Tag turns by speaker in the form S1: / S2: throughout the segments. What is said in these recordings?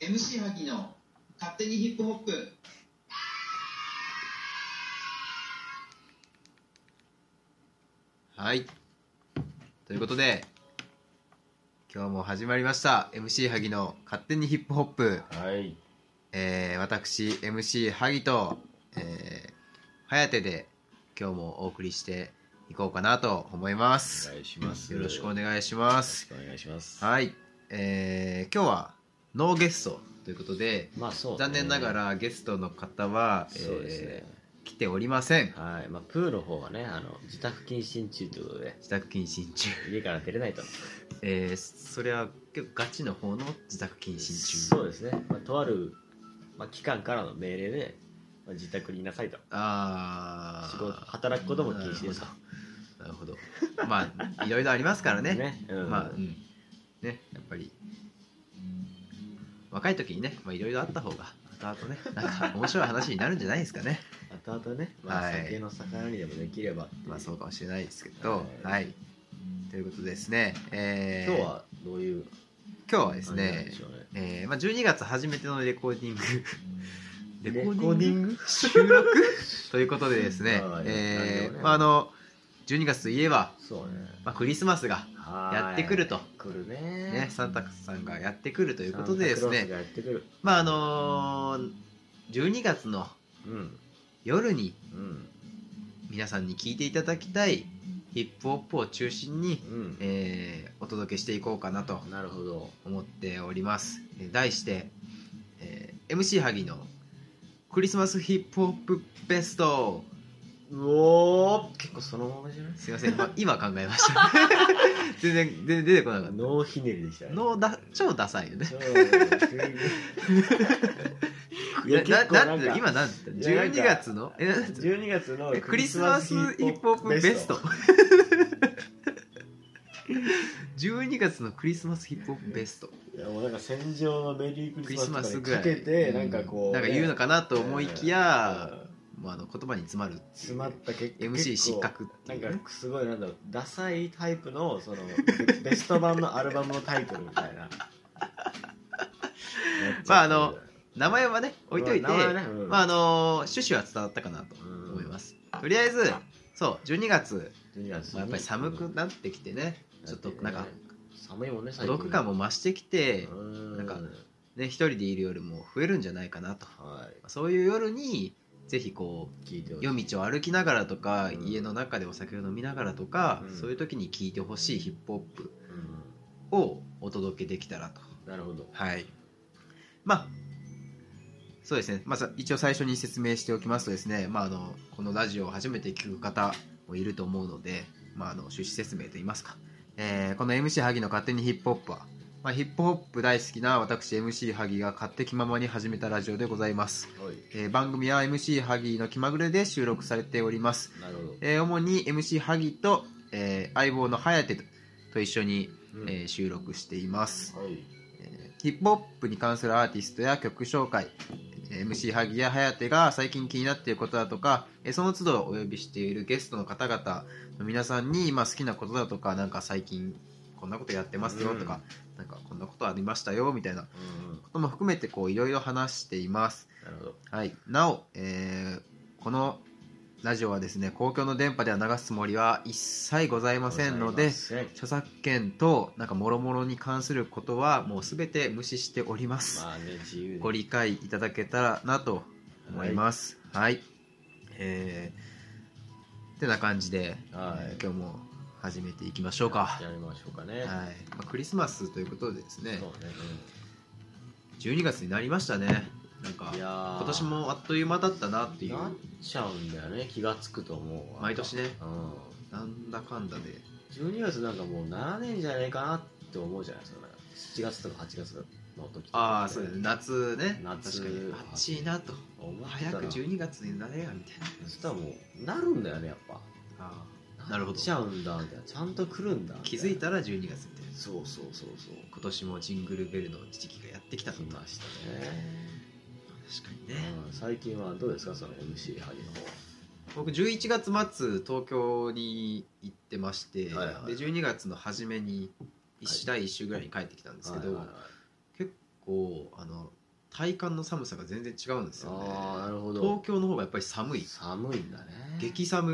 S1: MC 萩の勝手にヒップホップ
S2: はい。ということで、今日も始まりました。MC 萩の勝手にヒップホップ。
S3: はい。
S2: えー、私、MC 萩と、えー、颯で、今日もお送りしていこうかなと思いま
S3: お
S2: す。
S3: 願いします。
S2: よろしくお
S3: よ
S2: 願いしま
S3: ろし
S2: す。
S3: くお願いします。
S2: はい。えー、今日は、ノーゲストということで、
S3: まあそう、
S2: 残念なが、らゲストの方は、
S3: そうですね。
S2: えー来ておりません。
S3: はい。まあプーの方はね、あの自宅謹慎中ということで、
S2: 自宅謹慎中。
S3: 家から出れないと。
S2: えー、それは結構ガチの方の自宅謹慎中
S3: そうですね。まあとあるまあ機関からの命令で、まあ、自宅にいなさいと。
S2: ああ
S3: 仕事働くことも禁止ですと。
S2: なるほどまあいろいろありますから ね
S3: うん、
S2: まあうんねやっぱり若い時にねまあいろいろあった方が後々ねなんか面白い話になるんじゃないですかね
S3: 後々ね、まあ、
S2: はい
S3: 酒の魚にでもできれば、
S2: まあそうかもしれないですけど
S3: は
S2: はいということでですね、えー
S3: 今日はどういう
S2: 今日はです
S3: 感じなん
S2: ね
S3: でしょうね。
S2: えーまあ、12月初めてのレコーディングレコーディング
S3: グ
S2: 収録 ということでですね
S3: まあ、
S2: え
S3: なんでも
S2: ー
S3: ね
S2: まあ、あの12月といえば、
S3: そうね。
S2: まあ、クリスマスが、やってくると
S3: はい来るね
S2: ね、サンタさんがやってくるということでです
S3: サンタクロース
S2: ね、
S3: がやってくる
S2: まああのー12月の
S3: うん
S2: 夜に
S3: うん
S2: 皆さんに聴いていただきたいヒップホップを中心に、
S3: うん
S2: えーお届けしていこうかなと
S3: なるほど
S2: 思っております。えー題して、えー MC 萩のクリスマスヒップホップベスト
S3: うおー結構そのままじゃない
S2: すいません、まあ、今考えました 全然全然出てこなかった
S3: ノーひねりでしたね
S2: のだ超ダサいよね
S3: そう急にいや
S2: な
S3: 結構
S2: な
S3: な
S2: なん
S3: ん
S2: て
S3: か
S2: 今なんて
S3: いやなん
S2: 12
S3: か
S2: 月のえなんて
S3: 12月の
S2: えクリスマスヒップホップベス ト12月のクリスマスヒップホップベスト
S3: いやもうなんか戦場のメリー
S2: ク
S3: ク
S2: リ
S3: リ
S2: ス
S3: ス
S2: マ
S3: マ
S2: ス
S3: スと
S2: ぐ
S3: からに
S2: い
S3: かけてなんかこう
S2: なんか言うの
S3: か
S2: かなと思いきや、まあ、あの言葉に詰まる
S3: 詰まった結果
S2: MC
S3: 結構
S2: 失格って
S3: ないん
S2: うね
S3: かすごいなんだろうダサいタイプ のそのベスト版のアルバムのタイトルみたいな
S2: まああの名前はね置いといて、
S3: まあ名前はねうん
S2: まああの趣旨は伝わったかなと思います、とりあえずそう12月、
S3: 12月
S2: まあ、やっぱり寒くなってきてねちょっとなんか
S3: 寒いもんね
S2: 孤独感も増してきて、な
S3: なん
S2: かね、一人でいるよりも増えるんじゃないかなと
S3: は
S2: そういう夜にぜひこう
S3: い聞いてほしい
S2: 夜道を歩きながらとか、
S3: うん
S2: 家の中でお酒を飲みながらとか、
S3: うん
S2: そういう時に聴いてほしいヒップホップ
S3: うん
S2: をお届けできたらと
S3: なるほど
S2: はいまあそうですね、まあ、さ一応最初に説明しておきますとですね、まあ、あのこのラジオを初めて聞く方もいると思うので、まあ、あの趣旨説明といいますか、えーこの MC 萩の勝手にヒップホップは、まあ、ヒップホップ大好きな私 MC 萩が勝手気ままに始めたラジオでございます、
S3: はい
S2: えー番組は MC 萩の気まぐれで収録されております
S3: なるほど
S2: えー主に MC 萩と、えー相棒の颯とと一緒に、
S3: うん
S2: えー収録しています、
S3: はい
S2: えーヒップホップに関するアーティストや曲紹介えー MC 萩や颯が最近気になっていることだとかえーその都度お呼びしているゲストの方々の皆さんに今好きなことだとかなんか最近こんなことやってますよとか、なんかこんなことありましたよみたいなこ
S3: うんうん
S2: とも含めてこういろいろ話しています
S3: なるほど
S2: はい、なお、えーこのラジオはですね公共の電波では流すつもりは一切ございませんので
S3: ございません
S2: 著作権となんか諸々に関することはもうすべて無視しております、
S3: まあね自由に
S2: ご理解いただけたらなと思いますはい、えーてな感じで、
S3: はい
S2: えー今日も始めていきましょうか、
S3: やりましょうかね
S2: はいまあクリスマスということでです
S3: そう
S2: ね
S3: ね
S2: 12月になりましたねなんか
S3: うんいやー
S2: 今年もあっという間だったなっていう
S3: なっちゃうんだよね気がつくと思う
S2: 毎年ね
S3: うん
S2: なんだかんだで
S3: 12月なんかもう7年じゃないかなって思うじゃないですかなんか7月とか8月の時とか
S2: ああそうですね夏ね
S3: 夏
S2: 確かにあっちいなと
S3: 思ったら
S2: 早く12月になれやみたい
S3: そしたらもうなるんだよねやっぱ
S2: なあなるほど
S3: っちゃうんだみたいなちゃんと来るんだみ
S2: ー
S3: な
S2: 気づいたら12月みたいな
S3: そうそうそうそう
S2: 今年もジングルベルの時期がやってきた
S3: 来
S2: と確か
S3: ましたね、
S2: にね
S3: うん最近はどうですかその MC 萩の方
S2: 僕11月末東京に行ってまして、
S3: はいは
S2: で
S3: い
S2: 12月の初めに一
S3: はい
S2: 第1週ぐらいに帰ってきたんですけど、
S3: はいはいはい
S2: 結構構あの体感の寒さが全然違うんですよね
S3: ああなるほ
S2: 東
S3: ど
S2: 京の方がやっぱり寒い
S3: 寒いんだね
S2: 激寒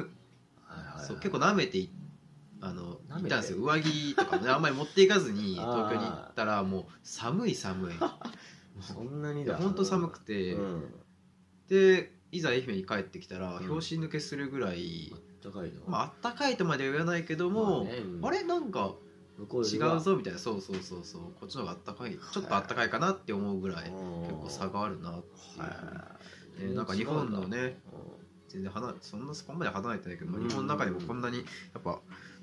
S3: はいはいはい
S2: そう結構舐めていあの
S3: 舐めて
S2: 行ったんですよ上着とかねあんまり持っていかずに
S3: あー
S2: 東京に行ったらもう寒い寒い
S3: そんなにだ
S2: 本当寒くて、
S3: うん
S2: でいざ愛媛に帰ってきたら
S3: うん
S2: 拍子抜けするぐらい
S3: あ、ったかいの
S2: まああったかいとまでは言わないけども、
S3: まあねうん
S2: あれなんか
S3: 向こうよ
S2: 違
S3: りは
S2: うぞみたいなそうそうそうそうこっちの方があったかいちょっとあったかいかなって思うぐらい結構差があるなっていう、
S3: はい
S2: えーなんか日本のね
S3: う
S2: 全然離れそんなそこまで離れてないけど、まあ
S3: うん
S2: 日本の中でもこんなにやっぱ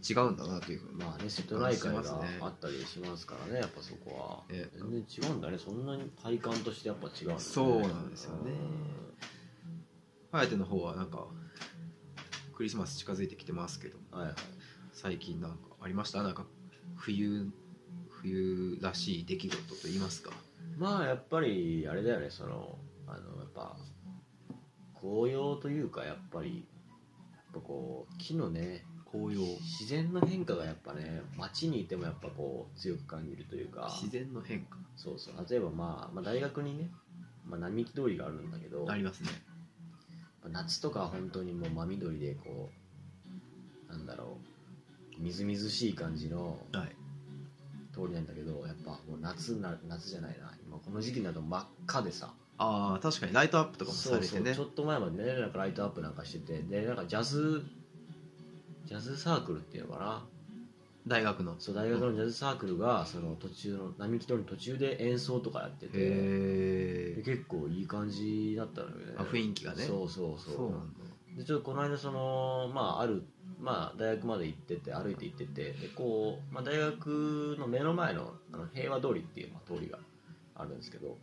S2: 違うんだなというふうに
S3: んまあね瀬戸内海
S2: します
S3: が
S2: ね
S3: あったりしますからねやっぱそこは
S2: ええ
S3: 全然違うんだねそんなに体感としてやっぱ違うんだね
S2: そうなんですよね颯の方はなんかクリスマス近づいてきてますけど
S3: うんはいはい
S2: 最近なんかありましたなんか冬冬らしい出来事と言いますか
S3: まあやっぱりあれだよねそのあのやっぱ紅葉というかやっぱりやっぱこう木のね
S2: 紅葉
S3: 自然の変化がやっぱね街にいてもやっぱこう強く感じるというか
S2: 自然の変化
S3: そうそう例えば、まあ、まあ大学にね、まあ、並木通りがあるんだけど
S2: ありますね
S3: 夏とかは本当にもう真緑でこうなんだろうみずみずしい感じの
S2: はい
S3: 通りなんだけどやっぱもう夏な夏じゃないな今この時期になると真っ赤でさ
S2: ああ確かにライトアップとかもされてね
S3: ちょっと前までねなんかライトアップなんかしててでなんかジャズジャズサークルっていうのかな
S2: 大学の
S3: そう大学のジャズサークルがその途中の並木通りの途中で演奏とかやってて
S2: へ
S3: で
S2: え
S3: 結構いい感じだったのよね
S2: あ雰囲気がね
S3: そうそうそう
S2: そうなんだ
S3: でちょっとこの間そのまああるまあ大学まで行ってて歩いて行っててでこう、まあ、大学の目の前のあの平和通りっていう、まあ、通りがあるんですけど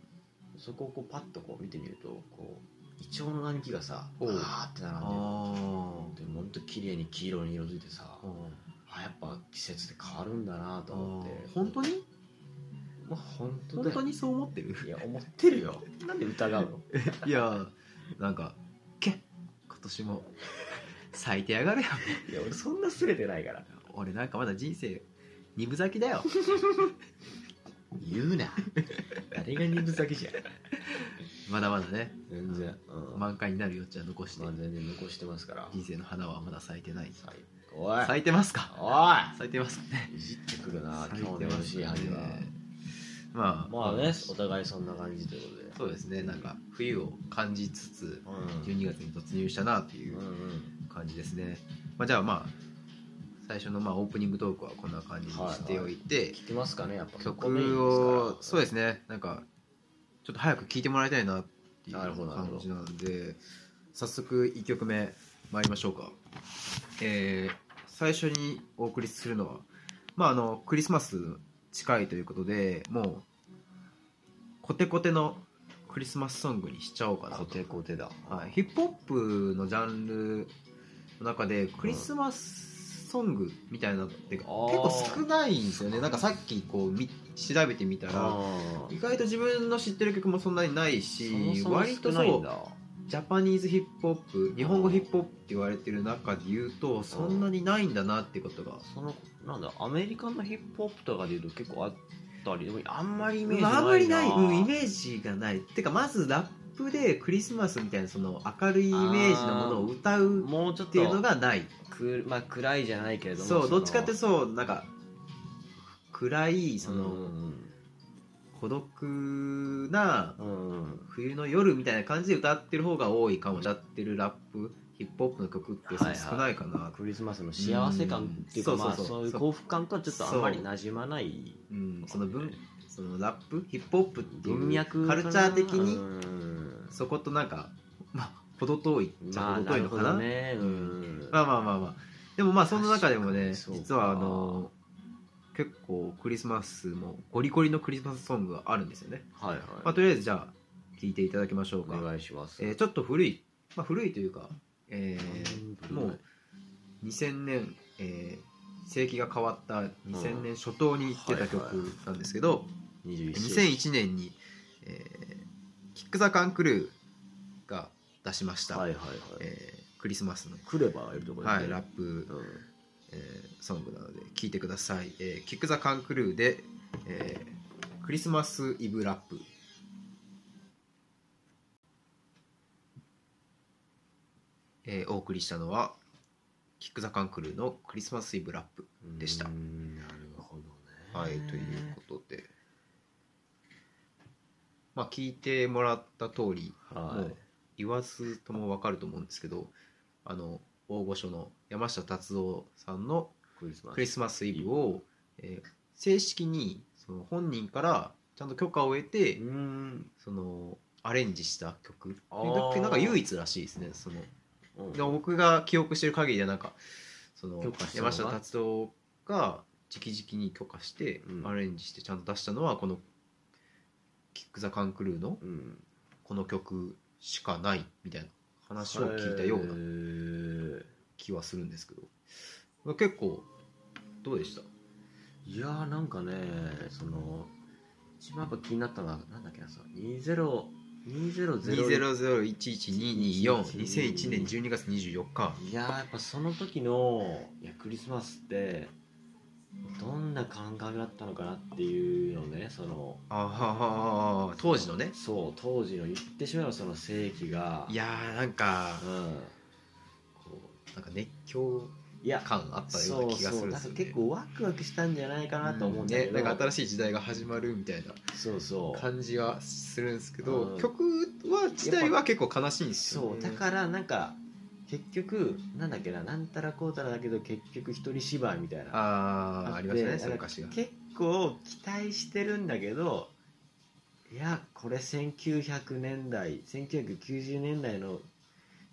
S3: そこをこうパッとこう見てみるとこうイチョウの並木がさ
S2: お
S3: わ
S2: う
S3: ーって並ん
S2: あ
S3: でるでもほんと綺麗に黄色に色づいてさ
S2: ーうん
S3: あやっぱ季節って変わるんだなと思って
S2: 本当に
S3: まあ本当
S2: 本
S3: だよ
S2: 当にそう思ってる
S3: いや思ってるよなんで疑うの
S2: いやなんかけ今年も咲いてやがるやん
S3: いや俺そんなすれてないから
S2: 俺なんかまだ人生二分咲きだ よ
S3: 言うな誰が二分咲きじゃん
S2: まだまだね
S3: 全然、うん
S2: 満開になる余地は残して
S3: まあ、全然残してますから
S2: 人生の花はまだ咲いてない
S3: 最おい
S2: 咲いてますか
S3: お
S2: 咲いてますかね
S3: いいじってくるな
S2: 咲い
S3: 今日
S2: て
S3: の
S2: ま
S3: 欲
S2: す
S3: しい
S2: ね
S3: はぎは
S2: まあ
S3: まあねお互いそんな感じということで
S2: そうですねなんか冬を感じつつ
S3: う
S2: 12月に突入したなってい
S3: ん、う
S2: うん
S3: うん、
S2: 感じですね、まあ、じゃあまあ最初のまあオープニングトークはこんな感じにしておいて、
S3: 聞きますかねやっぱ
S2: 曲をそうですすねなんかちょっと早く聴いてもらいたいなっていう
S3: なるほどなる
S2: 感
S3: ほど
S2: じなので早速1曲目参りましょうかえー最初にお送りするのはまああのクリスマス近いということでもうコテコテのクリスマスソングにしちゃおうかなと
S3: コテコテだ
S2: はい、ヒップホップのジャンルの中でクリスマスソングみたいなのって結構少ないんですよねなんかさっきこうみ調べてみたら
S3: あー
S2: 意外と自分の知ってる曲もそんなにないし
S3: そもそも
S2: 割
S3: 少
S2: と
S3: な
S2: そ
S3: いん
S2: う
S3: だ
S2: ジャパニーズヒップホップ日本語ヒップホップって言われてる中で言うとそんなにないんだなってことが
S3: そのなんだアメリカのヒップホップとかでいうと結構あったりでもあんまりイメージないな
S2: あんまりない、うん、イメージがないてかまずラップでクリスマスみたいなその明るいイメージのものを歌う
S3: もうちょ
S2: っ
S3: っと
S2: ていうのがない
S3: く、まあ、暗いじゃないけれども
S2: そう
S3: の
S2: どっちかってそうなんか暗いその、
S3: うん
S2: 孤独な
S3: うんうん
S2: 冬の夜みたいな感じで歌ってる方が多いかも歌ってるラップヒップホップの曲って
S3: はいはい
S2: 少ないかな、
S3: クリスマスの幸せ感っていうか、
S2: うん
S3: ま
S2: そ
S3: あ
S2: うそうそう
S3: そういう幸福感とはちょっとあんまりなじまない
S2: うん、その分そのラップヒップホップっていう
S3: 文脈
S2: カ
S3: かな
S2: ルチャー的に
S3: うん
S2: そことなんかまあ程遠いっちゃ
S3: まあ
S2: 程
S3: な
S2: 遠い
S3: る
S2: の
S3: ほ
S2: かな,、
S3: どねうん
S2: まあまあまあまあでもまあその中でもね
S3: 確かにそうか
S2: 実はあの結構クリスマスもゴリゴリのクリスマスソングがあるんですよね
S3: はいはい、
S2: まあ、とりあえずじゃあ聞いていただきましょう
S3: お
S2: か、
S3: 願いします、
S2: えーちょっと古い、まあ、古いというか、えー
S3: うん
S2: もう2000年、えー世紀が変わった2000年初頭に出た曲なんですけど、
S3: 21
S2: 2001年に、えーキック・ザ・カン・クルーが出しました、
S3: はいはいはい、
S2: えークリスマスの、
S3: クレバーがいるところ
S2: はい、ラッ
S3: ッ
S2: プ、えーソングなので聴いてください、えーキック・ザ・カン・クルーで、えークリスマスイブラップえーお送りしたのはキック・ザ・カンクルーのクリスマスイブラップでした
S3: うーんなるほどね
S2: はい、ということで、まあ、聞いてもらった通り、も
S3: は
S2: う言わずとも分かると思うんですけど、あの大御所の山下達郎さんの
S3: いクリスマス
S2: クリスマスイブを、えー正式にその本人からちゃんと許可を得て、
S3: うーん
S2: そのアレンジした曲
S3: あー
S2: なんか唯一らしいですねその
S3: うん
S2: でも僕が記憶してる限りではなんかその
S3: 許可した
S2: 山
S3: のは
S2: 下達郎が直々に許可して
S3: うん
S2: アレンジしてちゃんと出したのはこの「キック・ザ・カン・クルー」の
S3: うん
S2: この曲しかないみたいな話を聞いたよう
S3: へ
S2: な
S3: ー
S2: 気はするんですけど結構どうでした
S3: いやーなんかねその一番やっぱ気になったのはなんだっけなその20 2001
S2: 20011122422001年12月24日
S3: いやーやっぱその時のいやクリスマスってどんな感覚だったのかなっていうのをねその
S2: ああ当時のね
S3: そう当時の言ってしまえばその世紀が
S2: いやーなんか
S3: うんこ
S2: なんか熱狂
S3: ういや
S2: 感あったよう
S3: そう
S2: な気がす
S3: そ
S2: る
S3: うんな
S2: ですよ
S3: んか
S2: ね
S3: 結構ワクワクしたんじゃないかなと思うんだけど、
S2: ね、なんか新しい時代が始まるみたいな
S3: そうそう
S2: 感じはするんですけ
S3: う
S2: ど
S3: ん
S2: 曲は自体は結構悲しいんですよ
S3: そ
S2: ね
S3: うだからなんか結局なんだっけななんたらこうたらだけど結局一人芝居みたいな
S2: あ
S3: っ
S2: あ
S3: て
S2: ありましたねその
S3: だから
S2: 歌詞が
S3: 結構期待してるんだけどいやこれ1900年代1990年代の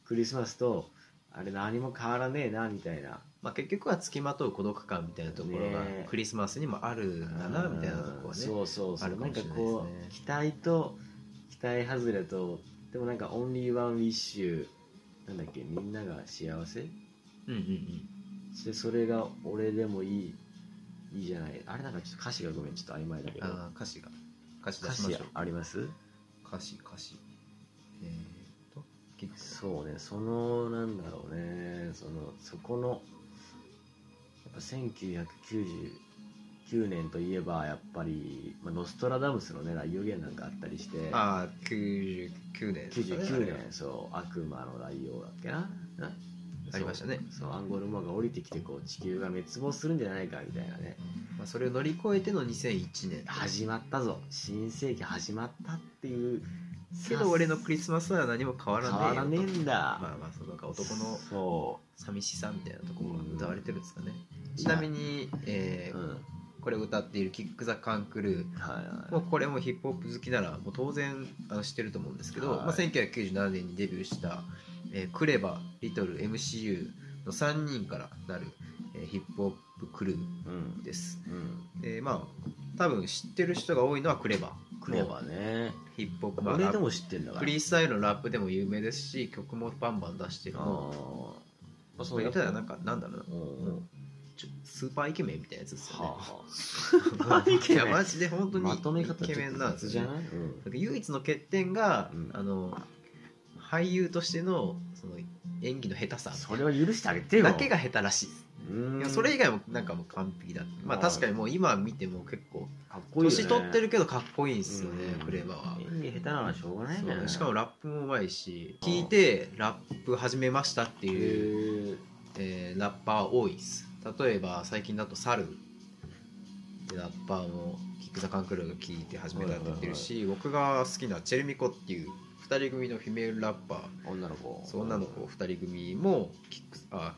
S3: クリスマスとあれ何も変わらねえなみたいな
S2: まあ、結局はつきまとう孤独感みたいなところが
S3: ね
S2: クリスマスにもあるんだなみたいなところはね
S3: そうそうそ
S2: あ
S3: う
S2: るか
S3: な
S2: もしれない
S3: んか
S2: ですね
S3: こう期待と期待外れとでもなんかオンリーワンウィッシュなんだっけみんなが幸せ
S2: うんうんうん
S3: でそれが俺でもいいいいじゃないあれなんかちょっと歌詞がごめんちょっと曖昧だけど
S2: あー歌詞が歌詞出
S3: 歌
S2: しま
S3: 詞
S2: しょう
S3: あります
S2: 歌詞歌詞えー、と結構
S3: そうねそのなんだろうねそのそこのやっぱ1999年といえばやっぱり、まあ、ノストラダムスのね大予言なんかあったりして
S2: ああ99年ですかね
S3: 99年そう悪魔の大王だっけなな
S2: ありましたね
S3: そうそうアンゴルモアが降りてきてこう地球が滅亡するんじゃないかみたいなね
S2: まあ、それを乗り越えての2001年
S3: 始まったぞ新世紀始まったっていう
S2: けど俺のクリスマスは何も変わらね
S3: 変
S2: えよ
S3: わ
S2: と
S3: らねえんだ、
S2: まあまあそのなんか男の
S3: そ
S2: 寂しさみたいなところが歌われてるんですかね、
S3: う
S2: ちなみに、え
S3: う
S2: ー
S3: ん
S2: これを歌っている「キック・ザ・カン・クルー
S3: はいはい」
S2: もうこれもヒップホップ好きならもう当然あの知ってると思うんですけど、
S3: はい
S2: まあ、1997年にデビューした、えークレバリトル MCU の3人からなる、えーヒップホップクルー
S3: うん
S2: です
S3: うん
S2: でまあ多分知ってる人が多いのはクレバ
S3: クレバね
S2: ヒップホップ、まあ
S3: 俺でも知ってんだ
S2: ラップ
S3: から
S2: フリースタイルのラップでも有名ですし曲もバンバン出してる
S3: あー
S2: の
S3: まあ
S2: そ
S3: そうう
S2: 言
S3: や
S2: ったらなんかなんだろうな
S3: うん
S2: もうちょスーパーイケメンみたいなやつですよね、
S3: はあは
S2: 本当に いやマジで本当に
S3: まとめ方
S2: イケメンなんです
S3: 雑じ
S2: よ
S3: ゃ
S2: ね
S3: ない、うん
S2: なんか唯一の欠点が、
S3: うん
S2: あの俳優としてのその演技の下手さ
S3: それを許してあげてよ
S2: だけが下手らしいです
S3: う
S2: い
S3: ん
S2: やそれ以外もなんかもう完璧だまあ
S3: まあ
S2: 確かにもう今見ても結構
S3: かっこいいよね
S2: 年取ってるけどかっこいいんですよ
S3: う
S2: ね
S3: ん
S2: クレバは
S3: 演技下手なのはしょうがないんだよ
S2: そう
S3: ね
S2: しかも
S3: も
S2: ラップもうまいし
S3: うん
S2: 聞いてラップ始めましたって
S3: へ
S2: いう、
S3: ー
S2: えーラッパー多いです例えば最近だとサルってラッパーもキック・ザ・カンクルーが聞いて始めたって言ってるし、僕が好きなチェルミコっていう2人組のフィメールラッパー
S3: 女の子
S2: そう女の子2人組もキックあ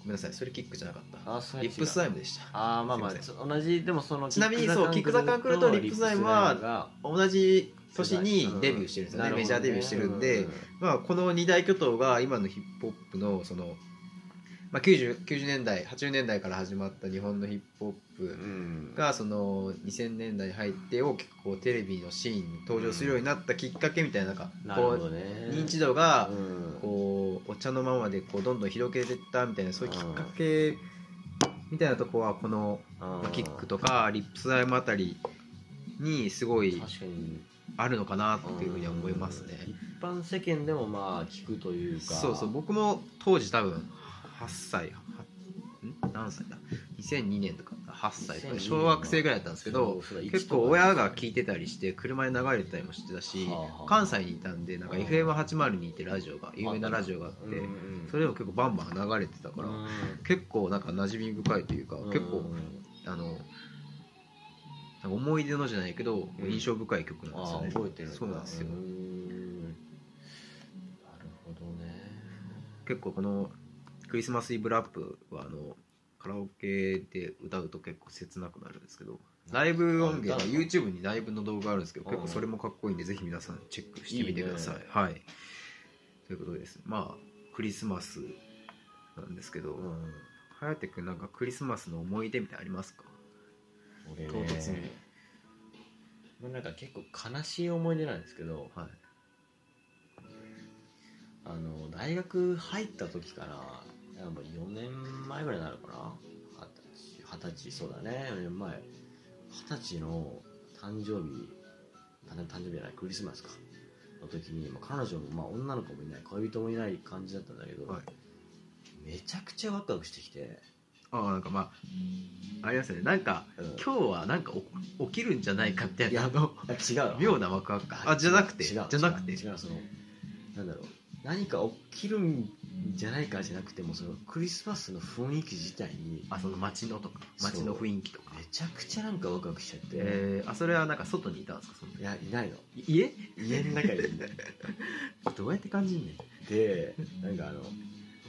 S2: ごめんなさいそれキックじゃなかった
S3: あそれ
S2: リップスライムでした
S3: ああまあまあ
S2: すいませ
S3: 同じでもその
S2: ちなみにそうキックザカンクルとリップスライムは同じ年にデビューしてるんですよねメジャーデビューしてるんで、まあ、この二大巨頭が今のヒップホップのその、まあ、90, 90年代80年代から始まった日本のヒップホップがその2000年代に入って大きくこうテレビのシーンに登場するようになったきっかけみたいななんか
S3: なる
S2: こ
S3: ほ
S2: う
S3: どね
S2: 認知度が
S3: うん
S2: こうお茶のままでこうどんどん広げていったみたいなそういうきっかけみたいなとこはこの
S3: うん
S2: キックとかリップスライムあたりにすごい
S3: 確かに
S2: あるのかなっていうふうには思いますね。
S3: うん一般世間でもまあ聞くというか
S2: そうそう僕も当時多分8歳はん何歳だ2002年とか8 8歳とか小学生ぐらいだったんですけど結構親が聞いてたりして車で流れてたりもしてたし関西にいたんでなんか
S3: あー
S2: FM802 ってラジオが有名なラジオがあってそれを結構バンバン流れてたから結構なんか馴染み深いというか結構あのなんか思い出のじゃないけど
S3: うん
S2: 印象深い曲なんですよね
S3: 覚えてる
S2: そうなんですよ
S3: んなるほどね
S2: 結構このクリスマスイブラップはあのカラオケで歌うと結構切なくなるんですけどライブ音源は
S3: あ歌う
S2: YouTube にライブの動画あるんですけど
S3: うん
S2: 結構それもかっこいいんでぜひ皆さんチェックしてみてください
S3: いいね
S2: はいということですまあクリスマスなんですけど
S3: うん
S2: 颯くんなんかクリスマスの思い出みたいなのありますか
S3: 俺
S2: 唐突に
S3: ねまあなんか結構悲しい思い出なんですけど
S2: はい
S3: あの大学入った時からやっぱ4年前ぐらいになるかな二十歳二十歳そうだね4年前二十歳の誕生日あ誕生日じゃないクリスマスかの時に、まあ、彼女も、まあ、女の子もいない恋人もいない感じだったんだけど、
S2: はい
S3: めちゃくちゃワクワクしてきて、
S2: ああなんかまあありますよねなんか
S3: うん
S2: 今日はなんかお起きるんじゃないかみたい
S3: い
S2: な
S3: や
S2: あの
S3: あ違うの
S2: 妙なワクワク感あじゃなくてじゃなくて
S3: 違う違うそのなんだろう何か起きるんじゃないかじゃなくてもそのクリスマスの雰囲気自体に
S2: あその街のとか
S3: そう
S2: 街の雰囲気とか
S3: めちゃくちゃなんかワクワクしちゃって、
S2: えー、あそれはなんか外にいたんですかその時
S3: いやいないの
S2: い家
S3: 家の中にいる
S2: どうやって感じんねん
S3: で なんかあの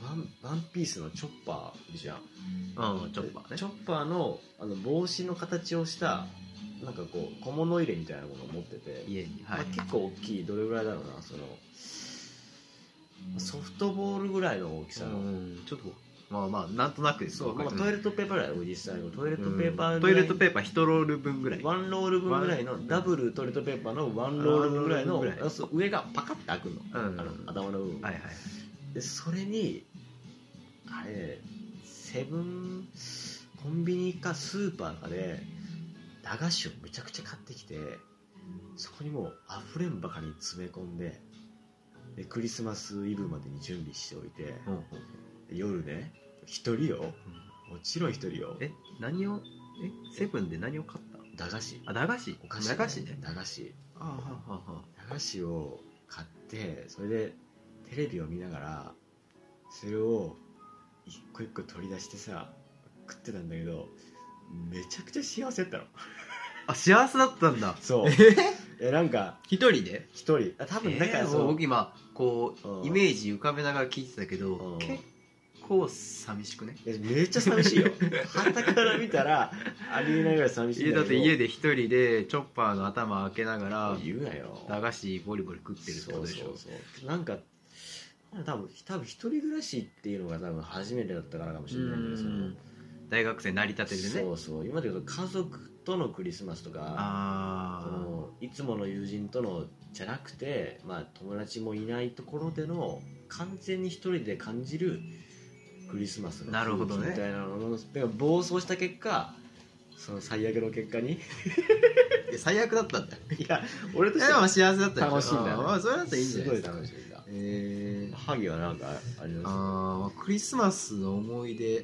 S3: ワンワンピースのチョッパーいるじゃん
S2: うんチョッパーね
S3: チョッパーのあの帽子の形をしたなんかこう小物入れみたいなものを持ってて
S2: 家にはい、
S3: まあ、結構大きいどれぐらいだろうなそのソフトボールぐらいの大きさの、
S2: うんちょっとまあまあなんとなくです
S3: そう、
S2: わか
S3: まあ、
S2: る
S3: トイレットペーパーぐらい俺実際のトイレットペーパ
S2: う
S3: ー
S2: んト
S3: ぐら
S2: イレ
S3: い
S2: ットペーパー1ロール分ぐらい
S3: ワンロール分ぐらいのダブルトイレットペーパーのワンロール分ぐら
S2: ワ
S3: い
S2: ンロール分
S3: の
S2: ぐらい
S3: あそう上がパカッて開くの,、
S2: うん
S3: あの頭の部分、
S2: はいはい
S3: でそれにあれセブンコンビニかスーパーかで駄菓子をめちゃくちゃ買ってきてそこにもう溢れんばかりに詰め込んででクリスマスイブまでに準備しておいて
S2: うんうん
S3: 夜ね一人よもちろん一人よ
S2: え何をえセブンで何を買った
S3: 駄菓子
S2: あ駄菓子
S3: お菓子
S2: 駄菓子ね
S3: 駄菓子
S2: ああはあは
S3: 駄菓子を買ってそれでテレビを見ながらそれを一個一個取り出してさ食ってたんだけどめちゃくちゃ幸せだったの
S2: ああ幸せだったんだ
S3: そうえなんか
S2: 一人で
S3: 一人あ多分だか
S2: えー
S3: らそ
S2: もう
S3: の、
S2: 僕今こ
S3: うん
S2: うイメージ浮かべながら聞いてたけ
S3: う
S2: ど
S3: ん
S2: 結構寂しくね
S3: えめっちゃ寂しいよ旗から見たらありえないぐらい寂しいん
S2: 家
S3: だ
S2: だ
S3: け
S2: っ
S3: ど
S2: て家で一人でチョッパーの頭開けながら
S3: 言うなよ
S2: 駄菓子ボリボリ食ってるって
S3: そ
S2: こと
S3: う
S2: でし
S3: そ
S2: ょ
S3: うそうなんか多分多分一人暮らしっていうのが多分初めてだったからかもしれないけどその
S2: 大学生成り立てで
S3: そ
S2: ね
S3: うそう今で言うと家族とのクリスマスとかそ
S2: あ
S3: のいつもの友人とのじゃなくて、まあ、友達もいないところでの完全に一人で感じるクリスマスの
S2: なるほどね
S3: みたいなののだから暴走した結果その最悪の結果 に
S2: あ最悪だったんだ
S3: いや俺と
S2: い
S3: して
S2: やま
S3: は
S2: あ幸せだった
S3: 楽しいんだよね
S2: あーまあそれだったらいいんじゃな
S3: す
S2: い
S3: ご
S2: で
S3: い
S2: すか
S3: 楽しいんだ
S2: えー
S3: ハギはなんかありま
S2: あークリスマスの思い出い
S3: す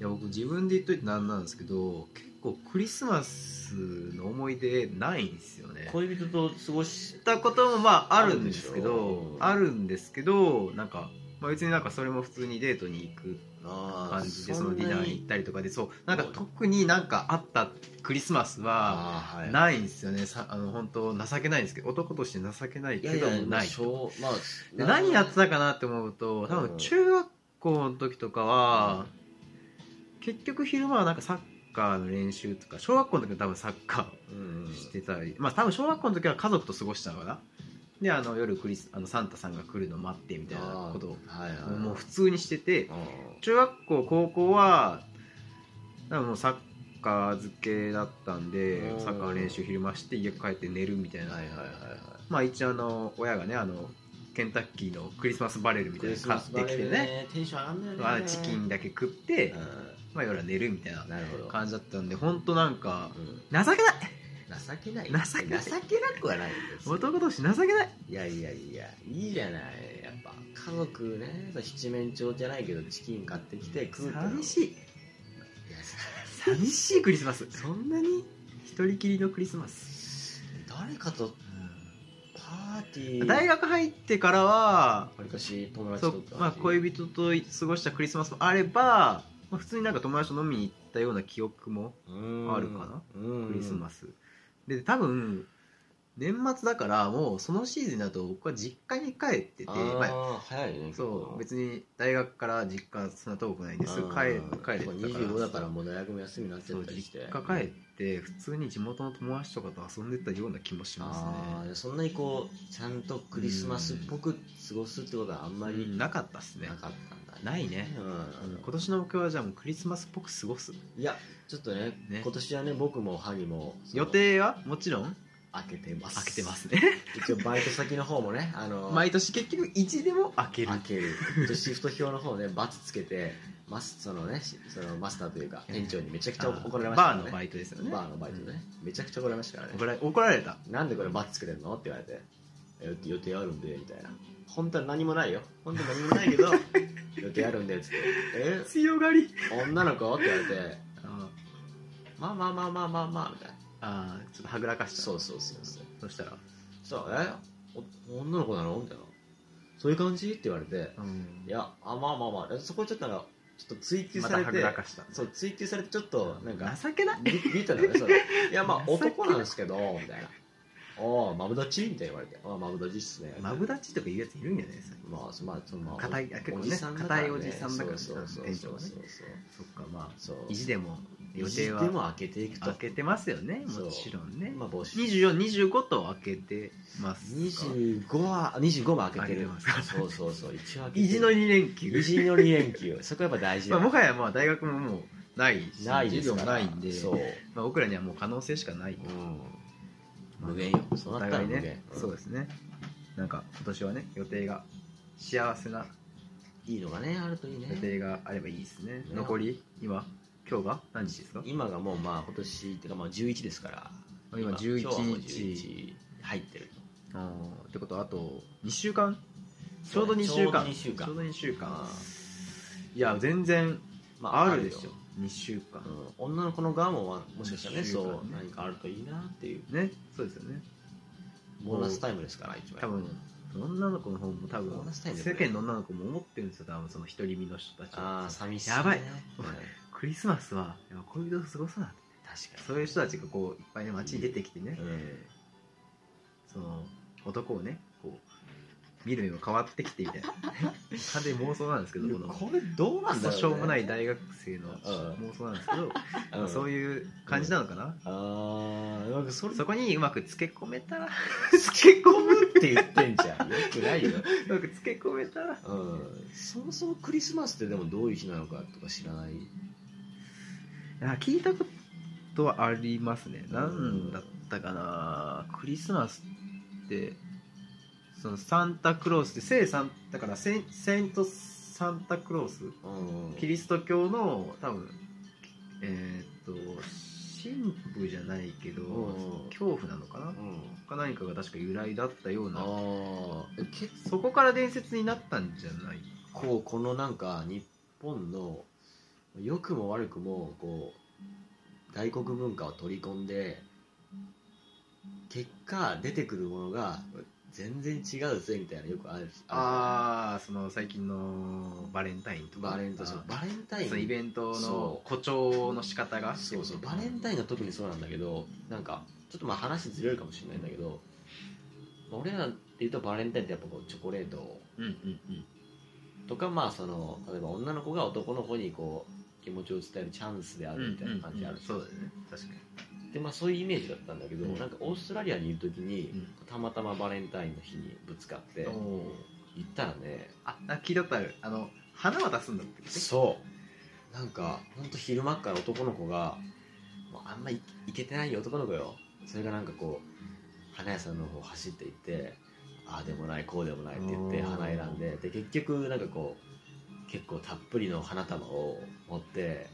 S2: や僕自分で言っといてなんなんですけど結構クリスマスの思い出ないんですよね
S3: 恋人と過ごし
S2: ったこともまああるんですけどあ
S3: あ
S2: るんですけどなんか、まあ、別になんかそれも普通にデートに行く感じでそのディナーに行ったりとかでそうなんか特になんかあったクリスマスは
S3: あーはい
S2: ないんですよねさあの本当情けないんですけど男として情けない
S3: い
S2: け
S3: やい
S2: ど
S3: や
S2: も
S3: まあ
S2: ない
S3: しょうまあ
S2: で何やってたかなって思うと多
S3: う
S2: 分
S3: ん
S2: 中学校の時とかは結局昼間はなんかサッカーの練習とか小学校の時は多分サッカー
S3: うんうん
S2: してたり、まあ多分小学校の時は家族と過ごしたのかなであの夜クリスあのサンタさんが来るの待ってみたいなことを
S3: あーはいはいはい
S2: もう普通にしてて
S3: あ
S2: 中学校高校は多分もうサッカー漬けだったんで
S3: うん
S2: サッカーの練習昼間して家帰って寝るみたい
S3: ー
S2: な、
S3: はいはいはいはい
S2: まあ一応あの親がねあのケンタッキーのクリスマスバレルみたいなの買ってきてね
S3: テンション上がん
S2: ま
S3: だよ
S2: あ
S3: ね
S2: チキンだけ食って、
S3: う
S2: まあ夜は寝るみたいなん
S3: なるほど
S2: 感じだったんで本当なんか
S3: うん
S2: 情けない
S3: 情けない
S2: 情けない
S3: 情けなくはないですよ
S2: 男同士情けない
S3: いやいやいやいいじゃないやっぱ家族ねそう七面鳥じゃないけどチキン買ってきて食うっての
S2: 寂しい
S3: いや
S2: 寂しいクリスマスそんなに一人きりのクリスマス、
S3: 誰かとパーティー
S2: 大
S3: 学
S2: 学入ってからは
S3: 昔友達
S2: そ
S3: と
S2: うまあ、恋人と過ごしたクリスマスもあれば、まあ、普通になんか友達と飲みに行ったような記憶も
S3: あ
S2: あるかな
S3: ク
S2: クリスマ
S3: ス
S2: ス、で多分年末だからもうそのシーズンだと僕は実家に帰ってて
S3: あ
S2: まあ、
S3: ー早いね
S2: そう
S3: 結
S2: 別に大学から実家そんな遠くないんで
S3: 構
S2: すぐ
S3: あ
S2: 帰
S3: ー
S2: 帰れて
S3: そう
S2: た
S3: 25だから
S2: も
S3: もう大学も休みになっちゃ
S2: そ
S3: っ
S2: う
S3: たりして
S2: 実家帰って普通に地元の友達とかと遊んでたような気もします
S3: あ
S2: ね
S3: あそんなにこうちゃんとクリスマスっぽく過ごすってことはあんま
S2: うん
S3: り
S2: なかったっすね
S3: なかったんだ
S2: ないね
S3: うん
S2: 今年の目標はじゃあもうクリスマスっぽく過ごす
S3: いやちょっとね
S2: ね
S3: 今年はね僕も萩もその
S2: 予定はもちろん
S3: 開けてます
S2: 開けてますね
S3: 一応バイト先の方もねあ の
S2: 毎年結局1でも開ける
S3: 開ける一応シフト表の方ねバツつけてマスそのねしそのマスターというか店長にめちゃくちゃ怒られました
S2: バ
S3: から
S2: ー
S3: ね
S2: のバイトですよね
S3: バーのバイトね、めちゃくちゃ怒られましたからね
S2: 怒られ怒られた
S3: なんでこれバツつけてんのって言われてえ予定あるんでみたいな本当は何もないよ本当は何もないけ ど予定あるんでっつってえ
S2: 強がり
S3: 女の子って言われて
S2: あ
S3: まあまあまあまあまあまあみたいな
S2: あちょっとはぐらかした
S3: そうそうそうそう
S2: そしたら
S3: そうえお女の子なのみたいなそういう感じって言われて
S2: うん
S3: いやあまあまあまあそこちょっとなんかちょっと追求
S2: ま
S3: さ
S2: た
S3: れ
S2: はぐ
S3: て、
S2: らかした
S3: そう追求されてちょっとなんか
S2: 情けない
S3: ビビートだねそれいやま あ
S2: 情けない
S3: 男なんですけどみたいな「おおマブダチ?」みたいな言われて「ああマブダチっすね」
S2: マブダチとかいうやついるんじゃないですか
S3: まあそまあそのまあ
S2: 硬い結構ね
S3: おじさんだから
S2: 硬いおじさんだから
S3: そうそうそう
S2: 店
S3: そ
S2: 長
S3: う
S2: がね
S3: そう
S2: そっかまあ
S3: そう
S2: 意地でも予
S3: 予
S2: 定
S3: 定
S2: は
S3: でも開けていくと
S2: 開けてますよね
S3: そう
S2: もちろんね
S3: まあ帽子
S2: 2425と開けてます
S3: 25は25も開けてる
S2: 開けてます
S3: そうそうそう一応開けてる
S2: 意地の2連休
S3: 意地の2連休そこやっぱ大事
S2: ま
S3: だ
S2: あ、もはやまあ大学ももうないし
S3: ないで
S2: 授業
S3: すか
S2: も
S3: ら
S2: ないんで、
S3: そう、
S2: まあ、僕らにはもう可能性しかない、
S3: うん、無限よそう
S2: お
S3: なった
S2: 互
S3: ら
S2: い
S3: 無限、
S2: ね、
S3: うん
S2: そうですねなんか今年はね予定が幸せない
S3: いのがねあるといいね
S2: 予定があればいいですね、
S3: ね
S2: 残り今今日が何日ですか
S3: 今がもうまあ今年っていうかまあ11ですから
S2: 今11
S3: 今日はもう
S2: 日
S3: 11入ってる
S2: あーってことはあと2週間ちょうど2週間
S3: ちょうど2週間
S2: ちょうど2週間
S3: あ
S2: いや全然
S3: ま
S2: あるでし
S3: よ
S2: ょ2週間、
S3: うん女の子の側もまあもしかしたらね
S2: 2週間
S3: そう
S2: ね
S3: 何かあるといいなっていう
S2: ねそうですよね
S3: ボーナスタイムですから一応
S2: 多分女の子の方も多分
S3: ボーナスタイムだ
S2: 世
S3: よね
S2: 間の女の子も思ってるんですよ多分その独り身の人たち
S3: あ
S2: は
S3: あ寂しいね
S2: やばい
S3: うん確か
S2: クリスマスはやっぱ恋人と過ごすなってそういう人たちがこういっぱいね街に出てきてね
S3: に、うん
S2: その男をねこう見る目も変わってきてみたいな完全に妄想なんですけどこの
S3: これどうなんだろう、ね、
S2: しょうもない大学生の
S3: ん
S2: 妄想なんですけど、まあそう
S3: いう
S2: いう感じなのかな、
S3: ああなんかそれ
S2: そこにうまくつけ込めたら
S3: 付け込むって言ってんじゃんよくないよ
S2: うまくつけ込めたら
S3: うんそもそもクリスマスってでもどういう日なのかとか知らない
S2: あ聞いたことはありますねなんだったかなクリスマスってそのサンタクロースって聖サンだからセンセントサンタクロース
S3: うん
S2: キリスト教の多分えーっと神父じゃないけど
S3: うん
S2: 恐怖なのかなか何かが確か由来だったよう
S3: あ
S2: な
S3: あ結
S2: そこから伝説になったんじゃない
S3: 構このなんか日本の良くも悪くもこう外国文化を取り込んで結果出てくるものが全然違うぜみたいなのよくあるあ
S2: ああその最近のバレンタインと
S3: る
S2: か
S3: バレンタインそうバレンタイン
S2: そのイベントの
S3: そう
S2: 誇張の仕方が
S3: そうそうバレンタインが特にそうなんだけどなんかちょっとまあ話ずれるかもしれないんだけど、まあ俺らっていうとバレンタインってやっぱこうチョコレート
S2: うんうんうん
S3: とかまあその例えば女の子が男の子にこう気持ちを伝えるチャンスであるみたいな感じあるし、
S2: そうだよね確か
S3: でまあそういうイメージだったんだけど、
S2: うん
S3: なんかオーストラリアにいる時に、
S2: うん
S3: たまたまバレンタインの日にぶつかって
S2: に
S3: 行
S2: お
S3: ったらね
S2: ああ聞いたことあるあの花渡すんだって
S3: そうなんかほんと昼間っから男の子がもうあんまいいけてない男の子よそれがなんかこう花屋さんの方走っていってああでもないこうでもないって言って
S2: おー
S3: 花選んでで結局なんかこう結構たっぷりの花束を持って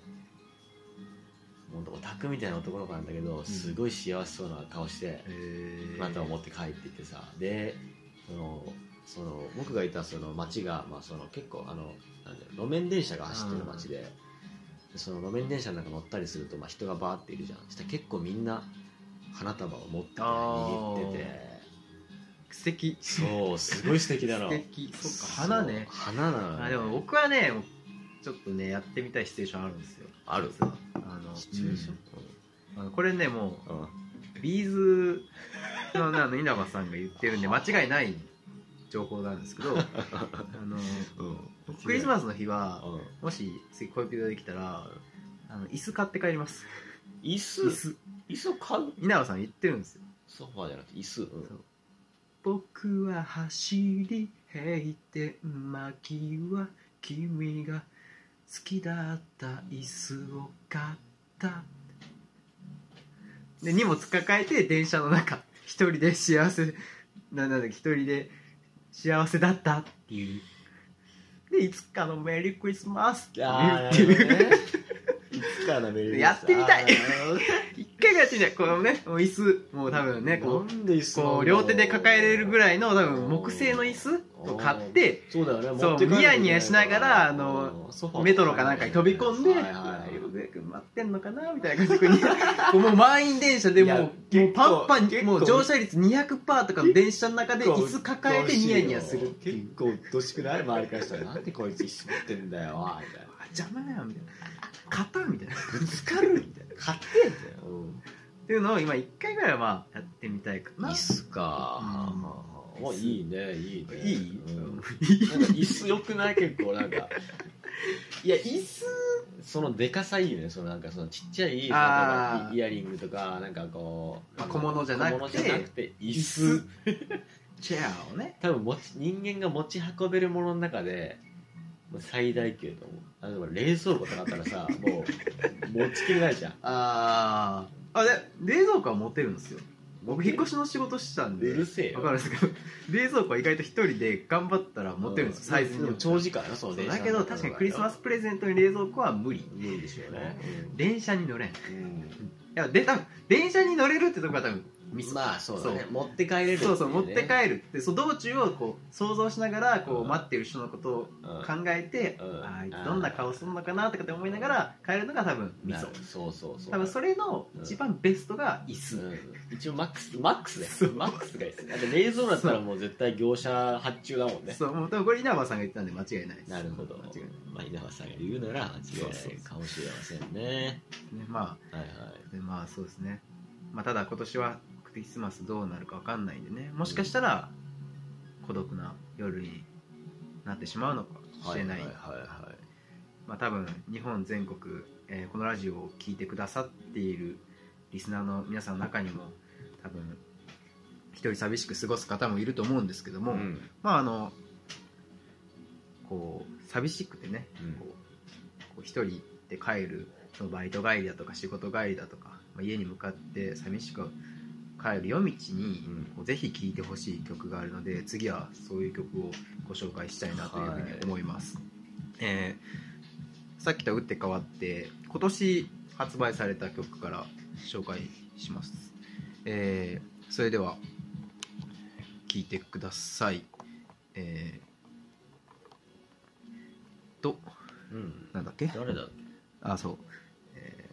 S3: もうオタクみたいな男の子なんだけどすごい幸せそうな顔して花束を持って帰っていってさでそのその僕がいたその町が、まあ、その結構あのなんだろう路面電車が走ってる町でででその路面電車なんか乗ったりすると、まあ、人がバーっているじゃんそしたら結構みんな花束を持ってて握ってて
S2: 素敵
S3: そうすごい素敵だな
S2: 素敵 そっか花ね
S3: そう花なのよね、
S2: あでも僕はねちょっとねやってみたいシチュエーションあるんですよ
S3: ある
S2: 実はあの
S3: シチュエーション、
S2: うんあのこれねも
S3: うん
S2: うビーズのねあの稲葉さんが言ってるんで間違いない情報なんですけ どあの
S3: うん
S2: クリス
S3: ス、
S2: マスの日は
S3: うん、
S2: もし次恋人ができたらあの椅子買って帰ります
S3: 椅子
S2: 椅子
S3: 椅子を買う
S2: 稲葉さん言ってるんですよ
S3: ソファーじゃなくて椅子、うん
S2: そう僕は走り閉店巻きは君が好きだった椅子を買ったで荷物抱えて電車の中一人で幸せななんだっけ一人で幸せだったっていうでいつかのメリークリスマスって
S3: あ
S2: 言うって
S3: ー
S2: いう
S3: なるほどねいつかのメリークリス
S2: やってみたい
S3: あーなるほどね
S2: 一回がやってみたいこのねもう椅子もう多分ねこう
S3: なんで椅子
S2: こう両手で抱えれるぐ
S3: い
S2: らいの多分木製の椅子を買って
S3: そうだよね
S2: そう
S3: 持って帰る
S2: ニヤニヤしながらあのメトロかなんかに飛び込んで、
S3: はいはい
S2: よくよく待ってんのかなみたいな感じで、こうもう満員電車で
S3: いや
S2: もう、も
S3: 結
S2: う
S3: 構
S2: パンパン
S3: 結、構
S2: もう乗車率200%とかの電車の中で椅子抱えてニヤニヤするっていう
S3: 結。構うっとうしくない周りからしたらなんでこいつ椅子持ってんだよおいみたいな
S2: あ邪魔だよみたいな。肩みたいな。っ
S3: ぶつかるみたいな勝手んだよ、
S2: ていうのを今1回ぐらいはまあやってみたいかな。
S3: 椅子か、
S2: うん
S3: もういいねいいね
S2: いい、
S3: うんなんか椅子良くない結構なんか
S2: いや、椅子
S3: そのでかさいいねそのなんかそのちっちゃい例え
S2: あー
S3: ばイイヤリングとかなんかこう
S2: まあ小物じゃなくて
S3: 小物じゃなくて椅
S2: 椅
S3: 子
S2: 子チェアをね。
S3: 多分持ち人間が持ち運べるものの中でもう最大級と思うあの冷蔵庫とかあったらさもう 持ちきれないじゃん
S2: あーあで冷蔵庫は持てるんですよ僕引っ越しの仕事してたん
S3: う
S2: で
S3: るせえよ
S2: わかるんですけど冷蔵庫は意外と一人で頑張ったら持てるんですよサイズに
S3: で
S2: よ
S3: も
S2: って
S3: 長時間よそ
S2: そうう
S3: 電車
S2: だけど確かにクリスマスプレゼントに冷蔵庫は無理
S3: 無理でしょうね、
S2: 電車に乗れんい
S3: うん
S2: やで多分電車に乗れるってとこが多分ミス、
S3: まあそうだね
S2: そ
S3: 持って帰れるっていね
S2: そうそう持って帰るってそう道中をこう想像しながらこ
S3: う
S2: うん待ってる人のことを
S3: うん
S2: 考えて、
S3: うん
S2: あーどんな顔するのかなとかって思いながら帰るのが多分ミ
S3: な
S2: ソ
S3: るそうそうそう
S2: 多分それの一番ベストが椅子、
S3: うん一応マックスマックスだ
S2: そう
S3: よマックスがいいですだって冷蔵だったらもう絶対業者発注だもんね
S2: そう、もう多分これ稲葉さんが言ってたんで間違いないです。
S3: なるほど
S2: 間違いない。
S3: まあ稲葉さんが言うなら間違いないかもしれませんね
S2: ね、ま
S3: はいはい
S2: あ、でまあそうですね。まあただ今年はクリスマスどうなるかわかんないんでね、もしかしたら孤独な夜になってしまうのかもしれない。
S3: はいはいはい
S2: まあ多分日本全国、えーこのラジオを聞いてくださっているリスナーの皆さんの中にも多分一人寂しく過ごす方もいると思うんですけども、
S3: うん
S2: まああのこう寂しくてね
S3: うん
S2: こうこう一人で帰るそのバイト帰りだとか仕事帰りだとか、まあ、家に向かって寂しく帰る夜道に、
S3: うん
S2: こうぜひ聴いてほしい曲があるので次はそういう曲をご紹介したいなというふうに思います、えーさっきとは打って変わって今年発売された曲から紹介します、えーそれでは聴いてくださいえーと
S3: うん
S2: なんだっけ
S3: 誰だ
S2: あそう、え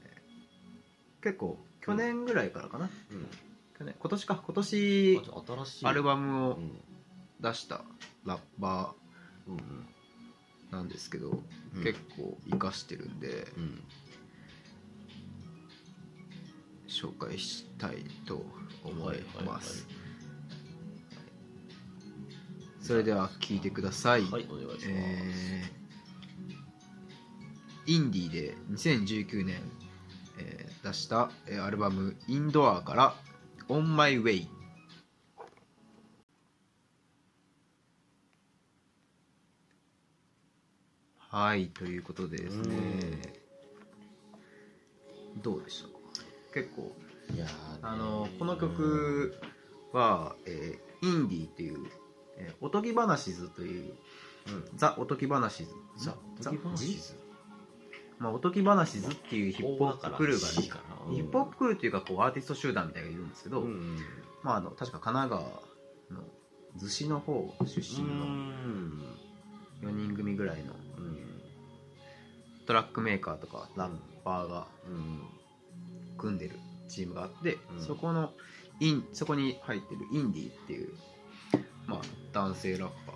S2: ー結構去年ぐらいからかな、
S3: うん
S2: 去年今年か今年
S3: あと新しい
S2: アルバ
S3: バ
S2: ムを
S3: うん
S2: 出したラッパ
S3: うん
S2: ーなんですけど、
S3: うん
S2: 結構活かしてるんで
S3: うん
S2: 紹介したいと思います、それでは聴いてください、
S3: はいはいお願いします
S2: えーインディーで2019年、えー出したえーアルバム「インドア」から「オンマイウェイ」はいということでですねどうでしたか結構
S3: いやー
S2: あのこの曲は、えーインディーっていう、えーおとぎ話ずという
S3: うん
S2: ザ・おとぎ話ず
S3: ザ
S2: ザ
S3: ザ
S2: まあ、おとぎ話ずっていうヒップホップクルーが
S3: いい
S2: ね
S3: かな
S2: ヒップホップクルーっていうかこうアーティスト集団みたいなのがいるんですけど、
S3: うんうん
S2: まあ、あの確か神奈川の逗子の方出身の4人組ぐらいの
S3: うん
S2: トラックメーカーとかラッパーが
S3: うん
S2: 組んでるチームがあって、
S3: うん
S2: そこのインそこに入ってるインディーっていう、まあ、男性ラッパ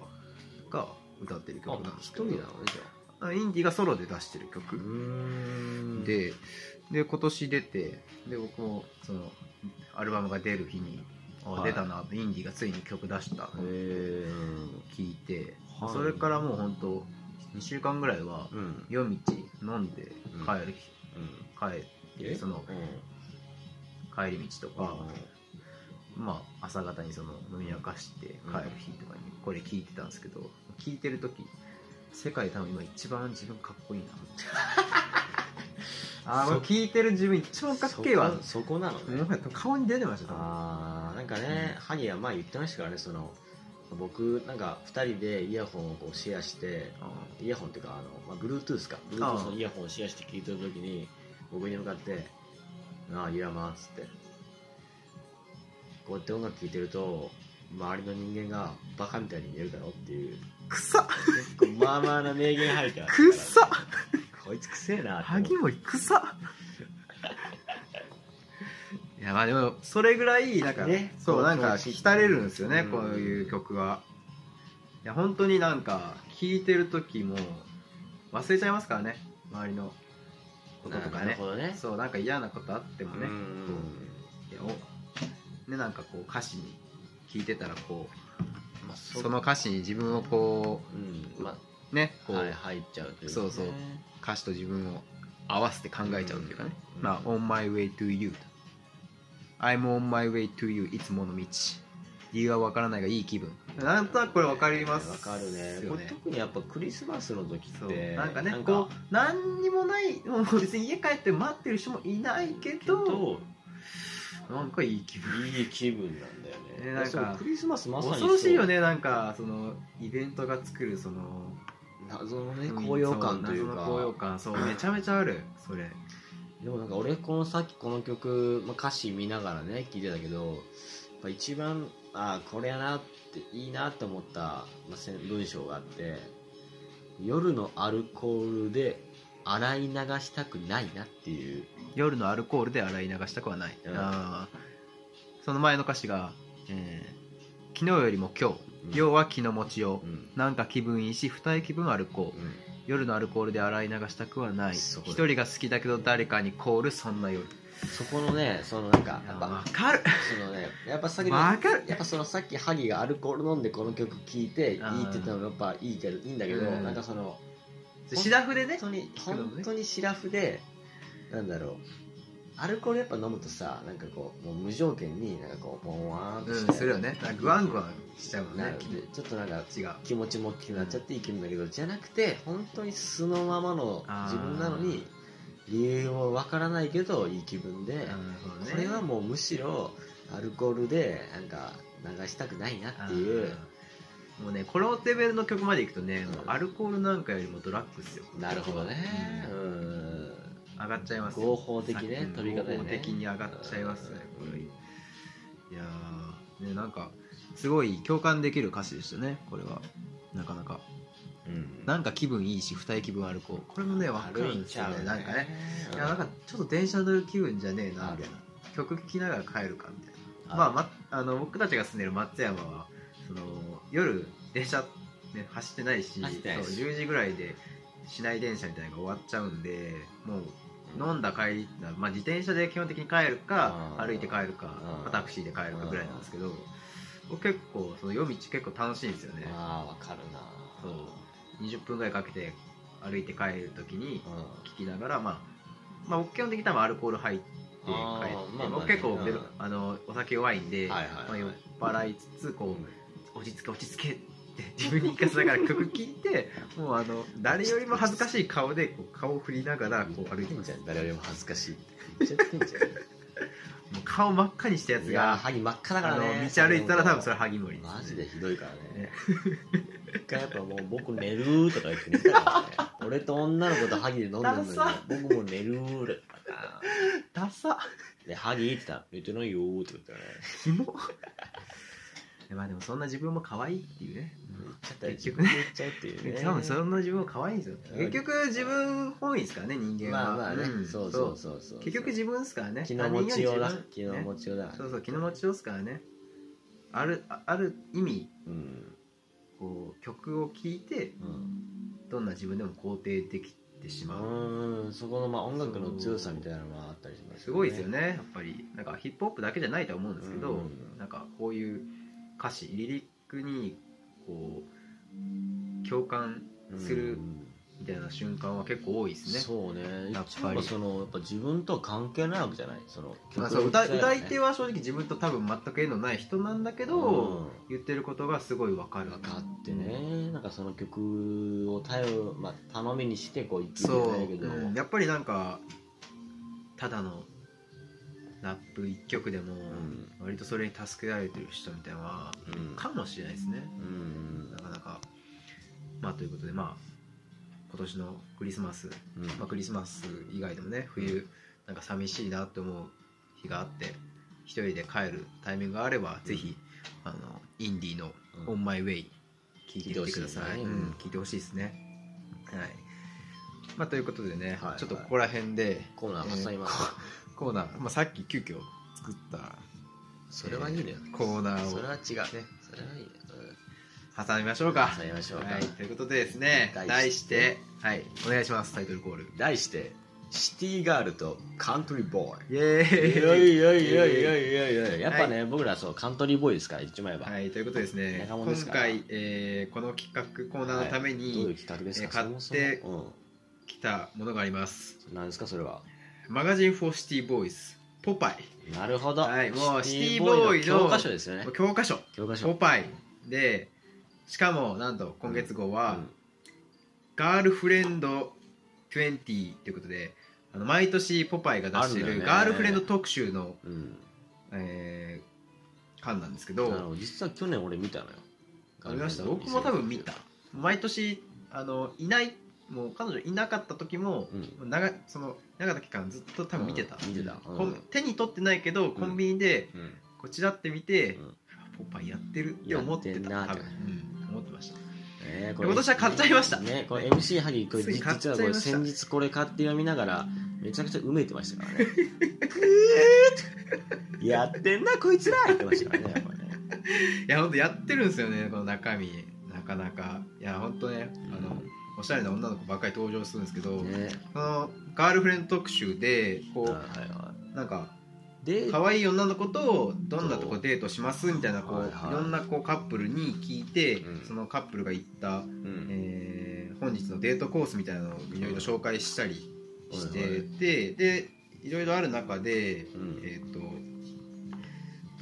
S2: ーが歌ってる
S3: あ
S2: 曲なんで
S3: 一
S2: すけ
S3: 人
S2: ど
S3: なのねじゃ
S2: インディーがソロで出してる
S3: あ
S2: 曲
S3: んで
S2: でで今年出てで僕もそのアルバムが出る日に、あ
S3: はい
S2: 出たなインディーがついに曲出した
S3: へえ
S2: 聞いて、
S3: はい
S2: それからもう本当2週間ぐらいは
S3: うんうん
S2: 夜道飲んで帰る日、帰
S3: え
S2: その
S3: うん
S2: 帰り道とか、
S3: あ
S2: まあ、朝方にその飲み明かして帰る日とかにこれ聞いてたんですけど聞いてる時世界で多分今一番自分かっこいい なあ
S3: そ
S2: の聞いてる自分一番かっけえわ
S3: そこそこなのね
S2: もはや顔に出てました多分
S3: あーなんかね、ハニーは前言ってましたからねその僕なんか2人でイヤホンをこうシェアしてイヤホンっていうかあの、まあ、Bluetooth か Bluetooth のイヤホンをシェアして聞いてる時に僕に向かって「なあイラマ」っつってこうやって音楽聴いてると周りの人間がバカみたいに見えるだろっていう
S2: くさ
S3: 結構まあまあな名言吐いてあったから
S2: くさ
S3: こいつくせえなって思って
S2: 萩森く さいやまあでもそれぐらいなんか、
S3: ね
S2: そうなんか浸れるんですよね、
S3: うん
S2: こういう曲は。いや本当になんか聴いてる時も忘れちゃいますからね周りのこととか
S3: なる
S2: ね
S3: ほどね
S2: そうなんか嫌なことあってもね,、
S3: うん
S2: いやおねなんかこう歌詞に聴いてたらこ
S3: まあ
S2: うその歌詞に自分をこ
S3: うんまあ
S2: うねこう、
S3: はい、入っちゃうという
S2: そうそう歌詞と自分を合わせて考えちゃうっていうかね、
S3: うん
S2: まあ「on my way to you」I'm on my way to you」いつもの道理由はわからないがいい気分なんとなくこれわかります
S3: わかるね
S2: よ
S3: これ特にやっぱクリスマスの時っ
S2: そう
S3: て
S2: なんかねこう何にもないもう別に家帰って待ってる人もいないけ
S3: け
S2: ど
S3: ど
S2: なんかいい気分
S3: いい気分なんだよね
S2: ねなんか
S3: そうクリスマスまさに
S2: 恐ろしいよ
S3: ね
S2: ねなんかそのイベントが作るその
S3: 謎のね高揚感という
S2: 謎
S3: か
S2: の高揚感そうめちゃめちゃあるそれ
S3: でもなんか俺このさっきこの曲、まあ、歌詞見ながらね聞いてたけどやっぱ一番ああこれやなっていいなと思った、まあせん文章があって夜のアルコールで洗い流したくないなっていう
S2: 夜のアルコールで洗い流したくはない、
S3: うん
S2: あーその前の歌詞が、えー昨日よりも今
S3: うん
S2: 日要は気の持ちよう、
S3: うん
S2: なんか気分いいし二重気分歩こう、
S3: うん
S2: 夜のアルコールで洗い流したくはない
S3: そ
S2: 一
S3: うだ
S2: 人が好きだけど誰かにコールそんな夜
S3: そこのねそのなんかやっぱ
S2: わかる
S3: そのねやっぱさっきの
S2: わかる
S3: やっぱそのさっきハギがアルコール飲んでこの曲聴いていいって
S2: あー
S3: 言ってたのもやっぱいいけどいいんだけど、
S2: うん
S3: なんかその
S2: シラフでね
S3: 本当に
S2: 聞くのね
S3: 本当にシラフでなんだろうアルコールやっぱ飲むとさなんかこうもう無条件になんかこうボンワーンと
S2: う
S3: し
S2: ん
S3: て、
S2: するよねなんかグワングワンしちゃうもん
S3: な
S2: ね
S3: るでちょっとなんか
S2: 違う
S3: 気持ちも大きくなっちゃっていけるんだけど、じゃなくて本当に素のままの自分なのに理由もわからないけどいい気分で、これは
S2: も
S3: もうむしろアルコールでなんか流したくないなっていう
S2: もうねこのレベルの曲までいくとねもうアルコールなんかよりもドラッグっすよ
S3: なるほどねうん
S2: 上がっちゃいますよ
S3: 合法的ね
S2: うん
S3: 飛び方ね
S2: 合法的に上がっちゃいますねこれいやーねなんかすごい共感できる歌詞でしたねこれはなかなか
S3: うん
S2: なんか気分いいし二重気分歩こうこれもね分かるんですよねなんかねいやなんかちょっと電車乗る気分じゃねえなみたいな曲聴きながら帰るかみたいなまあ、ま、あの僕たちが住んでる松山はその夜電車、ね、走ってないし
S3: 走ってないし
S2: そう10時ぐらいで市内電車みたいなのが終わっちゃうんでもう飲んだ帰りってのは、まあ、自転車で基本的に帰るか
S3: うん
S2: 歩いて帰るか、
S3: うん
S2: まあタクシーで帰るかぐらいなんですけど僕結構その夜道結構楽しいんですよね
S3: ああ分かるな
S2: そう20分ぐらいかけて歩いて帰る時に
S3: うん
S2: 聞きながら、まあ、まあ僕基本的に多分アルコール入って帰って
S3: あーまあまあ
S2: 僕
S3: ね
S2: 結構ベロ
S3: うん
S2: あのお酒弱いんで、
S3: はいはいはい
S2: まあ、酔っ払いつつこう落ち着け落ち着けって自分に言い聞かせながら曲聴いてもうあの誰よりも恥ずかしい顔でこう顔を振りながらこう歩いて
S3: ん
S2: ます
S3: じゃん誰よりも恥ずかしい言っちゃってんじゃ
S2: もう顔真っ赤にした や
S3: ん
S2: つ
S3: いや
S2: が、
S3: ハギ真っ赤だか
S2: あ
S3: ら
S2: の
S3: ね
S2: 道歩いてたら多分それ萩森すね
S3: マジでひどいからね
S2: ね
S3: 一回やっぱもう僕寝るーとか言って寝たからね俺と女の子とハギで飲んでるのに
S2: ダサ
S3: 僕も寝るーとか
S2: ダサ
S3: でハギって言ったら寝てないよーって言ったらね
S2: キモまあでもそんな自分も可愛いっていうね、
S3: 言っちゃったら
S2: 結局
S3: 自分
S2: ね
S3: で言っちゃうっていうね
S2: 多分その自分は可愛いんですよ
S3: うん
S2: 結局自分本位ですからね人間は
S3: まあまあね、
S2: ん
S3: そうそうそうそう
S2: 結局自分ですからね
S3: 気の持ちようだ
S2: 他
S3: 気
S2: 人よ
S3: の
S2: り自分
S3: 持ちようだ、
S2: ねそうそう気の持ちようですからねあるあある意味
S3: うん
S2: こう曲を聴いて
S3: うん
S2: どんな自分でも肯定できてし
S3: う
S2: まう
S3: ーんそこのまあ音楽の強さみたいなのはあったりします、
S2: すごいですよねやっぱりなんかヒップホップだけじゃないとは思うんですけど、
S3: うん
S2: なんかこういう歌詞リリックにこう共感
S3: うん
S2: するみたいな瞬間は結構多いですね
S3: そうね
S2: や
S3: や
S2: っ
S3: っ
S2: ぱ
S3: ぱ
S2: り
S3: りそのやっぱ自分とは関係ないわけじゃないその
S2: まあ、そう歌
S3: 自体
S2: 歌
S3: がね
S2: い手は正直自分と多分全く縁のない人なんだけど、
S3: うん
S2: 言ってることがすごいわかる
S3: 分かってねなんかその曲を頼,、まあ、頼みにしてこう言ってる
S2: そ
S3: んじゃな
S2: う、
S3: いけど、
S2: うんやっぱりなんかただのラップ一曲でも、
S3: ん
S2: 割とそれに助けられてる人みたいなのは
S3: うん
S2: かもしれないですね
S3: うん
S2: なかなかまあということでまあ今年のクリスマス、
S3: うん
S2: まあ、クリスマス以外でもね冬なんか寂しいなって思う日があって一人で帰るタイミングがあれば、ぜひあのインディーの「
S3: う
S2: On
S3: ん
S2: My Way」聞いてみてください
S3: 聞いてほしいね
S2: うん聞いてほしいですねはい、まあ、ということでね、
S3: はい
S2: ちょっとここら辺で
S3: コーナー挟みます、
S2: コーナー、まあ、さっき急遽作った
S3: それはいいね、
S2: えーコーナーを
S3: それは違う
S2: ね
S3: それはいいね、
S2: 挟みましょうか
S3: うん、挟みましょうか、
S2: はい、ということでですね題
S3: 題
S2: し
S3: してて
S2: はいお願いしますタイトルコール
S3: 題してシティガールとカントリーボーイ
S2: イエーイ
S3: いやいやいやいやいやいややっぱね、僕らそうカントリーボーイですから言っちまえば、
S2: はい、ということですね、
S3: 仲間
S2: 今
S3: ですから
S2: 回、えーこの企画コーナーのため
S3: どうい
S2: に
S3: う企画ですか、
S2: えー
S3: そも
S2: 買って
S3: そも
S2: 来たものがあります。
S3: うん、何ですかそれは
S2: マガジン・フォー・シティ・ボーイズ、ポパイ、
S3: なるほど、
S2: はいもうシティボーイの
S3: 教科書ですよね
S2: 教科書、
S3: 教科書
S2: ポパイで、しかもなんと今月号は、ガールフレンド20ということで、あの毎年ポパイが出してい
S3: ある
S2: る
S3: んだよね
S2: ガールフレンド特集の、
S3: うん、うん
S2: えー巻なんですけ
S3: あ
S2: ど、
S3: の実は去年俺見たのよ
S2: ありました僕も多分見た、毎年あのいない、もう彼女いなかった時も、
S3: うん
S2: 長その長かった期間ずっと多分見てた、
S3: うん見てたうん
S2: こん手に取ってないけどコンビニで
S3: うん
S2: こちらって見て、
S3: うん
S2: ポパイやってるって思って
S3: やってん
S2: た
S3: な
S2: 多分、
S3: と
S2: うん思ってました
S3: えー
S2: 今年は買っちゃいました
S3: ねこれ MC ハギこれ
S2: ついに買っち
S3: 実
S2: ゃい
S3: は
S2: ました
S3: これ先日これ買って読みながらめちゃくちゃうめいてましたか らねやってんなこいつら言ってましたからねやっぱね
S2: いや本当やってるんですよねこの中身なかなかいや本当ねあの、おしゃれな女の子ばっかり登場するんですけど、
S3: ね
S2: そのガールフレンド特集でこ、
S3: はいうは
S2: なんか
S3: いで
S2: 可愛い女の子とどんなとこデートしますみたいなこう、
S3: はい
S2: い
S3: はい
S2: ろんなこうカップルに聞いて、
S3: うん
S2: そのカップルが行った
S3: うん
S2: えー本日のデートコースみたいなのをいろいろ紹介したりして
S3: はいはい
S2: てでいろいろある中で、
S3: うん
S2: えっ、と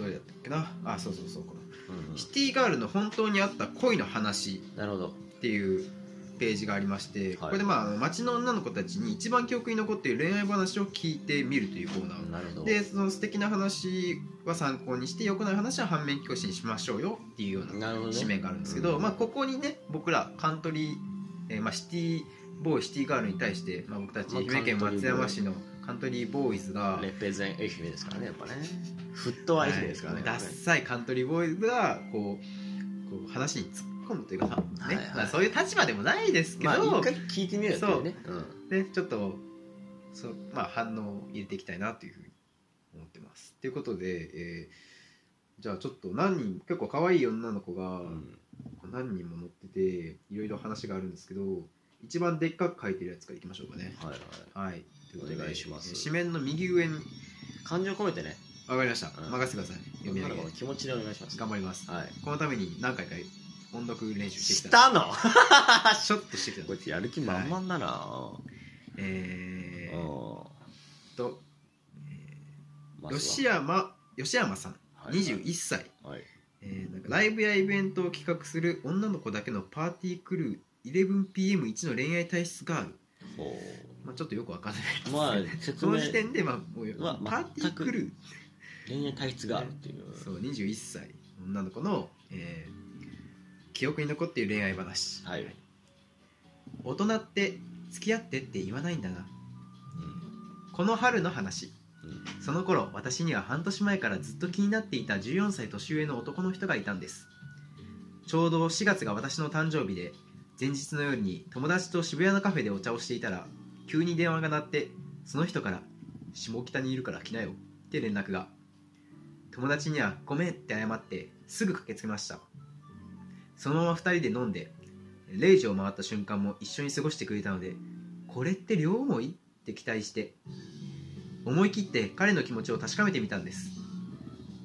S2: どれだったっけなあそうそうそうこの、
S3: うん
S2: シティガールの本当にあった恋の話
S3: なるほど
S2: っていうページがありまして、これでまああの街の女の子たちに一番記憶に残っている恋愛話を聞いてみるというコーナー
S3: なるほど
S2: でその素敵な話は参考にして良くない話は反面教師にしましょうよっていうような
S3: なるほどね
S2: 紙面があるんですけど、
S3: うん
S2: まあ、ここにね僕らカントリー、えーまあ、シティボーイシティガールに対して、まあ、僕たち
S3: まあ
S2: 愛媛県
S3: カントリーボーイ
S2: 松山市のカントリーボーイズが、
S3: レペゼン愛媛ですからねやっぱねフット愛媛ですからね
S2: はいダッサいカントリーボーイズがこうこう話に突っ込むというか、
S3: は
S2: ね
S3: いはい
S2: まあ、そういう立場でもないですけど、
S3: まあ一回聞いてみるっていうねうん
S2: ね、ちょっとそう、まあ、反応を入れていきたいなというふうに思ってます。ということで、えーじゃあちょっと何人結構可愛い女の子が
S3: うん
S2: こう何人も乗ってていろいろ話があるんですけど一番でっかく書いてるやつからいきましょうかね。
S3: はいはい
S2: はい、ということで
S3: お願いします
S2: えー紙面の右上に
S3: 感情込めてね
S2: わかりました
S3: うん
S2: 任せてください読み上げ
S3: 女の子の気持ちでお願いします
S2: 頑張ります。
S3: はい
S2: このために何回か音読練習して
S3: し
S2: きた
S3: たの
S2: ちょっとしてきた
S3: こいつやる気満々だな、
S2: えー、っ
S3: う
S2: と
S3: ん
S2: 吉山吉山さん21歳。
S3: はい
S2: えーなんかライブやイベントを企画する女の子だけのパーティークルー 11PM1 の恋愛体質ガール、
S3: ほ
S2: まあ、ちょっとよくわかんないです
S3: うまあ
S2: そ
S3: 説
S2: の
S3: 明
S2: 時点で、まあ、もう
S3: まあ
S2: パーティークルー
S3: 恋愛体質があるっていう
S2: そう21歳女の子の、えー記憶に残っている恋愛話、
S3: はい
S2: 大人って付き合ってって言わないんだなこの春の話
S3: うんうん
S2: その頃私には半年前からずっと気になっていた14歳年上の男の人がいたんですちょうど4月が私の誕生日で前日の夜に友達と渋谷のカフェでお茶をしていたら急に電話が鳴ってその人から「下北にいるから来なよ」って連絡が友達には「ごめん」って謝ってすぐ駆けつけましたそのまま2人で飲んで0時を回った瞬間も一緒に過ごしてくれたのでこれって両思いって期待して思い切って彼の気持ちを確かめてみたんです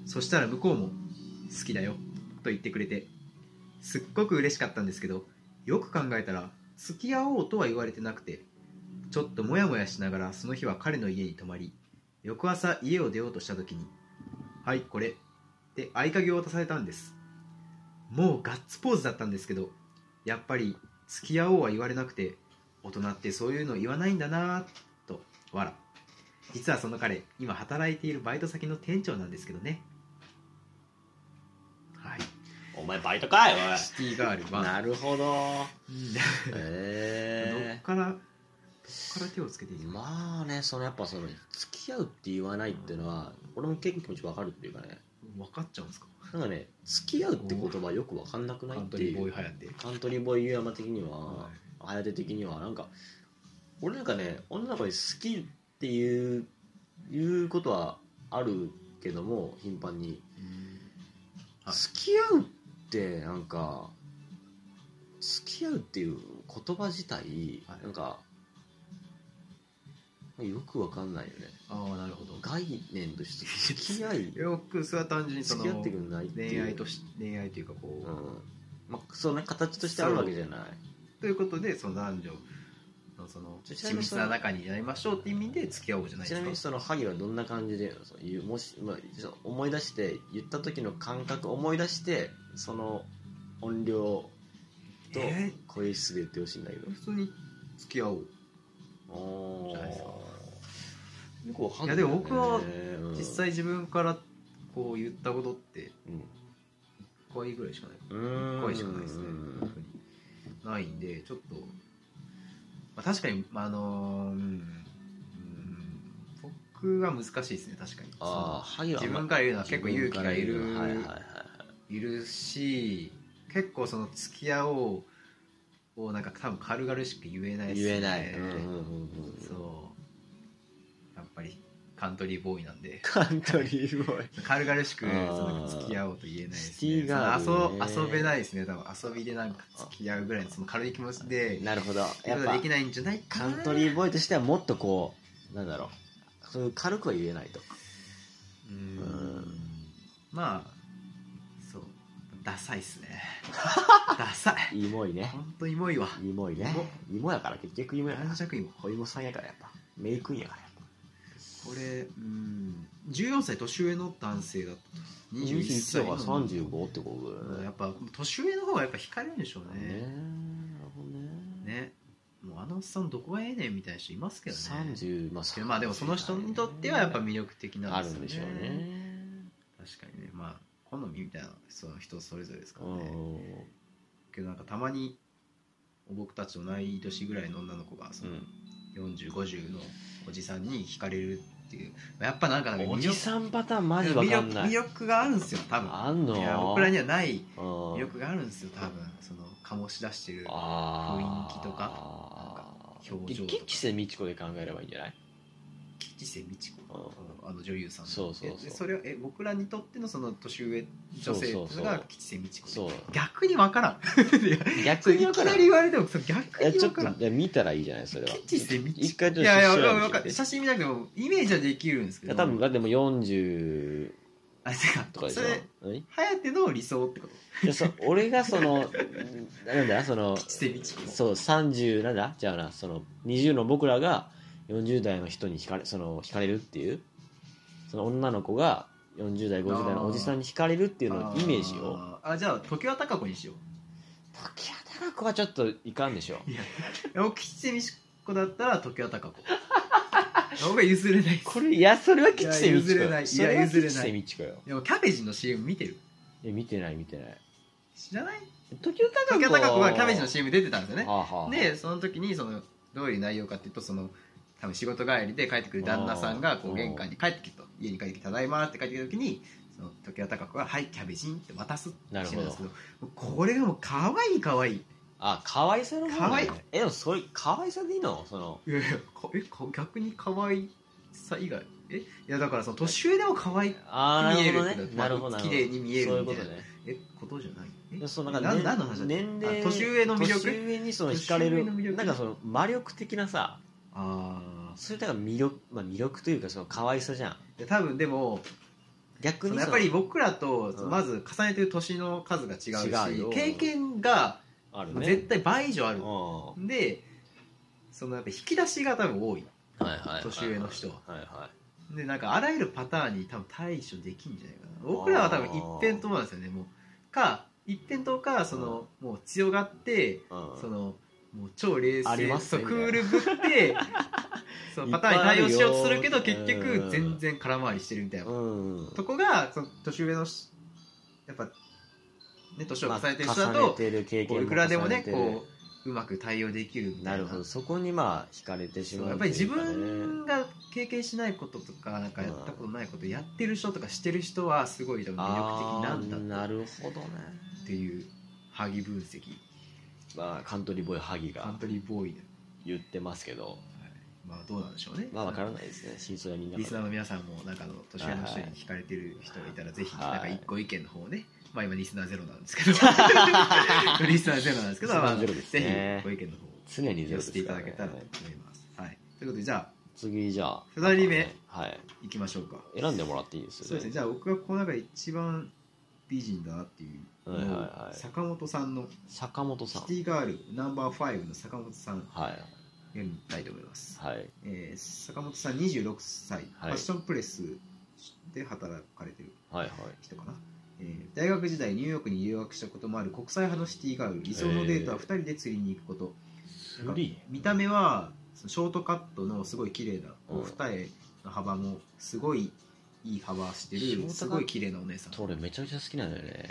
S2: そしたら向こうも「好きだよ」と言ってくれてすっごく嬉しかったんですけどよく考えたら付き合おうとは言われてなくてちょっとモヤモヤしながらその日は彼の家に泊まり翌朝家を出ようとした時に「はいこれ」で合鍵を渡されたんですもうガッツポーズだったんですけどやっぱり「付き合おう」は言われなくて大人ってそういうの言わないんだなぁと笑実はその彼今働いているバイト先の店長なんですけどねはい
S3: お前バイトかい
S2: シティガール
S3: おい
S2: は
S3: なるほ ど
S2: うんど
S3: え
S2: っから、どっから手をつけていい
S3: ー、
S2: の
S3: まあねそのやっぱその付き合うって言わないっていうのは俺も結構気持ちわかるっていうかね
S2: 分かっちゃうんですか
S3: なんかね付き合うって言葉よくわかんなくない
S2: カ
S3: っ
S2: ント
S3: て
S2: リー
S3: い
S2: ボー
S3: う
S2: イ流行って。
S3: カントリーボーイ湯山的に
S2: は
S3: は颯的にはなんか俺なんかね女の子に好きっていういうことはあるけども頻繁
S2: い
S3: に
S2: うんはい
S3: 付き合うってなんか付き合うっていう言葉自体
S2: はい
S3: なんかよくわかんないよね
S2: ああ、なるほど。
S3: 概念として付き 合い
S2: よく、それは単純にそ
S3: 付
S2: の
S3: き合ってくんないってい
S2: 恋
S3: う
S2: 愛とし、恋愛というかこ
S3: う
S2: う、
S3: んまあその形としてあるわけじゃない
S2: ということで、その男女のその、
S3: ちな
S2: 緻
S3: みに
S2: 密
S3: その
S2: な中になりましょうって意味で付き合おうじゃない
S3: ちなみ
S2: で
S3: に
S2: すか。
S3: その萩はどんな感じでそういうもし、まあ、そう思い出して言った時の感覚思い出してその音量と
S2: え
S3: 声質で言ってほしいんだけど
S2: ー、普通に付き合おう。
S3: お
S2: じゃないですか
S3: ーよくわかんない
S2: いやでも僕は
S3: うん
S2: 実際自分からこう言ったことって、
S3: うん
S2: 1回ぐらいしかない。
S3: うん
S2: 声しかないですね
S3: うん
S2: ないんでちょっと、まあ、確かに、まあ、あのうんうん僕は難しいですね確かに
S3: ああ萩は
S2: 自分から言うのは結構勇気がいる
S3: 自分から言うはいはいはい
S2: るし結構その付き合おうをなんか多分軽々しく言えない
S3: いはい
S2: っす
S3: 言
S2: ね
S3: えない、うんうんうんうん、
S2: そうやっぱりカントリーボーイなんで
S3: カントリーボーイ
S2: 軽々しく
S3: あー
S2: その付き合おうと言えないです
S3: シティ
S2: ね
S3: ガ
S2: その
S3: ールね
S2: 遊遊べないですね多分遊びでなんか付き合うぐらいのその軽い気持ちで
S3: なるほどや
S2: や
S3: っ
S2: っぱ
S3: ぱ
S2: できないんじゃないか
S3: カ
S2: な
S3: ントリーボーイとしてはもっとこうなんだろうそういう軽くは言えないと
S2: う
S3: うん
S2: んまあそうダサいっすね ダサい
S3: イモいね
S2: ほんとイモいわ
S3: イモいねイモやから結局イモやから
S2: 軟弱イモ
S3: お芋さんやからやっぱメイクインやからやっぱ
S2: これうん14歳年上の男性だった21
S3: 21
S2: 歳
S3: 歳
S2: の
S3: が35ってこと
S2: うん
S3: だ
S2: や
S3: よ
S2: っぱ年上の方がやっぱ惹かれるんでしょう
S3: ねね
S2: ね
S3: なるほどね
S2: ねもうあのおっさんどこがええねんみたいな人いますけどね
S3: 30まあ
S2: けどまあでもその人にとってはやっぱ魅力的な
S3: あ
S2: ん
S3: る
S2: です
S3: ん
S2: よね
S3: でしょうね
S2: 確かにねまあ好みみたいなその人それぞれですか
S3: う
S2: らね、
S3: ん
S2: けどなんかたまに僕たち同い年ぐらいの女の子がその4050のおじさんに惹かれるっていうやっぱなんかなんか
S3: お
S2: 魅
S3: じ
S2: 力
S3: さんパターンマジわかんな
S2: 魅力魅
S3: い
S2: 力があるんですよ多分
S3: あんの
S2: いや僕らにはない
S3: 魅
S2: 魅力があるんですよ多分その醸し出してる
S3: あー
S2: 雰囲気とかなんか表情とか
S3: 吉瀬美智子で考えればいいんじゃない
S2: 吉瀬美智子
S3: うん
S2: あの女優さん
S3: そうそうそう
S2: えでそれはえ僕らにとってのその年上女性っていうの
S3: そうそう
S2: が
S3: そう
S2: 吉瀬美智子
S3: そう
S2: 逆に分からん いやそ
S3: 逆
S2: れい
S3: に
S2: き
S3: わか
S2: な
S3: らん
S2: り言われてもそれ逆
S3: い
S2: に
S3: やち
S2: 分
S3: ょっ
S2: か
S3: と
S2: らん
S3: いや見たらいいじゃないそれは
S2: 吉瀬美智子
S3: 一回ちょ
S2: い
S3: っと
S2: やいや
S3: 調べてみて
S2: わかる写真見なくてもイメージはできるんですけど
S3: 多分だってもう40
S2: あてか
S3: とかでし
S2: そ
S3: ょ
S2: れ
S3: うんい
S2: 颯の理想ってこと
S3: やそ俺がそのなんだその
S2: 吉瀬美智子
S3: そう30なんだじゃあなその20の僕らが40代の人に惹かれその惹かれるっていうその女の子が40代50代のおじさんに惹かれるっていうのをイメージを
S2: あーあじゃあ常盤貴子にしよ
S3: 時矢貴子はちょっといかんでしょ
S2: ういや僕吉瀬美智子だったら常盤貴 子僕は譲れないです
S3: これいやそれは吉
S2: い
S3: 瀬美
S2: や譲
S3: 智子
S2: れ
S3: よ
S2: ないいや
S3: それは
S2: 譲れない
S3: 吉瀬美智子よ
S2: でもキャベジの CM 見てる
S3: いや見てない見てない
S2: 知らない
S3: 時矢
S2: 常
S3: 貴
S2: 盤
S3: 子
S2: 貴子がキャベジの
S3: ね
S2: CM 出てたんですよね
S3: はあはあ
S2: でその時にそのどういう内容かっていうとその多分仕事帰りで帰ってくる旦那さんがこ
S3: あ
S2: う
S3: ー
S2: 玄関に帰ってきたと家に帰ってきて「ただいま」って帰ってきた時にそあの時田隆子が「はいキャベジン」って渡すシーンな
S3: なる
S2: ん
S3: ほど
S2: ですけどこれがもう可愛い可愛い
S3: あ可愛さの方
S2: 可愛い
S3: ねえでもそういう可愛さでいいのその
S2: いやいやかえか逆に可愛さ以外えいやだからその年上でも可愛い
S3: ああなるほどね
S2: 見える
S3: なるほどなるほ
S2: 綺
S3: ど
S2: 麗に見える
S3: そういう
S2: みた
S3: こ
S2: いな
S3: とね
S2: えことじゃないえ
S3: でその
S2: な
S3: なんか
S2: 何
S3: 年
S2: の話だっけ
S3: 年齢
S2: あ年上の魅
S3: 年
S2: 力
S3: 上にその惹かれる
S2: 年上の魅力
S3: なんかその魔力的なさ
S2: ああ
S3: それだから魅力、まあ、魅力というかその可愛さじゃん
S2: で多分でも
S3: 逆に
S2: やっ
S3: その
S2: ぱり僕らと
S3: うん
S2: まず重ねてる年の数が違う
S3: 違う
S2: し
S3: よ
S2: 経験が
S3: あるね
S2: 絶対倍以上あ
S3: う
S2: る
S3: んは
S2: でそのやっぱ引き出しが多分多い
S3: いはいはいはい
S2: 年上の人は
S3: はいは
S2: でなんかあらゆるパターンに多分対処できんじゃないかな僕らは多分一辺倒なんですよねもうか一辺倒かそのもう強がって
S3: いうん
S2: そのもう超冷
S3: あり
S2: 静
S3: ます
S2: そう
S3: み
S2: ク
S3: たいな
S2: ールぶって そのパターンに対応しようとするけど
S3: いっぱいあ
S2: 結
S3: るよ
S2: 局全然空回りしてるみたいな
S3: うん
S2: とこがその年上のしやっぱね年を重ねてる人だ
S3: まあ重ね
S2: と
S3: てる経
S2: こう
S3: 験
S2: いくらでも
S3: 重
S2: ね
S3: てる
S2: こううまく対応できるみた
S3: ないる
S2: な
S3: ほどそこにまあ惹かれてし
S2: そう
S3: まう
S2: やっぱり自
S3: っていうかね
S2: 分が経験しないこととかなんかやったことないことやってる人とかしてる人はすごい多分魅力的なんだ
S3: あー
S2: っ
S3: なるほどね
S2: ていう萩分析
S3: まあカントリーボーイ萩
S2: カ
S3: が
S2: ントリーボーイで、
S3: 言ってますけど
S2: まあ、どうなんでしょうね
S3: まあわからないですね真相はみんな
S2: リスナーの皆さんもなんかあの年上の人に惹かれてる人がいたらぜひなんか一個意見の方をね、まあ今リスナーゼロなんです けどリスナーゼロなんですけど、まあ、
S3: リスナーゼロです
S2: ぜ
S3: ね
S2: ひご意見の方を
S3: 常に
S2: 寄
S3: ゼロで
S2: せ
S3: す
S2: ていた
S3: から
S2: だ
S3: ね
S2: けたらと思います、はい、ということでじゃあ
S3: 次じゃあ
S2: 二人目
S3: はい
S2: 行きましょうか
S3: 選んでもらっていいですよね
S2: そうですねじゃあ僕がこの中で一番美人だなっていうのを、
S3: はいはいはい
S2: 坂本さんの
S3: 坂本さ
S2: シ
S3: ん
S2: ティガールナンバー5の坂本さん
S3: はい
S2: 読みたいと思います、
S3: はい
S2: えー坂本さん26歳、
S3: はい
S2: ファッションプレスで働かれてる
S3: はいはい
S2: 人かな、えー大学時代ニューヨークに留学したこともある国際派のシティガール理想のデートは2人で釣りに行くこと、なんか見た目はそのショートカットのすごい綺麗な
S3: うん
S2: お二重の幅もすごいいい幅して
S3: ショートカッ
S2: る
S3: ト
S2: すごい綺麗なお姉さん、ま
S3: それめちゃめちゃ好きなんだよね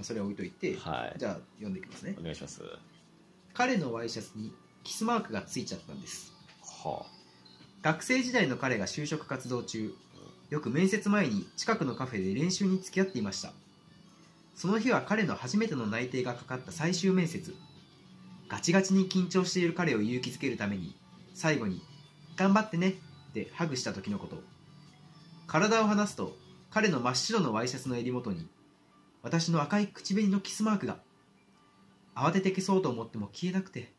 S2: あ、それは置いといて、
S3: はい
S2: じゃあ読んでいきますね
S3: お願いします
S2: 彼のワイシャツにキスマークがついちゃったんです
S3: は
S2: 学生時代の彼が就職活動中よく面接前に近くのカフェで練習に付き合っていましたその日は彼の初めての内定がかかった最終面接ガチガチに緊張している彼を勇気づけるために最後に「頑張ってね」ってハグした時のこと体を離すと彼の真っ白のワイシャツの襟元に私の赤い口紅のキスマークが慌てて消そうと思っても消えなくて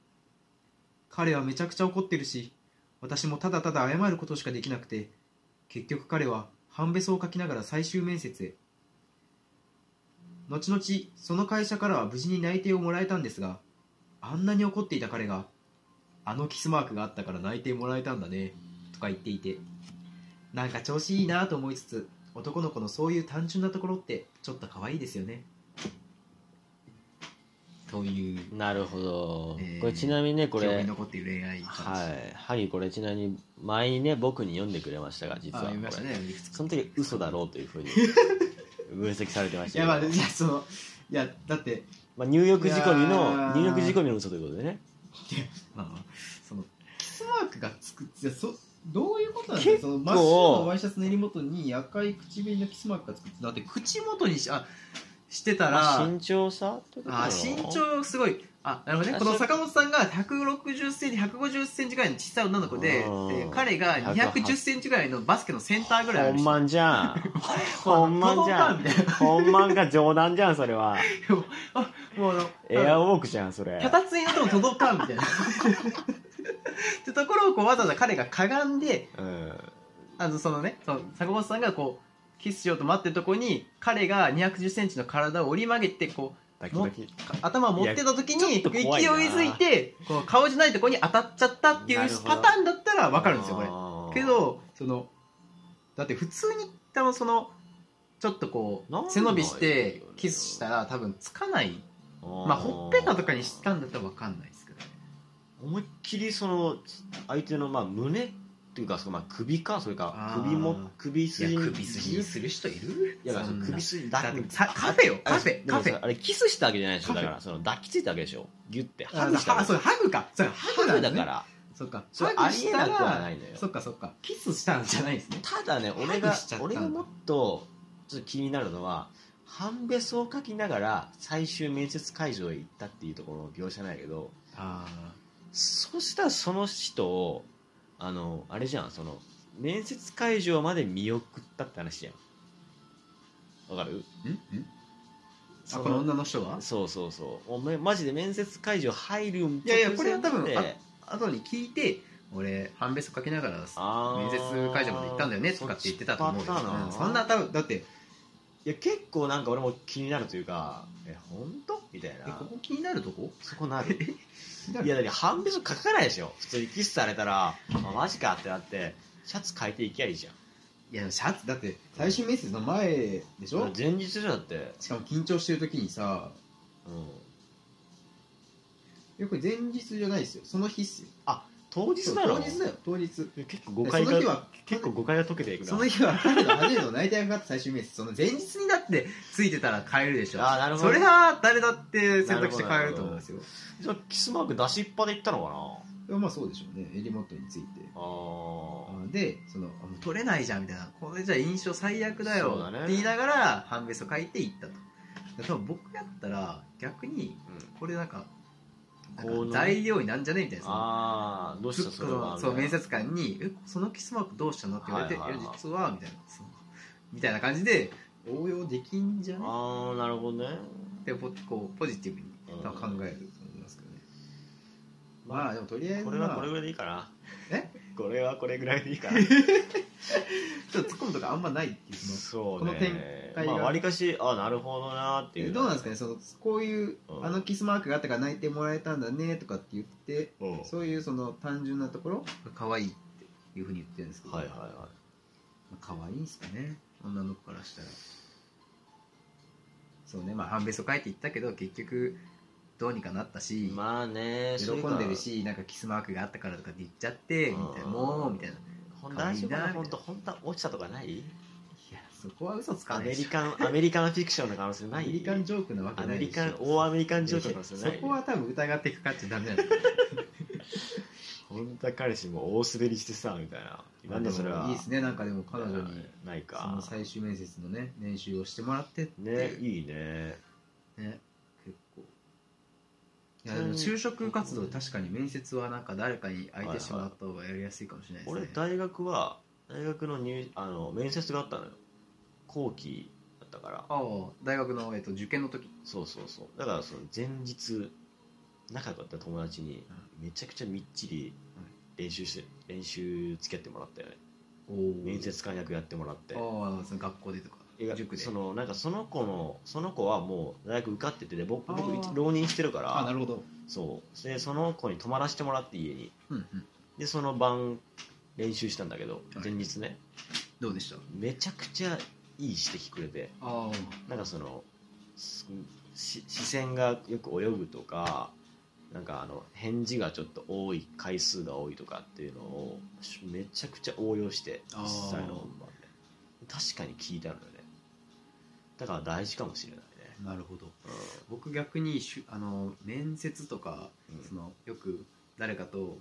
S2: 彼はめちゃくちゃ怒ってるし私もただただ謝ることしかできなくて結局彼は半べそを書きながら最終面接へ後々その会社からは無事に内定をもらえたんですがあんなに怒っていた彼があのキスマークがあったから内定もらえたんだねとか言っていてなんか調子いいなと思いつつ男の子のそういう単純なところってちょっと可愛いですよねという
S3: あなるほど、
S2: えー
S3: これちなみにねこ
S2: 興
S3: れ
S2: 味残っている恋愛
S3: はい、萩これちなみに前にね僕に読んでくれましたが実
S2: あ
S3: は
S2: 読みましたね
S3: こ
S2: いく
S3: れ
S2: つか
S3: その時嘘だろうというふ うに分析されてまし
S2: い
S3: たけ
S2: や
S3: ど
S2: まあいやそのいやだって
S3: まあ、入浴仕込み
S2: いや
S3: の
S2: ー
S3: 入浴仕込みの嘘ということでね
S2: まあまあそのキスマークがつくじゃそどういうことなんです
S3: 結
S2: かそ
S3: 構
S2: の真っ白のワイシャツの襟元に赤い口紅のキスマークがつくってだって口元にしあしてたら
S3: まあ身長差ということなの
S2: あ身長すごいあなるほどね
S3: あ
S2: この
S3: そう
S2: 坂本さんが160センチ150センチぐらいの小さい女の子で、え
S3: うん
S2: ー彼が210センチぐらいのバスケのセンターぐらいあ
S3: ほ
S2: る
S3: ん
S2: 人
S3: まんじゃ んほんまんじゃん
S2: 届かんみたい
S3: ほんまんか冗談じゃんそれは
S2: なもうあの
S3: エアウォークじゃんそれ
S2: 脚立に乗っても届かんみ たいなってところをこうわざわざ彼がかがんで
S3: うん
S2: あのそのねその坂本さんがこうキスしようと待ってるとこに彼が2 1 0ンチの体を折り曲げてこ
S3: ドキドキ
S2: うか頭を持ってた時
S3: い
S2: に
S3: やちょ
S2: 勢
S3: っと
S2: い
S3: 怖いな
S2: づいてこの顔じゃないとこに当たっちゃったってい
S3: な
S2: う
S3: るほど
S2: パターンだったら分かるんですよこれ
S3: あー
S2: けどそのだって普通に多分そのちょっとこ
S3: なんな
S2: う
S3: い
S2: 背伸びしてキスしたら多分つかないまあほっぺたとかにしたんだったら分かんないですけどね
S3: 思いっきりその相手のまあ胸っていうかそのまあ首かそれか
S2: あー
S3: 首も首
S2: い
S3: 筋
S2: や首筋にする人いる
S3: いやだからその首
S2: 筋
S3: 筋
S2: だ
S3: だ
S2: ってさカフェよカフェ
S3: でも
S2: カフ
S3: さ
S2: ェ
S3: あれキスしたわけじゃないでし
S2: カ
S3: ょだ
S2: フェ
S3: からその抱きついたわけでしょギュッて
S2: あ
S3: ハグした
S2: あ
S3: わけ
S2: そうハグかそうハグ
S3: ハ
S2: な
S3: グ
S2: んだ
S3: だ
S2: ね
S3: から
S2: そっか
S3: それ
S2: ハグしたら
S3: ありえなくはないのよ
S2: そっかそっかキスしたんじゃないですね
S3: ただね俺
S2: ハ
S3: が
S2: グしちゃったんだ
S3: 俺がもっとちょっと気になるのは半べそを書きながら最終面接会場へ行ったっていうところの描写ないけど
S2: あ
S3: そしたらその人をあのあれじゃんその面接会場まで見送ったって話じゃんわかる
S2: ーんんあ
S3: そ
S2: この女の人が
S3: そうそうそうおめマジで面接会場入るん
S2: いやいやこれは多分
S3: 直前まで
S2: 後に聞いて俺判別書きながら
S3: あー
S2: 面接会場まで行ったんだよねとかって言ってたと思うよ
S3: そっちパターンな
S2: う
S3: の
S2: んそんな多分だって
S3: いや結構なんか俺も気になるというかえ本当みたい
S2: え
S3: な
S2: ここ気になるとこ
S3: そこなる
S2: 気になる
S3: いやだって半べそ書かないでしょ普通にキスされたら、あ、マジかってなってシャツ変えていきゃいいじゃん
S2: いやシャツだって最終面接の前でしょ
S3: 前日じゃんだって、
S2: しかも緊張してる時にさ
S3: うん、
S2: よく前日じゃないですよその日っすよ
S3: 当日だろ
S2: 当日だよ当日
S3: いや結構誤解
S2: その日
S3: が
S2: は
S3: 結構誤解が解けていくな
S2: その日は彼の初めての内定がかかった最終面接その前日にだってついてたら変えるでしょ
S3: あーなるほど
S2: それは誰だって選択して変えると思うんですよ
S3: じゃあキスマーク出しっぱで行ったのかない
S2: やまあそうでしょうね襟元について
S3: あー
S2: でそのあもう取れないじゃんみたいなこれじゃ印象最悪だよ
S3: そうだね
S2: って言いながら半ベソ書いていったとで多分僕やったら逆に
S3: うん
S2: これなんかなんか
S3: こうね
S2: 材料になんじゃねみたいなその
S3: あーどうしたそれは
S2: そう面接官に「えそのキスマークどうしたの?」って言われて「い
S3: はいはいはい
S2: や実は」みたいなそうみたいな感じで応用できんじゃね
S3: ああなるほどね
S2: ってポこうポジティブに
S3: うん
S2: 多分考えると思いますけどねまあでもとりあえず
S3: これは
S2: まあ
S3: これぐらいでいいかな
S2: え
S3: これはこれぐらいでいい かな
S2: ちょっと突っ込むとかあんまないっていうその
S3: そうね
S2: この展開が
S3: まあわりかしあなるほどなってい
S2: え
S3: う
S2: どうなんですかねそのこういう、
S3: うん
S2: あのキスマークがあったから泣いてもらえたんだねとかって言って、
S3: うん
S2: そういうその単純なところが可愛いっていうふうに言ってるんですけど、
S3: はいはいは
S2: まあ可愛いんですかね女の子からしたらそうねまあ半べそ書いていったけど結局どうにかなった
S3: い
S2: し、
S3: まあね
S2: 喜んでるしなんかキスマークがあったからとかって言っちゃってみたいな
S3: うん
S2: もうみたいない
S3: 本
S2: 可
S3: 当
S2: 愛いな
S3: 本当本当は落ちたとかない
S2: やそこは嘘つか
S3: ア
S2: ない
S3: メ
S2: でし
S3: リ
S2: ょ
S3: カンアメリカンフィクションの可能性な
S2: ア
S3: い
S2: メリカンジョークなわけ
S3: ア
S2: ない
S3: メ
S2: で
S3: リ
S2: し
S3: カン
S2: ょ
S3: 大アメリカンジョークの可能性
S2: そ
S3: ない
S2: こは多分疑ってかかっちゃダメなんだよ
S3: 本当は彼氏も大滑りしてさみたいななんだそれはい
S2: いですねなんかでも彼女に
S3: ない
S2: その
S3: か
S2: 最終面接のね練習をしてもらってって
S3: ね
S2: いう
S3: いいね
S2: ね結構いやでも就職活動確かに面接はなんか誰かに相手してもらった方がやりやすいかもしれないですね
S3: 俺大学は大学の入あの面接があったのよ後期だったから
S2: ああ大学の、えっと、受験の時
S3: そうそうそうだからその前日仲良かった友達にめちゃくちゃみっちり練習して練習付き合ってもらったよね面接官役やってもらって
S2: ああその学校でとか
S3: いや
S2: 塾で
S3: そのなんかその子のその子はもう大学受かっててで僕
S2: あ
S3: 僕
S2: ー
S3: 一浪人してるか
S2: ああ
S3: ら
S2: なるほど
S3: そうでその子に泊まらせてもらって家に
S2: うんうん
S3: でその晩練習したんだけど
S2: はい
S3: 前日ね
S2: どうでした
S3: めちゃくちゃいい指摘くれて
S2: ああ
S3: なんかそのすし視線がよく泳ぐとかなんかあの返事がちょっと多い回数が多いとかっていうのをしめちゃくちゃ応用して
S2: あー
S3: 実際の本番で確かに聞いたのよねだから大事かもしれないね、
S2: なるほど僕逆にしゅあの面接とか
S3: うん
S2: そのよく誰かと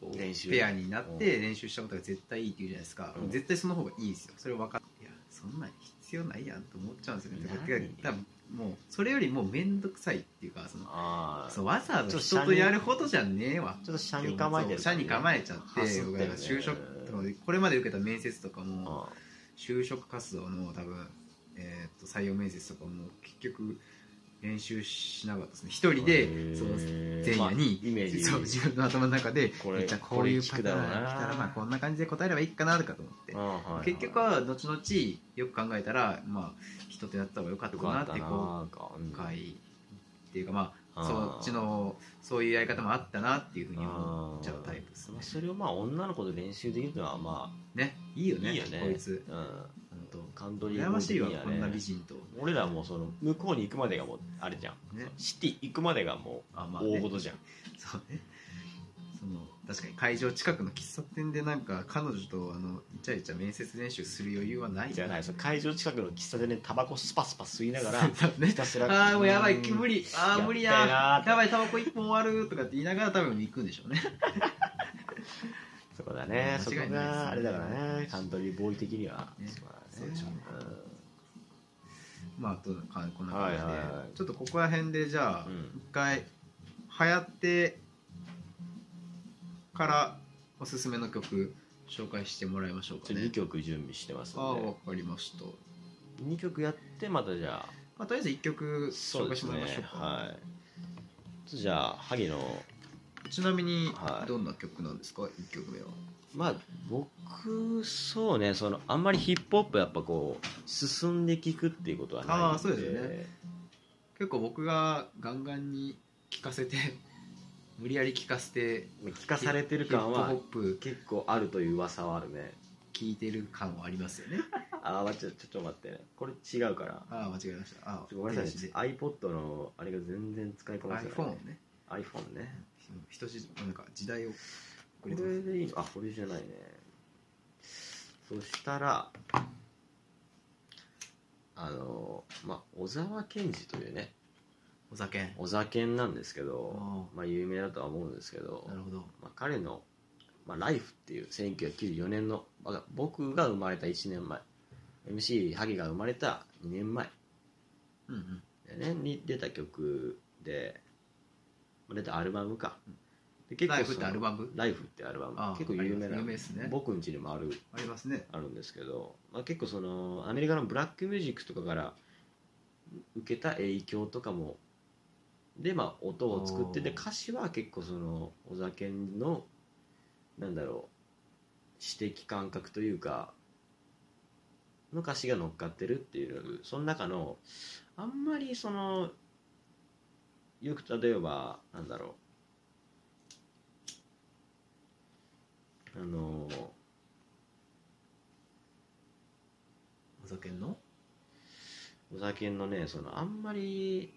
S2: こう
S3: 練習
S2: ペアになって練習したことが絶対いいって言うじゃないですか、
S3: うん
S2: 絶対その方がいいですよそれ分かっいやそんなん必要ないやんと思っちゃうんですよねだから
S3: 何
S2: 多分もうそれよりも面倒くさいっていうかその
S3: ああ
S2: そうわざわざ人とやるほどじゃねえわ
S3: ちょっと社に構えてる
S2: 社に構
S3: え
S2: えちゃって
S3: ハスってるね
S2: 就職これまで受けた面接とかも、
S3: あ
S2: 就職活動の多分、えー、と採用面接とかも結局練習しなかったですね一人でその前夜に、
S3: イメージ
S2: そう自分の頭の中で
S3: これ
S2: じゃあこういう
S3: こ
S2: パ
S3: れ聞く
S2: タ
S3: だ
S2: ーン
S3: ろう
S2: が
S3: な
S2: 来たらまあこんな感じで答えればいいかなとかと思って、
S3: うんはいはい
S2: 結局は後々よく考えたら、まあ、人とやった方が良かった
S3: よ
S2: な
S3: か
S2: っ
S3: った
S2: て
S3: な
S2: 後
S3: なんかうん
S2: 悔っていうかまあ
S3: うん
S2: そっちのそういうやり方もあったなっていうふうに思っちゃうタイプですね
S3: まあそれをまあ女の子で練習できるのはま
S2: ねいいよ
S3: あ
S2: ね
S3: いいよね
S2: こいつ
S3: うん
S2: 本当
S3: カントリー
S2: 羨ましいわ、
S3: ボーイ的
S2: こ
S3: に
S2: ん
S3: は
S2: な
S3: ね
S2: 美人と
S3: 俺らもうその向こうに行くまでがもうあれじゃん
S2: ね
S3: シティ行くまでがも
S2: あ
S3: う
S2: まあ、ね、
S3: 大事じゃん、
S2: そうねその確かに会場近くの喫茶店でなんか彼女とあのイチャイチャ面接練習する余裕はない
S3: じゃない
S2: い
S3: その会場近くの喫茶店でタバコスパスパ吸いながらひ
S2: ね
S3: たすら
S2: ああもうやばい
S3: ん
S2: 無理ああ無理
S3: やっ
S2: や
S3: たよなーって
S2: やばいタバコ一本終わるとかって言いながら多分行くんでしょうね
S3: そこだねそこ
S2: 間違いないですね
S3: があれだからねカントリーボーイ的には、
S2: ね
S3: こだね
S2: そうでしょうね
S3: ん
S2: まあ、とかこんな感じで、
S3: はいはいはい
S2: ちょっとここら辺でじゃあ
S3: うん
S2: 一回流行ってからおすすめの曲紹介してもらいましょうか
S3: ちょ2
S2: ね
S3: 曲準備してます
S2: ああ
S3: の
S2: わ
S3: で
S2: かりました、ま
S3: 2曲やってまたじゃあ
S2: あ、とりあえず一曲紹介してもらいましょうか
S3: はいちょっとじゃあ萩野
S2: ちなみに
S3: はい
S2: どんな曲なんですか、一曲目は
S3: まあ僕そうねそのあんまりヒップホップやっぱこう進んで聞くっていうことはないん
S2: あーそうですよね結構僕がガンガンに聴かせて 無理やり聴かせて
S3: まあ聞かされてる感は
S2: ヒップホップ
S3: 結構あるという噂はあるね
S2: 聴いてる感はありますよね
S3: ああちょちょっと待ってねこれ違うから
S2: ああ間違えましたああ
S3: ごめんなさ
S2: 手
S3: い
S2: で
S3: iPod のあれが全然使いこなせない
S2: iPhone ね
S3: iPhone ね
S2: 人質なんか時代を
S3: こ
S2: 遅
S3: れ
S2: れてます
S3: でいいのあこれじゃないねそしたらあのまあ小沢健二というね
S2: お酒な
S3: 小沢健なんですけど
S2: あ
S3: まあ有名だとは思うんですけど
S2: るほど
S3: まあ、彼の「まあ、ライフっていう1994年のまあ僕が生まれた1年前 MC 萩が生まれた2年前
S2: うんうん
S3: だよねに出た曲でまあ出たアルバムかで結
S2: ライフってアル
S3: ム
S2: バム
S3: ライフってアルバム
S2: ああ
S3: 結構有名
S2: あります
S3: な
S2: 有名ですね
S3: 僕ん家にもある
S2: ありますね
S3: あるんですけど、まあ、結構そのアメリカのブラックミュージックとかから受けた影響とかもでまあ音を作って
S2: お
S3: て
S2: ー
S3: 歌詞は結構そのお酒のなんだろう詩的感覚というかの歌詞が乗っかってるっていうその中のあんまりそのよく例えばなんだろうあの
S2: お酒の
S3: 小酒のねそのあんまり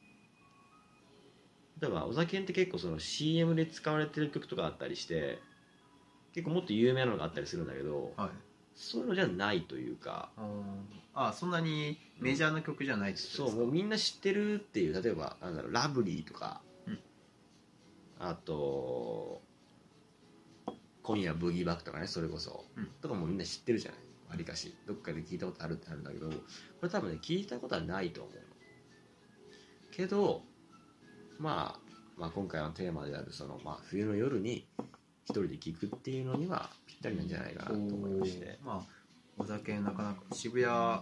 S3: 例えば小酒って結構その CM で使われてる曲とかあったりして結構もっと有名なのがあったりするんだけど
S2: はい
S3: そういうのじゃないというか
S2: あーあそんなにメジャーな曲じゃないってこと
S3: そ
S2: で
S3: う
S2: す
S3: も
S2: か
S3: うみんな知ってるっていう例えばなんだろうラブリーとか、
S2: うん
S3: あと「今夜ブギーバック」とかねそれこそ、
S2: うん
S3: とかもうみんな知ってるじゃないわりかしどっかで聞いたことあるってあるんだけどこれ多分ね聞いたことはないと思うのけど、まあ、まあ今回のテーマであるその、まあ、冬の夜に一人で聞くっていうのにはぴったりなんじゃないかなと思いまして
S2: おーまあお酒なかなか渋谷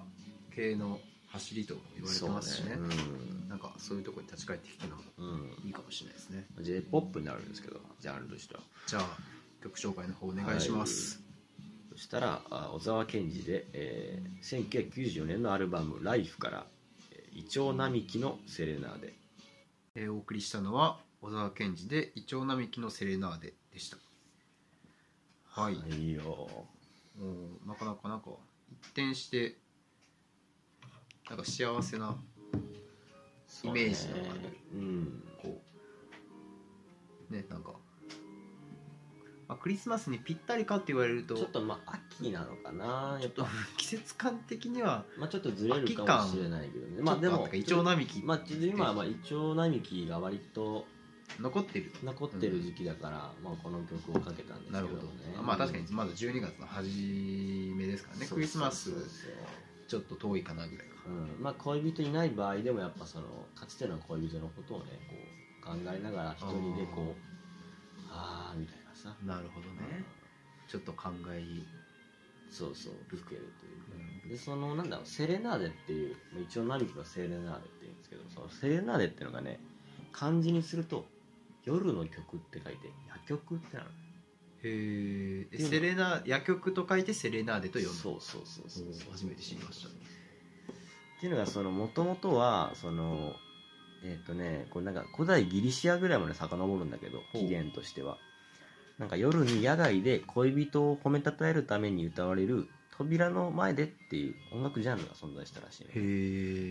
S2: 系の走りと言われてますしね
S3: そう
S2: なんかそういうところに立ち返ってきてのも
S3: うん、うん
S2: いいかもしれないですね
S3: j p o p になるんですけどジャンルとしては
S2: じゃあ曲紹介の方お願いします、
S3: そしたらあ小沢健二で、えー1994年のアルバム「ライフから「えーイチョウ並木のセレナーデ
S2: えーお送りしたのは小沢健二で「イチョウ並木のセレナーデ」でした」はい、
S3: いいよ
S2: もうなかなかなんか一転してなんか幸せなイメージのある
S3: うん
S2: こうねなんか、まあ、クリスマスにぴったりかって言われると
S3: ちょっとまあ秋なのかなやっぱ、
S2: 季節感的には
S3: まあ、ちょっとずれるかもしれないけどねまあでも
S2: イチョウ並木
S3: まあ、ちょっと今はまあイチョウ並木が割と
S2: 残ってる
S3: 残ってる時期だから、まあ、この曲をかけたんですけ
S2: な
S3: ど
S2: る
S3: ね
S2: ほど、まあ確かにまだ12月の初めですからねクリスマス
S3: そうそうそう
S2: ちょっと遠いかなぐらいか
S3: うん、まあ恋人いない場合でもやっぱそのかつての恋人のことをねこう考えながら一人でこうああーみたいなさ
S2: なるほどねちょっと考え
S3: そうそう吹けるという
S2: う
S3: か
S2: ん
S3: でそのなんだろうセレナーデっていうまあ一応並木のセレナーデって言うんですけどそのセレナーデっていうのがね漢字にすると夜の曲って書いて夜曲ってなる
S2: へえ
S3: でも
S2: セレナ夜曲と書いてセレナーデと呼ぶ
S3: そうそうそうそうそう
S2: 初めて知りました
S3: っていうのがそのもともとはそのえっ、とねこれなんか古代ギリシアぐらいまで遡るんだけど
S2: ほう
S3: 起源としてはなんか夜に野外で恋人を褒めたたえるために歌われる扉の前でっていう音楽ジャンルが存在したらしいの
S2: へ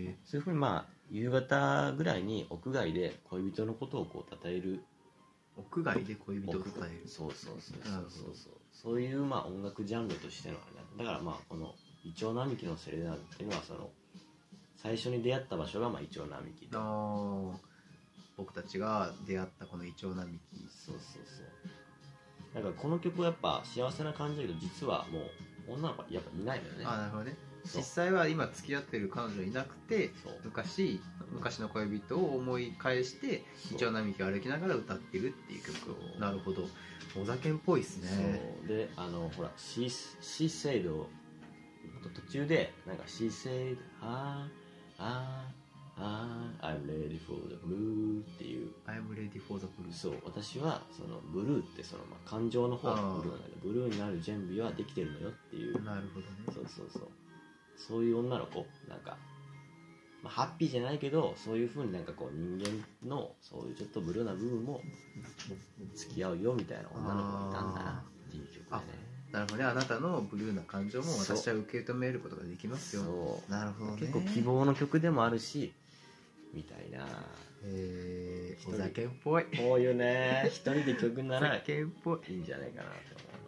S2: え
S3: そういうふうにまあ夕方ぐらいに屋外で恋人のことをこう称える
S2: 屋外で恋人を伝える
S3: そうそうそう
S2: な
S3: そ
S2: る
S3: う
S2: ほ
S3: そ
S2: ど
S3: うそうそういうまあ音楽ジャンルとしてのあれだだからまあこのイチョウ並木のセレナーデっていうのはその最初に出会った場所がまあイチョウ並木で
S2: あー僕たちが出会ったこのイチョウ並木
S3: そうそうそうだからこの曲はやっぱ幸せな感じだけど実はもう女の子はやっぱいないのよね
S2: あなるほどね実際は今付き合ってる彼女いなくて
S3: そう
S2: 昔昔の恋人を思い返して
S3: そう
S2: イチョウ並木を歩きながら歌ってるっていう曲
S3: そう
S2: なるほどお酒っぽいですね
S3: そうであのほらシーシーセイドあと途中でなんかシーセイドあーあーあー I'm ready for the blue っていう
S2: I'm ready for the blue
S3: そう私はそのブルーってその、まあ、感情の方のブルーなんだけどブルーになる準備はできてるのよっていう
S2: なるほどね
S3: そうそうそうそういう女の子なんか、まあ、ハッピーじゃないけどそういうふうになんかこう人間のそういうちょっとブルーな部分も付き合うよみたいな女の子がいたんだなっていう曲でね
S2: なるほどねあなたのブルーな感情も私は受け止めることができますよ
S3: そう
S2: なるほどね
S3: 結構希望の曲でもあるしみたいな
S2: えー、お酒っぽい
S3: こういうね一人で曲
S2: お
S3: ならい
S2: 酒っぽい
S3: いんじゃないかなと思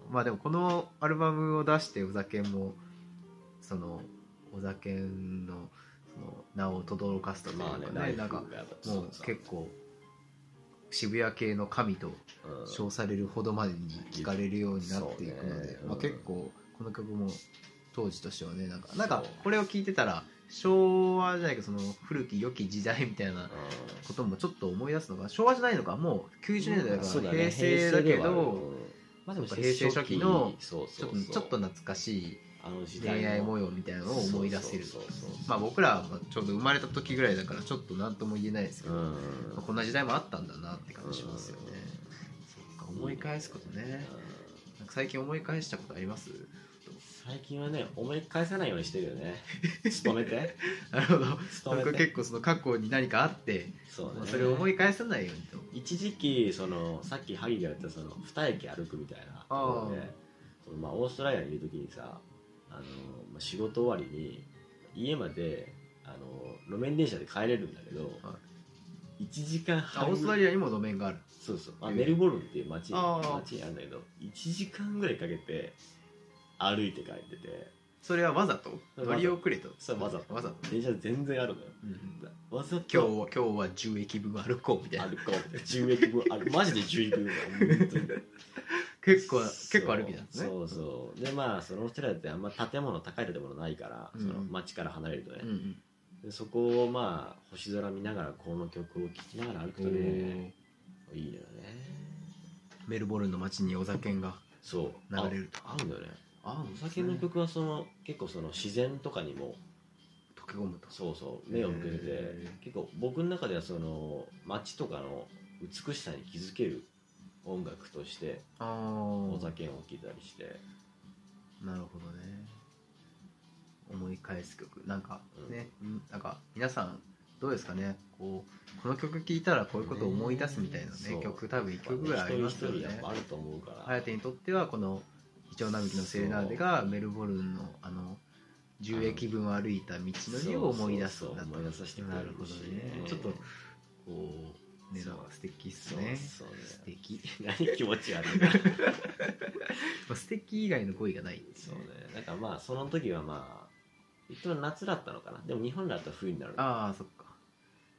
S3: う
S2: まあでもこのアルバムを出してお酒もそのお酒のその名を轟かすという
S3: ま
S2: か
S3: あね
S2: ね,、
S3: ライフ
S2: なん
S3: が
S2: か
S3: やっぱ
S2: もう結構渋谷系の神と
S3: うん
S2: 称されるほどまでに聞かれるようになっていくので、
S3: そうね
S2: まあ、
S3: うん
S2: 結構この曲も当時としてはねなんかなんか
S3: そう
S2: これを聞いてたら昭和じゃないかその古き良き時代みたいな
S3: う
S2: こともちょっと思い出すのが昭和じゃないのかもう90年代だ
S3: ん
S2: か
S3: そう
S2: ら
S3: ね
S2: 平成だけ
S3: 平成ではある
S2: ど。
S3: うんまあでも
S2: やっぱ平成初期の
S3: そう
S2: ち
S3: そ
S2: ょっ
S3: う
S2: と
S3: そう
S2: ちょっと懐かしい
S3: あの時代の
S2: 恋愛模様みたいなのを思い出せる
S3: そうそうそう
S2: まあ僕らはちょうど生まれた時ぐらいだからちょっと何とも言えないですけ
S3: そう
S2: ど、
S3: うん
S2: まあこんな時代もあったんだなって感じしますよね、そっか思い返すことねなんか最近思い返したことあります
S3: 最近はね思い返さないようにしてるよね勤めて
S2: なるほど
S3: 勤め
S2: 僕は
S3: て
S2: 結構その過去に何かあって
S3: そ
S2: まあそれを思い返さないようにと
S3: 一時期そのさっき萩が言ったその二駅歩くみたいなところで
S2: ああ
S3: そのまあオーストラリアにいる時にさあの、まあ、仕事終わりに家まであの路面電車で帰れるんだけど、
S2: は
S3: 一1時間
S2: あ
S3: 半
S2: オーストラリアにも路面がある
S3: そうそう、あ、
S2: ええ
S3: メルボルンっていう町
S2: ああ
S3: 町にあるんだけど1時間ぐらいかけて歩いて帰ってて
S2: それはわざと
S3: ざと
S2: 乗り遅れと
S3: そうわざと
S2: わざと、
S3: 電車全然あるのよ
S2: うん
S3: わざと
S2: 今日は今日は10駅分歩こうみたいな
S3: 歩こう10駅分あるマジで10駅分本当に
S2: 結構結構歩きなんですね
S3: そうそうでまあその人らってあんま建物高い建物ないから、
S2: うん
S3: その町から離れるとね、
S2: うんうん
S3: でそこをまあ星空見ながらこの曲を聴きながら歩くとねいいのよね
S2: メルボルンの街にお酒が
S3: そう
S2: 流れると
S3: あ合うんだよね
S2: あ
S3: お酒の曲はその結構その自然とかにも
S2: 溶け込むと
S3: そうそう目を向けて
S2: へ
S3: て結構僕の中ではその街とかの美しさに気づける音楽として
S2: あ
S3: お
S2: あ
S3: 酒を聴いたりして
S2: なるほどね思い返す曲なんか
S3: うん
S2: ね、うんなんか皆さんどうですかねこうこの曲聴いたらこういうことを思い出すみたいな
S3: ね
S2: ね曲多分1曲ぐらいありますよ
S3: 一人一人やっ
S2: ね
S3: ぱあると思うから
S2: 颯にとってはこの「イチョウ並木のセレナーデ」がメルボルンのあの10駅分歩いた道のりを思い出す
S3: そうそうそう思い出させてくれ
S2: な
S3: るし
S2: るほどねちょっとこうね
S3: そう
S2: なんか素敵っす
S3: そう
S2: ね
S3: そうね
S2: 素敵
S3: 何気持ち悪いなそうね
S2: まあ素敵以外の語彙がない
S3: なんかまあその時はまあ一応夏だったのかなでも日本だと冬になるのか
S2: ああそっか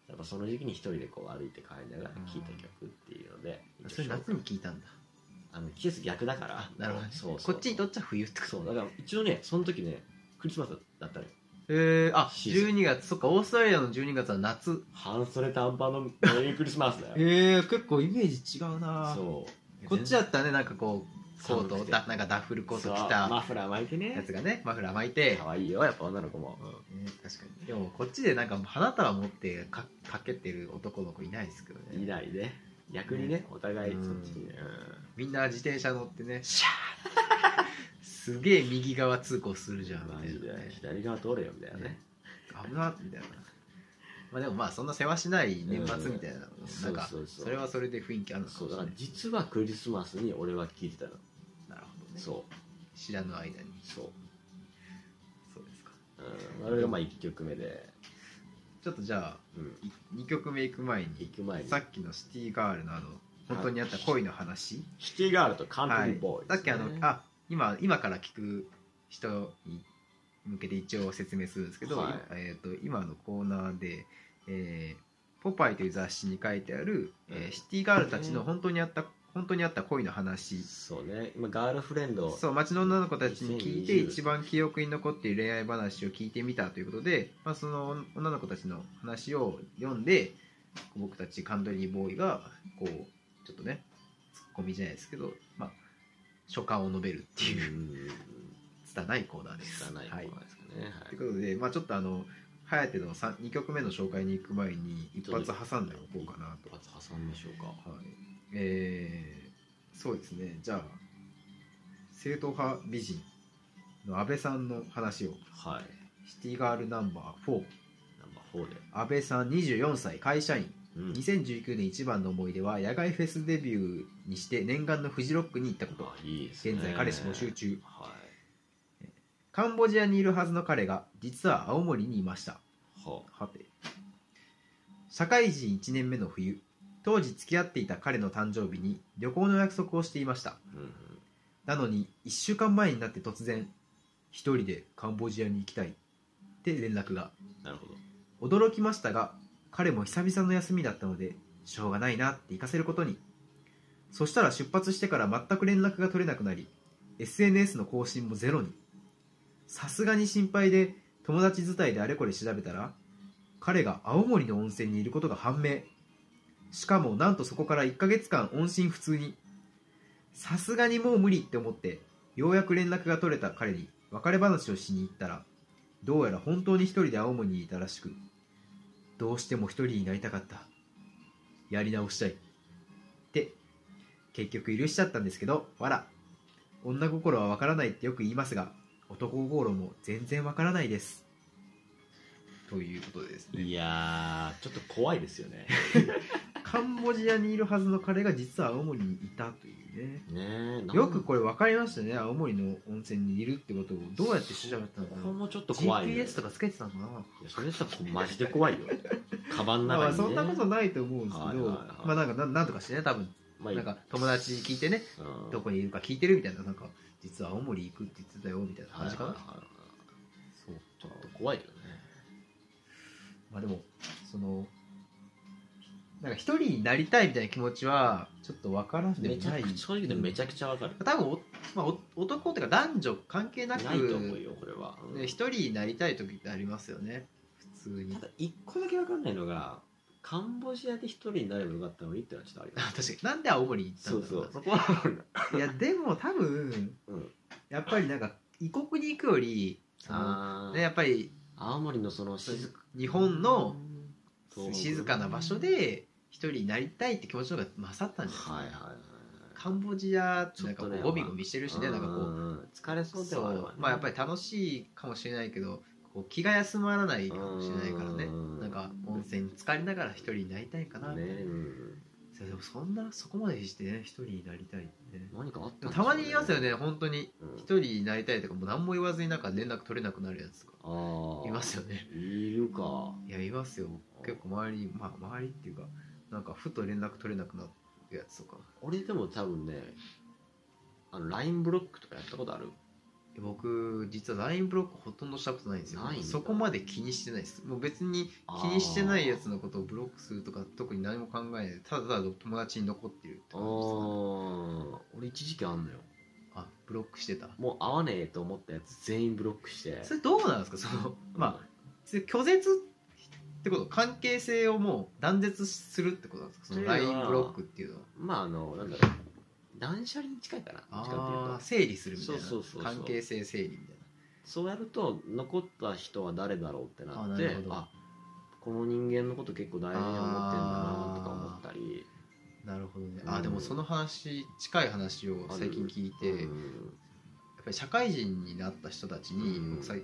S3: やっぱその時期に一人でこう歩いて帰りながら聴いた曲っていうので、
S2: それ夏に聞いたんだ
S3: あの季節逆だから
S2: なるほど
S3: そうそう
S2: こっちにとっちゃ冬ってこと
S3: そうだから一応ねその時ねクリスマスだったのよ
S2: えー、あ
S3: シーズン
S2: 12月そっかオーストラリアの12月は夏
S3: 半袖短パンのメリークリスマスだよ
S2: えー、結構イメージ違うな
S3: そう
S2: こっちだったらねなんかこうコート
S3: 寒
S2: を
S3: くて
S2: だなんかダッフルコート着
S3: そうマ
S2: た
S3: フラー巻いて
S2: や
S3: ね
S2: つがねマフラー巻いて
S3: 可愛いよやっぱ女の子も、
S2: ね確かにでもこっちでなんか花束持ってかかけてる男の子いないですけど
S3: い
S2: ね
S3: ないね逆にねお互いそっちにね、
S2: みんな自転車乗ってねシャー すげえ右側通行するじゃんみ
S3: マ
S2: たい
S3: ジで
S2: なね
S3: 左側通れよみたいなね
S2: ね危なっみたいなまあでもまあそんな世話しない年末みたいなのも
S3: うん
S2: なんか
S3: そうそうそう
S2: それはそれで雰囲気あるのか
S3: そう
S2: もし
S3: だ
S2: れな
S3: から
S2: い
S3: 実はクリスマスに俺は聞いてたの、
S2: なるほどね
S3: そう
S2: 知らぬ間に
S3: そう、
S2: そうですか
S3: うん、俺がまあ1曲目で、
S2: ちょっとじゃあ
S3: うん、
S2: 2曲目行く前に
S3: 行く前に
S2: さっきのシティガールのあの本当にあった恋の話
S3: シティガールとカント
S2: は
S3: リ
S2: い
S3: ーボーイズ、
S2: さっきあのあ今今から聞く人に向けて一応説明するんですけど、
S3: はい
S2: 今えー、と今のコーナーで、えーポパイ」という雑誌に書いてある、えーシティガールたちの本当にあった本当にあった恋の話
S3: そうね今ガールフレンド
S2: そう街の女の子たちに聞いて
S3: 2020
S2: 一番記憶に残っている恋愛話を聞いてみたということで、まあ、その女の子たちの話を読んで僕たちカントリーボーイがこうちょっとねツッコミじゃないですけど、まあ、書簡を述べるって
S3: う
S2: いうん拙いコーナーです。
S3: 拙い
S2: はい
S3: 子なんですかね、はい
S2: ということで、まあ、ちょっとあの颯のさん2曲目の紹介に行く前に一発挟んでおこうかなと
S3: 一。発挟みましょうか
S2: はい、えー、そうですねじゃあ正統派美人の安倍さんの話を
S3: はい
S2: シティガールナンバー4
S3: ナンバー4で
S2: 安倍さん24歳会社員
S3: うん
S2: 2019年一番の思い出は野外フェスデビューにして念願のフジロックに行ったこと
S3: あいいですね
S2: 現在彼氏募集中
S3: は
S2: カンボジアにいるはずの彼が実は青森にいました
S3: いは
S2: はて社会人1年目の冬当時付き合っていた彼の誕生日に旅行の約束をしていました
S3: うんうん
S2: なのに1週間前になって突然一人でカンボジアに行きたいって連絡が
S3: なるほど
S2: 驚きましたが彼も久々の休みだったのでしょうがないなって行かせることにそしたら出発してから全く連絡が取れなくなり SNS の更新もゼロにさすがに心配で友達伝いであれこれ調べたら彼が青森の温泉にいることが判明しかもなんとそこから1ヶ月間音信不通にさすがにもう無理って思ってようやく連絡が取れた彼に別れ話をしに行ったらどうやら本当に一人で青森にいたらしくどうしても一人になりたかったやり直したいって結局許しちゃったんですけどわら女心はわからないってよく言いますが男心も全然わからないですということでですね
S3: いやーちょっと怖いですよね
S2: カンボジアにいるはずの彼が実は青森にいたというね
S3: ねえなん
S2: よくこれ分かりましたね青森の温泉にいるってことをどうやって調べたのか
S3: ここ
S2: な
S3: もちょっと怖いね、
S2: GPS とかつけてたのかない
S3: やそれさマジで怖 いよカバンの
S2: ま
S3: 中に、
S2: あ
S3: ね、
S2: そんなことないと思うんですけど
S3: はいはいはい
S2: まあなんかなんなんとかしてね多分
S3: まあ
S2: なんか友達に聞いてね
S3: うん
S2: どこにいるか聞いてるみたいななんか実は青森行くって言ってたよみたいな
S3: はい
S2: 感
S3: はい
S2: じかな、
S3: はいはい
S2: そう
S3: ちょっと怖いよね
S2: まあでもそのなんか一人になりたいみたいな気持ちはちょっと分からんでも
S3: めちゃ
S2: な
S3: く
S2: い
S3: ちゃ正直でめちゃくちゃわかる、
S2: 多分お、まあ、お男っていうか男女関係なく
S3: ないと思うよこれは、うん
S2: ね、一人になりたい時ってありますよね普通に
S3: ただ一個だけわかんないのがカンボジアで一人になればよかったのにってのはちょっとあるよ ね
S2: あ確かになんで青森に行った
S3: そ
S2: ん
S3: う
S2: だ
S3: そ
S2: ろう
S3: うそこは
S2: ないやでも多分、
S3: うん
S2: やっぱりなんか異国に行くよりその、
S3: あー
S2: ね、やっぱり
S3: 青森のその静か
S2: 日本の
S3: 東北
S2: 静かな場所で一人になりたいって気持ちの方が勝ったんじゃ
S3: は
S2: ない
S3: い
S2: で
S3: はい
S2: すか、
S3: はい
S2: カンボジアってなんかこ
S3: ちょ
S2: う
S3: っとね
S2: ゴミゴミしてるしねなんかこう
S3: うん疲れそうではあるわね
S2: まあやっぱり楽しいかもしれないけどこう気が休まらないかもしれないからね
S3: うん
S2: なんか温泉に浸かりながら一人になりたいかな、
S3: ねうん
S2: それでもそんなそこまでしてね一人になりたいってね
S3: 何かあっ
S2: でも
S3: たんでしょうね
S2: たまに言いますよね本当に
S3: うん
S2: 一人になりたいとかもう何も言わずになんか連絡取れなくなるやつとか
S3: ああ
S2: いますよね
S3: いるか
S2: いやいますよ結構周りにまあ周りっていうかなんかふと連絡取れなくなるやつとか
S3: 俺でも多分ねあの LINE ブロックとかやったことある
S2: 僕実は LINE ブロックほとんどしたことないんですよ
S3: ないんだ
S2: そこまで気にしてないですもう別に気にしてないやつのことをブロックするとか特に何も考えないでただただ友達に残ってるって
S3: あーあ
S2: 感じですね
S3: ー俺一時期あんのよ
S2: あブロックしてた
S3: もう会わねえと思ったやつ全員ブロックして
S2: それどうなんですか そのまあ拒絶ってこと関係性をもう断絶するってことなんですかその
S3: というのは
S2: LINE ブロックっていうのは
S3: まああのなんだろう断捨離に近いかなどっちかっていう
S2: あ
S3: と
S2: ー整理するみたいな
S3: そうそうそうそう
S2: 関係性整理みたい
S3: そうやると残った人は誰だろうってなっ
S2: あ
S3: て
S2: なるほど
S3: あこの人間のこと結構大事に思ってんだなとか思ったり
S2: ななるほどね
S3: う
S2: あ
S3: ん
S2: でもその話近い話を最近聞いて、
S3: うん
S2: やっぱり社会人になった人たちに、
S3: うん
S2: 僕さい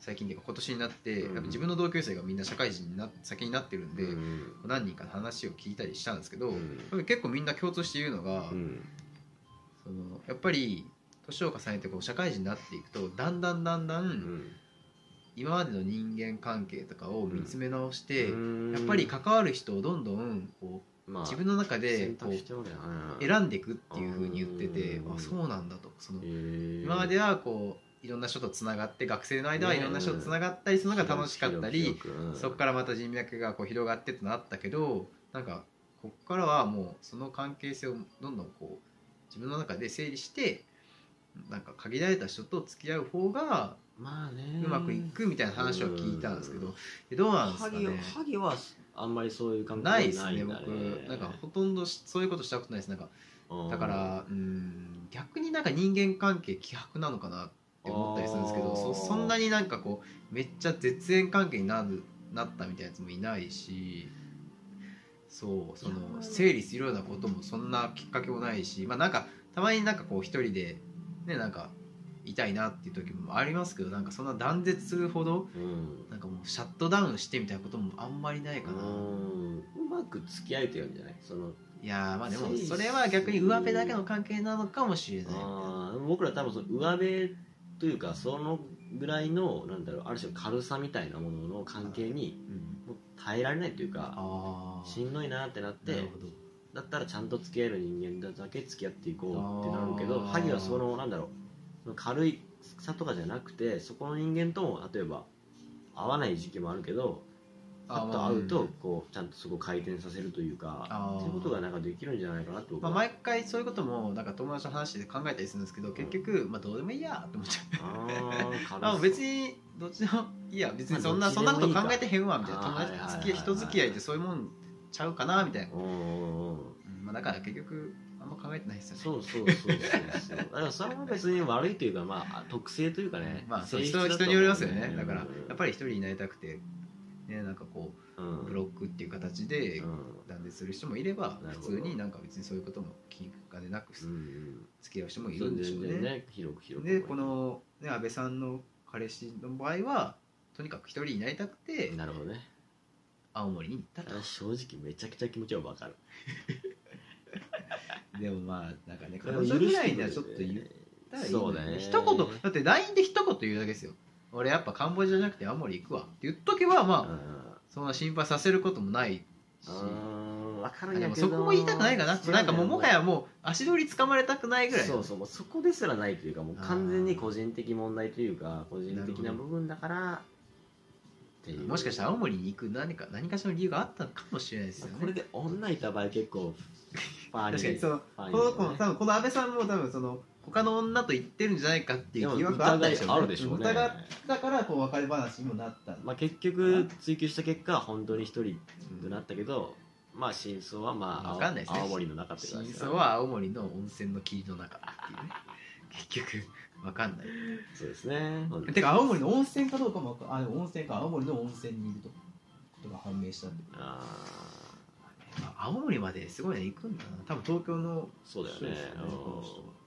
S2: 最近っていうか今年になって、
S3: うん
S2: やっぱ自分の同級生がみんな社会人にな先になってるんで、
S3: うん
S2: 何人かの話を聞いたりしたんですけど、
S3: う
S2: やっ
S3: ん
S2: ぱり結構みんな共通して言うのが、
S3: うん
S2: そのやっぱり年を重ねてこう社会人になっていくとだんだんだんだ
S3: うんん
S2: 今までの人間関係とかを見つめ直して、
S3: うん
S2: やっぱり関わる人をどんどんこう
S3: まあ
S2: 自分の中で
S3: 選
S2: こ
S3: 択し
S2: う
S3: ておるやん
S2: 選んでいくっていうふうに言ってて
S3: うん
S2: あそうなんだとその
S3: へー
S2: 今まではこういろんな人とつながって学生の間は
S3: ね
S2: いろんな人とつながったりするのが楽しかったり
S3: 広く広くうん
S2: そこからまた人脈がこう広がってってなったけどなんかここからはもうその関係性をどんどんこう自分の中で整理してなんか限られた人と付き合う方が
S3: まあね
S2: うまくいくみたいな話は聞いたんですけど、えどうなんですか
S3: 萩は
S2: ね
S3: 萩はあんまりそういう感覚
S2: ないですね
S3: んだ
S2: 僕なんかほとんどしそういうことしたことないですなんかだからうん逆になんか人間関係希薄なのかなって思ったりするんですけ
S3: あ
S2: ど
S3: ー
S2: そそんなになんかこうめっちゃ絶縁関係になるなったみたいなやつもいないしそうその整理するようなこともそんなきっかけもないしまあなんかたまになんかこう一人でねなんか痛いなっていう時もありますけどなんかそんな断絶するほど
S3: うん
S2: なんかもうシャットダウンしてみたいなこともあんまりないかな。
S3: うんうまく付き合えてるんじゃないその
S2: いやーまあでも
S3: つい
S2: それは逆に上辺だけの関係なのかもしれない
S3: あー僕ら多分その上辺というかそのぐらいのなんだろうある種の軽さみたいなものの関係に
S2: うん
S3: もう耐えられないというか
S2: あ
S3: しんどいなってなっ
S2: ーなる
S3: て
S2: ほど
S3: だったらちゃんと付き合える人間だけ付き合っていこうってなるけど
S2: あー
S3: 萩はそのなんだろうその軽いさとかじゃなくてそこの人間とも例えば合わない時期もあるけどパッと会うとこうちゃんとそこを回転させるというか
S2: あー
S3: そういうことがなんかできるんじゃないかなって僕
S2: まあ、
S3: は
S2: 毎回そういうこともなんか友達の話で考えたりするんですけど結局、まあ、どうでもいいやって思っちゃう
S3: あ ー軽
S2: あ
S3: さ
S2: 別にどっちでもいいや別にそんな,、
S3: まあ
S2: そんなこと考えてへんわみたいな
S3: あー
S2: 友達
S3: はいはいはい
S2: 付き合い人付き合いってそういうもんちゃうかなみたいな、
S3: うんうんうん
S2: うんまあ、だから結局あんま考えてないですよね
S3: そうそうそうそうそうだからそれも別に悪いというかまあ特性というかね
S2: まあ、そう
S3: 性質だ
S2: 人
S3: と
S2: 人によりますよねだから
S3: うん
S2: やっぱり一人になりたくて、ね、なんかこ
S3: う
S2: うんブロックっていう形で
S3: うん
S2: 断絶する人もいれば
S3: なる
S2: 普
S3: ほど
S2: 通になんか別にそういうことも気兼ねなく
S3: うんうん
S2: 付き合う人もい
S3: そ
S2: る
S3: うん
S2: でしょ
S3: 全
S2: う
S3: 然
S2: ね。
S3: ね広く広く
S2: でこの、ね、安倍さんの彼氏の場合はとにかく一人になりたくて
S3: なるほどね
S2: 青森に行ったと
S3: 正直めちゃくちゃ気持ちは分かる
S2: でもまあなんかね彼女ぐらいにはちょっと言ったらいい
S3: そ
S2: の
S3: う
S2: に
S3: だね
S2: 一言だって LINE で一言言うだけですよ俺やっぱカンボジアじゃなくて青森行くわって言っとけば
S3: う
S2: まあ
S3: ん
S2: そんな心配させることもないし
S3: うん分か
S2: あ
S3: るん
S2: で
S3: や
S2: も
S3: け
S2: そ
S3: ど
S2: こも言いたくないかななんかもうもはやもう足取りつかまれたくないぐらい
S3: そうそうもうそこですらないというかもう完全に個人的問題というか個人的な
S2: なるほ
S3: 部分だからっていう
S2: もしかしたら青森に行く何か何かしらの理由があったのかもしれないですよ
S3: こ
S2: ね。
S3: れで女いた場合結構パーに
S2: 確かにその
S3: パーに
S2: この子の多分この安倍さんも多分その他の女と言ってるんじゃないかっていう疑惑があったでしょうね。
S3: あるでしょうね
S2: 疑ったからこう別れ話にもなったんだ。
S3: まあ、結局追求した結果本当に一人となったけど、まあ真相はまあ
S2: わかんないですね
S3: 青森の中っていうか
S2: 真相は青森の温泉の霧の中っていうね。結局わかんない。
S3: そうですね
S2: てか青森の温泉かどうかもわかんあでも温泉か青森の温泉にいるとことが判明したって。
S3: あ
S2: まあ青森まですごいね行くんだな。多分東京の
S3: ーそうだよ
S2: で
S3: ね
S2: すこの人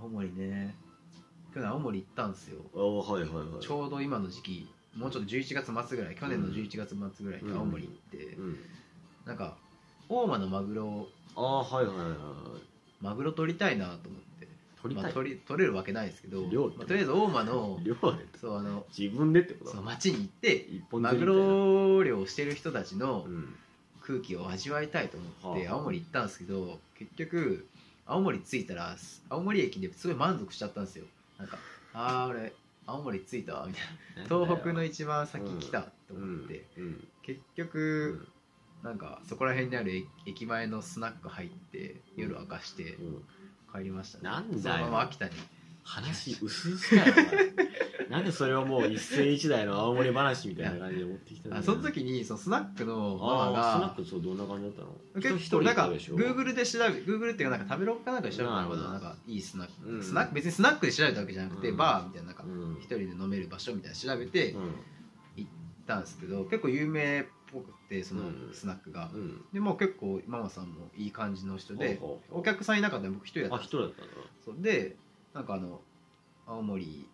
S2: 青森ね。去年青森行ったんですよ。
S3: うんおーはいはいはい
S2: ちょうど今の時期もうちょっと11月末ぐらい去年の11月末ぐらいに青森行って、
S3: うん、
S2: なんか大間のマグロ
S3: ああはいはいはいはい
S2: マグロ取りたいなと思って
S3: 取り
S2: ま
S3: た
S2: あ、
S3: い、
S2: 取り取れるわけないですけど、
S3: 漁って
S2: まあとりあえず大間の
S3: 量で
S2: そうあの
S3: 自分でってこ
S2: そ
S3: と
S2: の町に行って
S3: 一本
S2: マ
S3: 釣
S2: グ
S3: りみたいな
S2: ロ漁をしてる人たちの
S3: うん
S2: 空気を味わいたいと思っ
S3: は
S2: て
S3: あ
S2: 青森行ったんですけど結局青森着いたら青森駅ですごい満足しちゃったんですよなんかああ俺青森着いたわみたい な東北の一番先来たと思って、
S3: うん
S2: 結
S3: う
S2: 局、
S3: ん
S2: なんかそこら辺にある駅駅前のスナック入って夜明かして
S3: うん
S2: 帰りましたね
S3: なん
S2: そ
S3: だ
S2: の
S3: よ
S2: まま秋田に
S3: 話薄々だよ お前なんでそれをもう一世一代の青森話みたいな感じで持ってきたんだ
S2: あ
S3: よ
S2: その時にそのスナックのママ
S3: ああスナッ
S2: が
S3: クそうどんな感じだったの
S2: 結構なんか
S3: 一人
S2: グ
S3: 一人
S2: ーグルで調べグーグルっていうかなんか食べログかなんかで調べた
S3: なる
S2: の
S3: ほ
S2: か
S3: ど
S2: ななんかいいスナック、
S3: うん
S2: スナック別にスナックで調べたわけじゃなくて、
S3: うん
S2: バーみたいななんか
S3: うん
S2: 一人で飲める場所みたいなの調べて行っ
S3: うん
S2: たんですけど結構有名っぽくてその
S3: うん
S2: スナックが、
S3: うん
S2: でもう結構ママさんもいい感じの人で
S3: ほうほう
S2: お客さんいなかったんで僕一人だった
S3: あ
S2: んです
S3: 一人だったんだ
S2: そうでなんかあの青森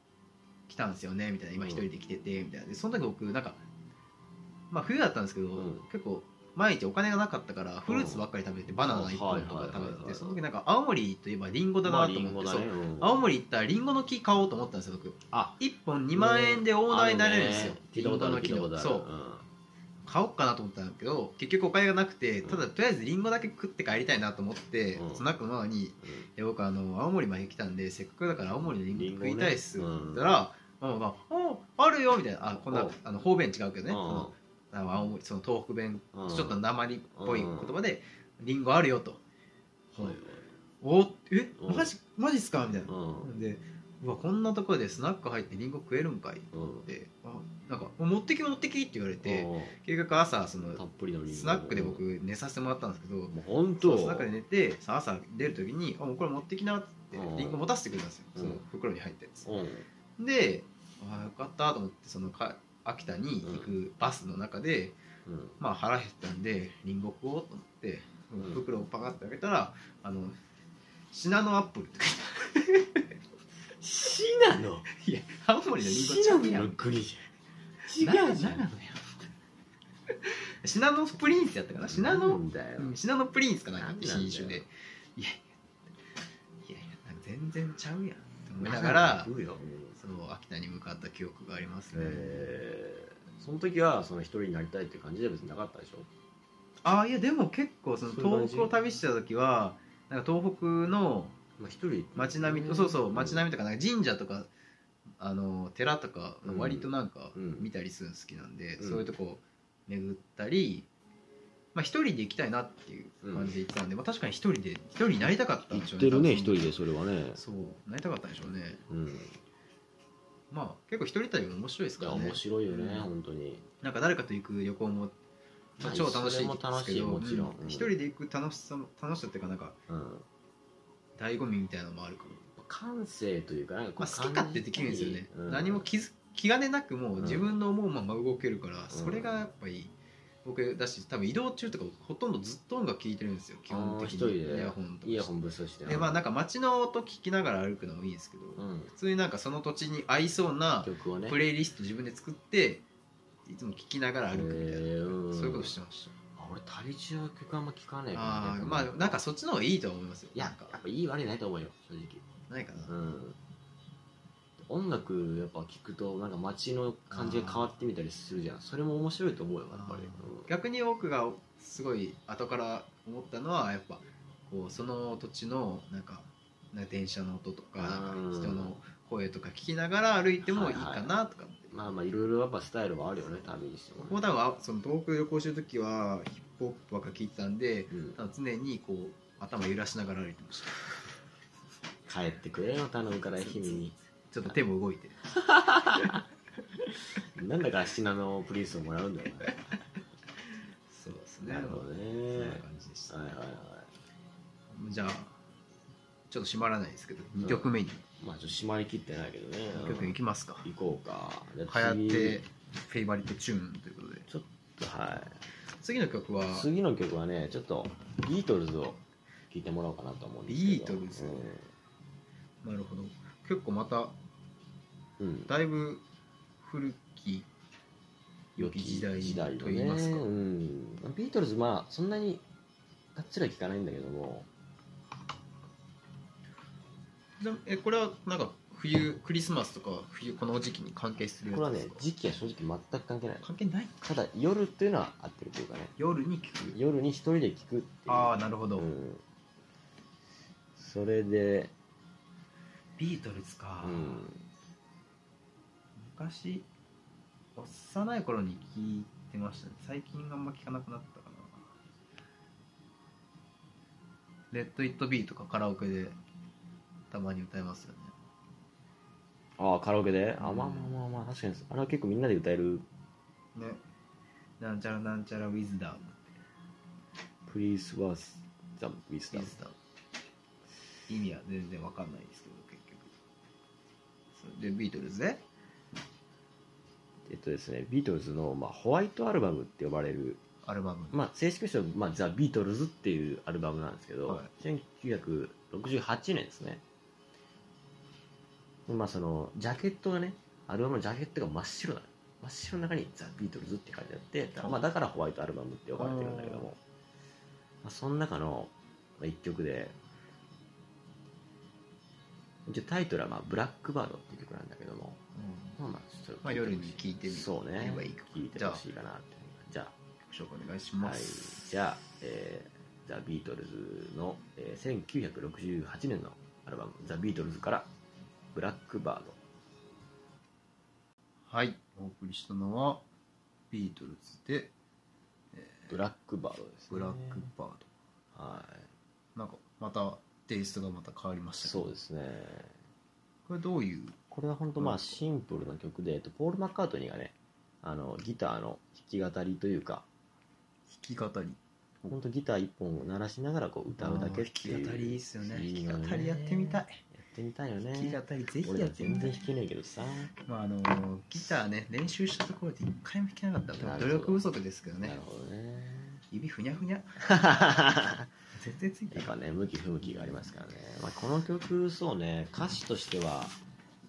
S2: 来たんですよねみたいな今
S3: うん
S2: 一人で来ててみたいなでその時僕なんかまあ冬だったんですけど、
S3: うん
S2: 結構毎日お金がなかったからフルーツばっかり食べててバナナ1本と
S3: はい
S2: か
S3: はいはいはい
S2: 食べててその時なんか青森といえばリンゴだなと思って、
S3: まあ
S2: そ
S3: リ
S2: う
S3: ンゴだねうん
S2: 青森行ったらリンゴの木買おうと思ったんですよ僕
S3: あ
S2: 1本2万円でオーナーになれるんですよ、
S3: あのね聞
S2: リ
S3: いた
S2: ン
S3: こと
S2: ゴ
S3: ある
S2: の木
S3: 聞いたこと
S2: の
S3: ある
S2: そう買おうかなと思ったんだけど結局お金がなくてただとりあえずリンゴだけ食って帰りたいなと思って、
S3: うん
S2: スナックのママにで僕あの青森まで来たんでせっかくだから青森のリンゴ食いたいっす
S3: リ
S2: って
S3: ンゴねう
S2: 言
S3: ん
S2: ったら「ママがおあるよ」みたいなあこんな
S3: お
S2: あの方便違うけど
S3: うん
S2: ねそのあの青森その東北弁
S3: うん
S2: ちょっと鉛っぽい言葉で「リンゴあるよと。
S3: はいはい
S2: おえ
S3: うん
S2: マジマジっすかみたいな
S3: う。ん
S2: で、うわ、こんなところでスナック入ってリンゴ食えるんかいっ
S3: うん
S2: て、あなんか、持ってき持ってきって言われて、
S3: う
S2: 結局朝、そ
S3: んた
S2: の
S3: っぷりのリンゴ
S2: スナックで僕寝させてもらったんですけど、
S3: もう本
S2: そ
S3: 当
S2: うスナックで寝て、さ朝出るときに、あ、もうこれ持ってきなって
S3: う、ん
S2: リンゴ持たせてくれたんですよ。
S3: うん
S2: その袋に入ったやつ。
S3: うん
S2: で、あよかったと思って、そのか秋田に行くバスの中で、
S3: うん
S2: まあ腹減ったんでリンゴ食おうと思って
S3: うん
S2: 袋をパカッて開けたら「あのシナノアップル」って書いて
S3: シナノ
S2: あるいや青森のリンゴ
S3: シナノの国じゃん違うじゃ
S2: 長野
S3: ん
S2: やシナノプリンスやったかなシナ
S3: な
S2: ノ
S3: んだよ
S2: うんシナノプリンスかな
S3: なんなんだよ
S2: 新種でいやいやいやいやなんか全然ちゃうやんって思いながら
S3: 食うよ
S2: そう秋田に向かった記憶がありますね、
S3: えーその時はその一人になりたいっていう感じでは別になかったでしょ
S2: ああいやでも結構その
S3: そういう感
S2: 東
S3: じ
S2: 北を旅してた時はなんか東北の
S3: まあ一人
S2: 街並みと、そうそう街並みとかなんか神社とかあの寺とか
S3: うん
S2: 割となんか
S3: うん
S2: 見たりするの好きなんで、
S3: うん
S2: そういうとこ巡ったり、まあ、一人で行きたいなっていう感じで行ってたんで、まあ、確かに一人で一人になりたかったん
S3: 行
S2: でしょ
S3: っ
S2: う
S3: てるね一
S2: 多
S3: 人
S2: 分
S3: でそれはね
S2: そうなりたかったんでしょうね
S3: うん
S2: まあ結構一人旅も面白いです
S3: い
S2: か
S3: や
S2: らね
S3: 面白いよね
S2: うん
S3: 本当に
S2: なんか誰かと行く旅行もまあ超楽しい
S3: それも楽しいもちろん
S2: う
S3: うん
S2: 一人で行く楽しさも楽しさっていうかなんか
S3: うん
S2: 醍醐味みたいなのもあるかも
S3: 感性というかなんかこ
S2: ま
S3: う
S2: あ、好き勝手できるんですよね、
S3: うん
S2: 何も気づ気兼ねなくもう
S3: うん
S2: 自分の思うまま動けるから、
S3: ん
S2: それがやっぱり僕だし多分移動中とかほとんどずっと音楽聴いてるんですよ基本的
S3: あー一人
S2: に
S3: で
S2: イヤホンとか
S3: イヤホンぶっ刺して
S2: でまあなんか街の音聴きながら歩くのもいいですけど、
S3: うん
S2: 普通になんかその土地に合いそうな
S3: 曲をね
S2: プレイリスト自分で作っていつも聴きながら歩くみたいな、
S3: へーうん
S2: そういうことしてました
S3: あ俺旅中は曲あんま聞かねえ
S2: あ
S3: からね
S2: ーまあなんかそっちの方がいいとは思いますよ
S3: いや
S2: なんか
S3: やっぱいい悪いないと思うよ正直
S2: ないかな、
S3: うん音楽やっぱ聞くとなんか街の感じが変わってみたりするじゃんそれも面白いと思うよやっぱり
S2: あ逆に僕がすごい後から思ったのはやっぱこうその土地のなんかなんか電車の音とかなんか人の声とか聞きながら歩いてもいいかなとかって、
S3: うんまあまあいろいろやっぱスタイルはあるよね旅にしても
S2: 僕も
S3: ね
S2: 多分あその東北旅行してる時はヒップホップばっか聞いてたんで
S3: うん
S2: 多分常にこう頭揺らしながら歩いてました
S3: 帰ってくれよ頼むから愛媛に
S2: ちょっと手も動いて
S3: なんだかシナノプリンスをもらうんだよ
S2: そうです
S3: ななるほど
S2: そん
S3: ね
S2: な感じでした、
S3: はいはいは
S2: じゃあちょっと閉まらないですけど2曲目に
S3: いまあちょっと締まりきってないけどね
S2: 2曲目いきますか
S3: 行こうかじゃ
S2: 流
S3: あ
S2: 行
S3: 次
S2: ってフェイバリットチューンということで
S3: ちょっとはい
S2: 次の曲は
S3: 次の曲はねちょっとビートルズを聴いてもらおうかなと思うんですけど
S2: ビートルズなるほど結構また
S3: うん、うん
S2: だいぶ古き良き時代と言いますか、
S3: ねうん、ビートルズまあそんなにがっつりは聴かないんだけども
S2: でもえこれはなんか冬クリスマスとか冬この時期に関係する
S3: こ
S2: や
S3: れは
S2: つで
S3: ね
S2: すか
S3: 時期は正直全く関係ない
S2: 関係ない
S3: ただ夜っていうのは合ってるというかね
S2: 夜に聞く
S3: 夜に一人で聴くっていう
S2: ああなるほど、
S3: うん、それで、
S2: ビートルズか、
S3: うん、
S2: 昔幼い頃に聞いてましたね最近あんま聞かなくなったかな「レッド・イット・ビー」とかカラオケでたまに歌いますよね
S3: ああカラオケで、
S2: う
S3: あ
S2: ん
S3: まあまあまあまあ確かにあれは結構みんなで歌える
S2: ねなんちゃらなんちゃらウィズダム
S3: 「プリース・ワース・ザ・ウィス
S2: ウ
S3: タ
S2: ィズダム意味は全然わかんないですけど結局それでビートルズね
S3: えっとですねビートルズの、まあ、ホワイトアルバムって呼ばれる、
S2: アルバム
S3: まあ、正式名称は、まあ、ザ・ビートルズっていうアルバムなんですけど、
S2: は
S3: 1968年ですねまあそのジャケットがねアルバムのジャケットが真っ白なの真っ白の中にザ・ビートルズって書いてあってだ,、まあ、だからホワイトアルバムって呼ばれてるんだけども、まあ、その中のまあ一曲で一応タイトルは、まあ「ブラックバード」っていう曲なんだけども
S2: うん
S3: まあまあ、ちょっと
S2: まあ夜に聴いてみる
S3: そうね
S2: ればいいか
S3: 聞いてほしいかなってじゃ
S2: 曲紹介お願いし
S3: あ
S2: ま
S3: はい
S2: す、
S3: じゃあ、えー、ザ・ビートルズの、えー、1968年のアルバム「ザ・ビートルズ」から「ブラックバード
S2: はい、お送りしたのはビートルズで」
S3: 「ブラックバード」です、
S2: 「ブラックバード」
S3: ははい
S2: なんかまたテイストがまた変わりましたけど
S3: そうですね
S2: これどういう
S3: これは本当まあシンプルな曲で、えっとポール・マッカートニーがねあのギターの弾き語りというか
S2: 弾き語り
S3: 本当ギター一本を鳴らしながらこう歌うだけってい
S2: 弾
S3: う
S2: き語りいいっすよね
S3: いいよ
S2: 弾き語りやってみたい
S3: やってみたいよ
S2: 弾き
S3: ね
S2: 語りぜひ
S3: 俺
S2: やっ
S3: ら
S2: てみた
S3: 全然
S2: い
S3: 弾けないけどさ
S2: まああのギターね練習したところで一回も弾けなかった
S3: なるほ
S2: 努
S3: ど
S2: 力不足ですけど
S3: な
S2: ね
S3: るほどね
S2: 指ふにゃふ にゃ全然ついて
S3: やっ
S2: ない
S3: ぱね向き不向きがありますからね、まあ、この曲そうね歌詞としては、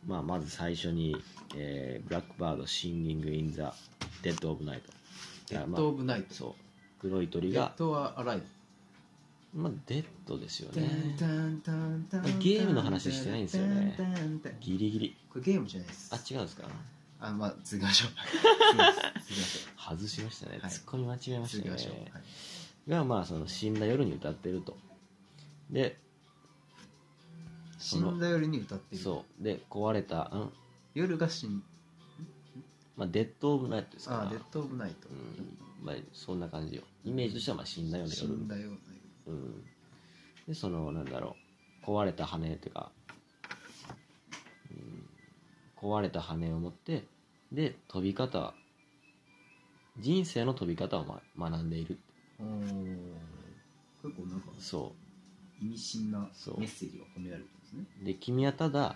S3: まあ、まず最初に「えー、ブラックバード・シンギング・イン・ザ・デッド・オブ・ナイト」
S2: デッド・オブ・ナイト
S3: そう黒い鳥
S2: デッ
S3: が、
S2: ド・はアライブ
S3: まあ、デッドですよ
S2: ゲ
S3: ねゲームの話してないんですよねギリギリ
S2: これゲームじゃないです
S3: あ違うんですか
S2: あまあ次行きま しょう次行きましょ
S3: 外しましたね、
S2: はい
S3: ツッコミ間違え
S2: う
S3: まし
S2: 次
S3: た
S2: 行きまし
S3: ね
S2: ょうはい
S3: がまあその死んだ夜に歌ってるとで
S2: 死んだ夜に歌ってる
S3: そうで壊れた、うん
S2: 夜が死ん
S3: まあ、デッド・オブ・ナイトですから
S2: あデッド・オブ・ナイト
S3: うんまあ、そんな感じよイメージとしてはまあ死んだよね
S2: 死
S3: 夜、
S2: んだ夜の
S3: うん、でそのなんだろう壊れた羽っていうか、うん、壊れた羽を持ってで飛び方人生の飛び方を、ま、学んでいる
S2: 夜おー結構なんか
S3: そ
S2: 意味深な
S3: そう
S2: メッセージが込められてますね
S3: うで君はただ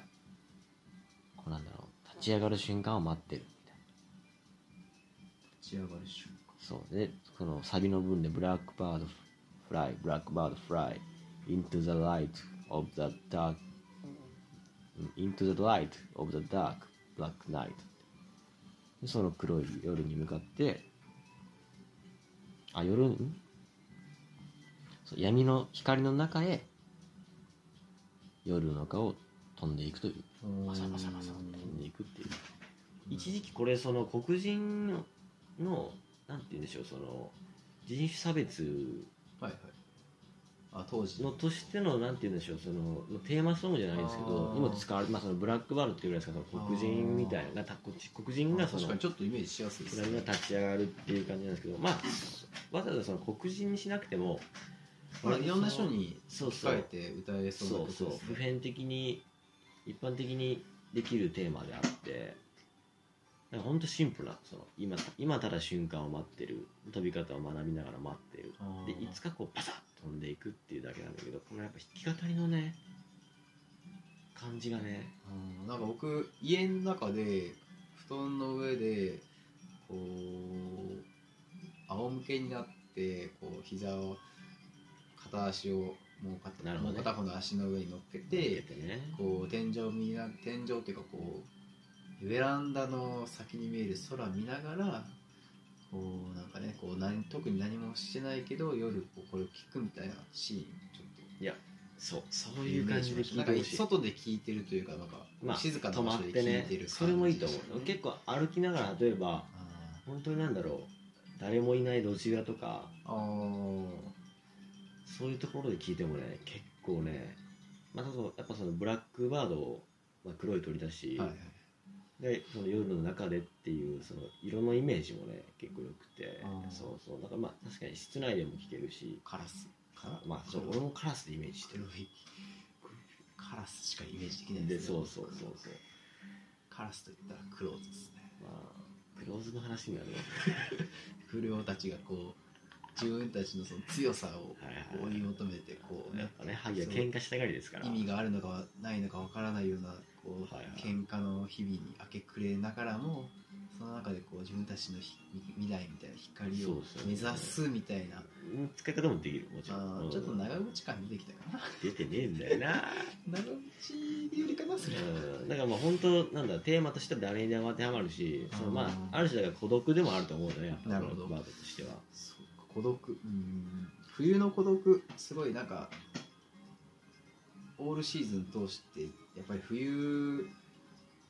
S3: こうなんだろう立ち上がる瞬間を待ってるみたいな
S2: 立ち上がる瞬間
S3: そうでこのサビの分で「ブラックバードフライブラックバードフライ into the light of the dark into the light of the dark black night」でその黒い夜に向かってあ夜んそう闇の光の中へ夜の丘を飛んでいくという
S2: ま
S3: ま
S2: さ
S3: さ
S2: ま
S3: ま
S2: さ
S3: さ
S2: ま
S3: ま
S2: さ
S3: さ
S2: ま
S3: 飛んでいくっていう
S2: うん
S3: 一時期これその黒人ののなんて言うんでしょうその人種差別
S2: はいはいあ当時
S3: のとしてのなんて言うんでしょうそのテーマソングじゃないですけど
S2: あー
S3: 今使われてまあそのブラックバードっていうぐらいですからその黒人みたいなたこっち黒人
S2: あ
S3: がそ
S2: 確
S3: の
S2: かにちょっとイメージしやすいです
S3: 黒人が立ち上がるっていう感じなんですけどまあわざわざその黒人にしなくても
S2: まあいろんな人に
S3: そう
S2: 聞
S3: そ
S2: かれ
S3: う
S2: て歌えそうなこと
S3: そうそう
S2: です
S3: 普
S2: ね
S3: 遍的に一般的にできるテーマであってなんかほんとシンプルなその今今ただ瞬間を待ってる飛び方を学びながら待ってる
S2: あー
S3: でいつかこうパサッと飛んでいくっていうだけなんだけどこのやっぱ弾き語りのね感じがね
S2: うんなんか僕家の中で布団の上でこう仰向けになってこう膝を片足をもう片
S3: なるほど
S2: も
S3: ね
S2: う片方の足の上に乗っけて
S3: てね
S2: こう天井を見な天井っていうかこうベランダの先に見える空見ながらこうなんかねこう何特に何もしてないけど夜こうこれを聞くみたいなシーンちょっと
S3: そうそういう感じで聴
S2: ないんか
S3: てほしい
S2: 外で聞いてるというかなんか、
S3: まあ
S2: 静かな
S3: 止
S2: 場
S3: ま
S2: 所
S3: っ
S2: で
S3: て
S2: 聞い
S3: ね
S2: てる感じでした
S3: それもいいと思う結構歩きながら例えば
S2: あ
S3: 本当になんだろう誰もいない路地裏とか
S2: ーあ
S3: そういうところで聞いてもね結構ねまたそのやっぱそのブラックバードを、まあ、黒い鳥だ
S2: ー
S3: し、
S2: はいはい
S3: でその夜の中でっていうその色のイメージもね結構よくて
S2: あー
S3: そうそうだからまあ確かに室内でも聞けるし
S2: カラス
S3: かまあそう俺もカラスでイメージして
S2: 黒
S3: る
S2: いカラスしかイメージできない
S3: で
S2: ね
S3: そうそうそうそう
S2: カラスといったらクローズですね
S3: まあクローズの話になるわ
S2: 不良たちがこう自分たちのその強さを
S3: はい
S2: 追
S3: はいい
S2: 求めてこう
S3: や
S2: ね
S3: っぱね萩は喧嘩したがりですから
S2: 意味があるのかないのかわからないようなこう、
S3: はいはい
S2: 喧嘩の日々に明け暮れながらもその中でこう自分たちのひ未来みたいな光
S3: そ
S2: を
S3: うそう
S2: 目指すみたいな、
S3: うん使い方もできるもちろん
S2: あ
S3: う
S2: ー
S3: ん
S2: ちょっと長渕感出てきた か
S3: 出てねえんだよな
S2: な長渕よりかなそれ
S3: うんだからまあ本当なんだテーマとしては誰にでも当てはまるし、そのまあある種だから孤独でもあると思うんだよねやっぱ
S2: なるほど
S3: バードとしては
S2: そうか孤独うん冬の孤独すごいなんかオールシーズン通してやっぱり冬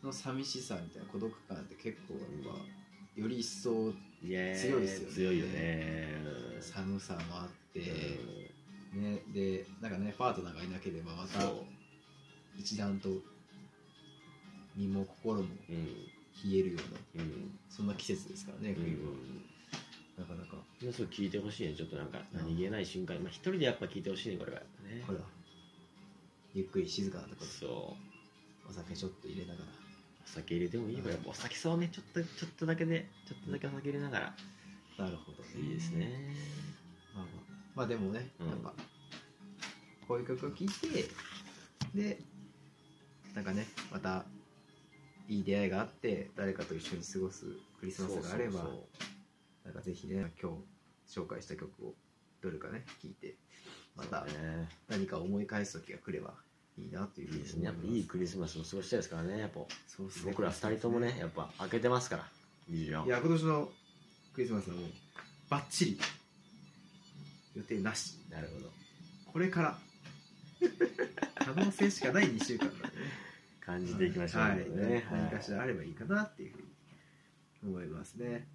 S2: の寂しさみたいな孤独感って結構やっぱより一層
S3: いやー
S2: 強いですよね
S3: 強いよね
S2: 寒さもあって、
S3: うん
S2: ね、でなんかねパートナーがいなければまた
S3: そ
S2: 一段と身も心も
S3: ううん
S2: 冷えるような
S3: うん
S2: そんな季節ですからね
S3: う
S2: 冬は、
S3: ん
S2: なかなか
S3: みんなすごい聞いてほしいねちょっとなんか
S2: うん
S3: 何気ない瞬間、まあ、一人でやっぱ聞いてほしいねこれはやっぱね
S2: ほらゆっくり静かなところで
S3: そう
S2: お酒ちょっと入れながら
S3: お酒入れてもいいわやっぱお酒そうねちょっとちょっとだけねちょっとだけお酒入れながら
S2: なるほど
S3: いいですね
S2: まあまあ、まあでもね、
S3: うん
S2: やっぱこういう曲を聴いてでなんかねまたいい出会いがあって誰かと一緒に過ごすクリスマスがあれば
S3: そうそう
S2: なんかぜひね今日紹介した曲をどれかね聴いてま
S3: そう
S2: た
S3: そうね
S2: 何か思い返す時が来ればいいなというふう
S3: いい
S2: に
S3: です
S2: 思
S3: ねや
S2: ま
S3: っぱいいクリスマスを過ごしたいですからねやっぱ
S2: そうっすね
S3: 僕ら二人ともねやっぱ開けてますから24
S2: いや今年のクリスマスはもうバッチリ予定なし
S3: なるほど
S2: これから可能性しかない2週間なんでね
S3: 感じていきましょう
S2: はい、
S3: ねはい
S2: 何かしらあればいいかなっていうふうに思いますね。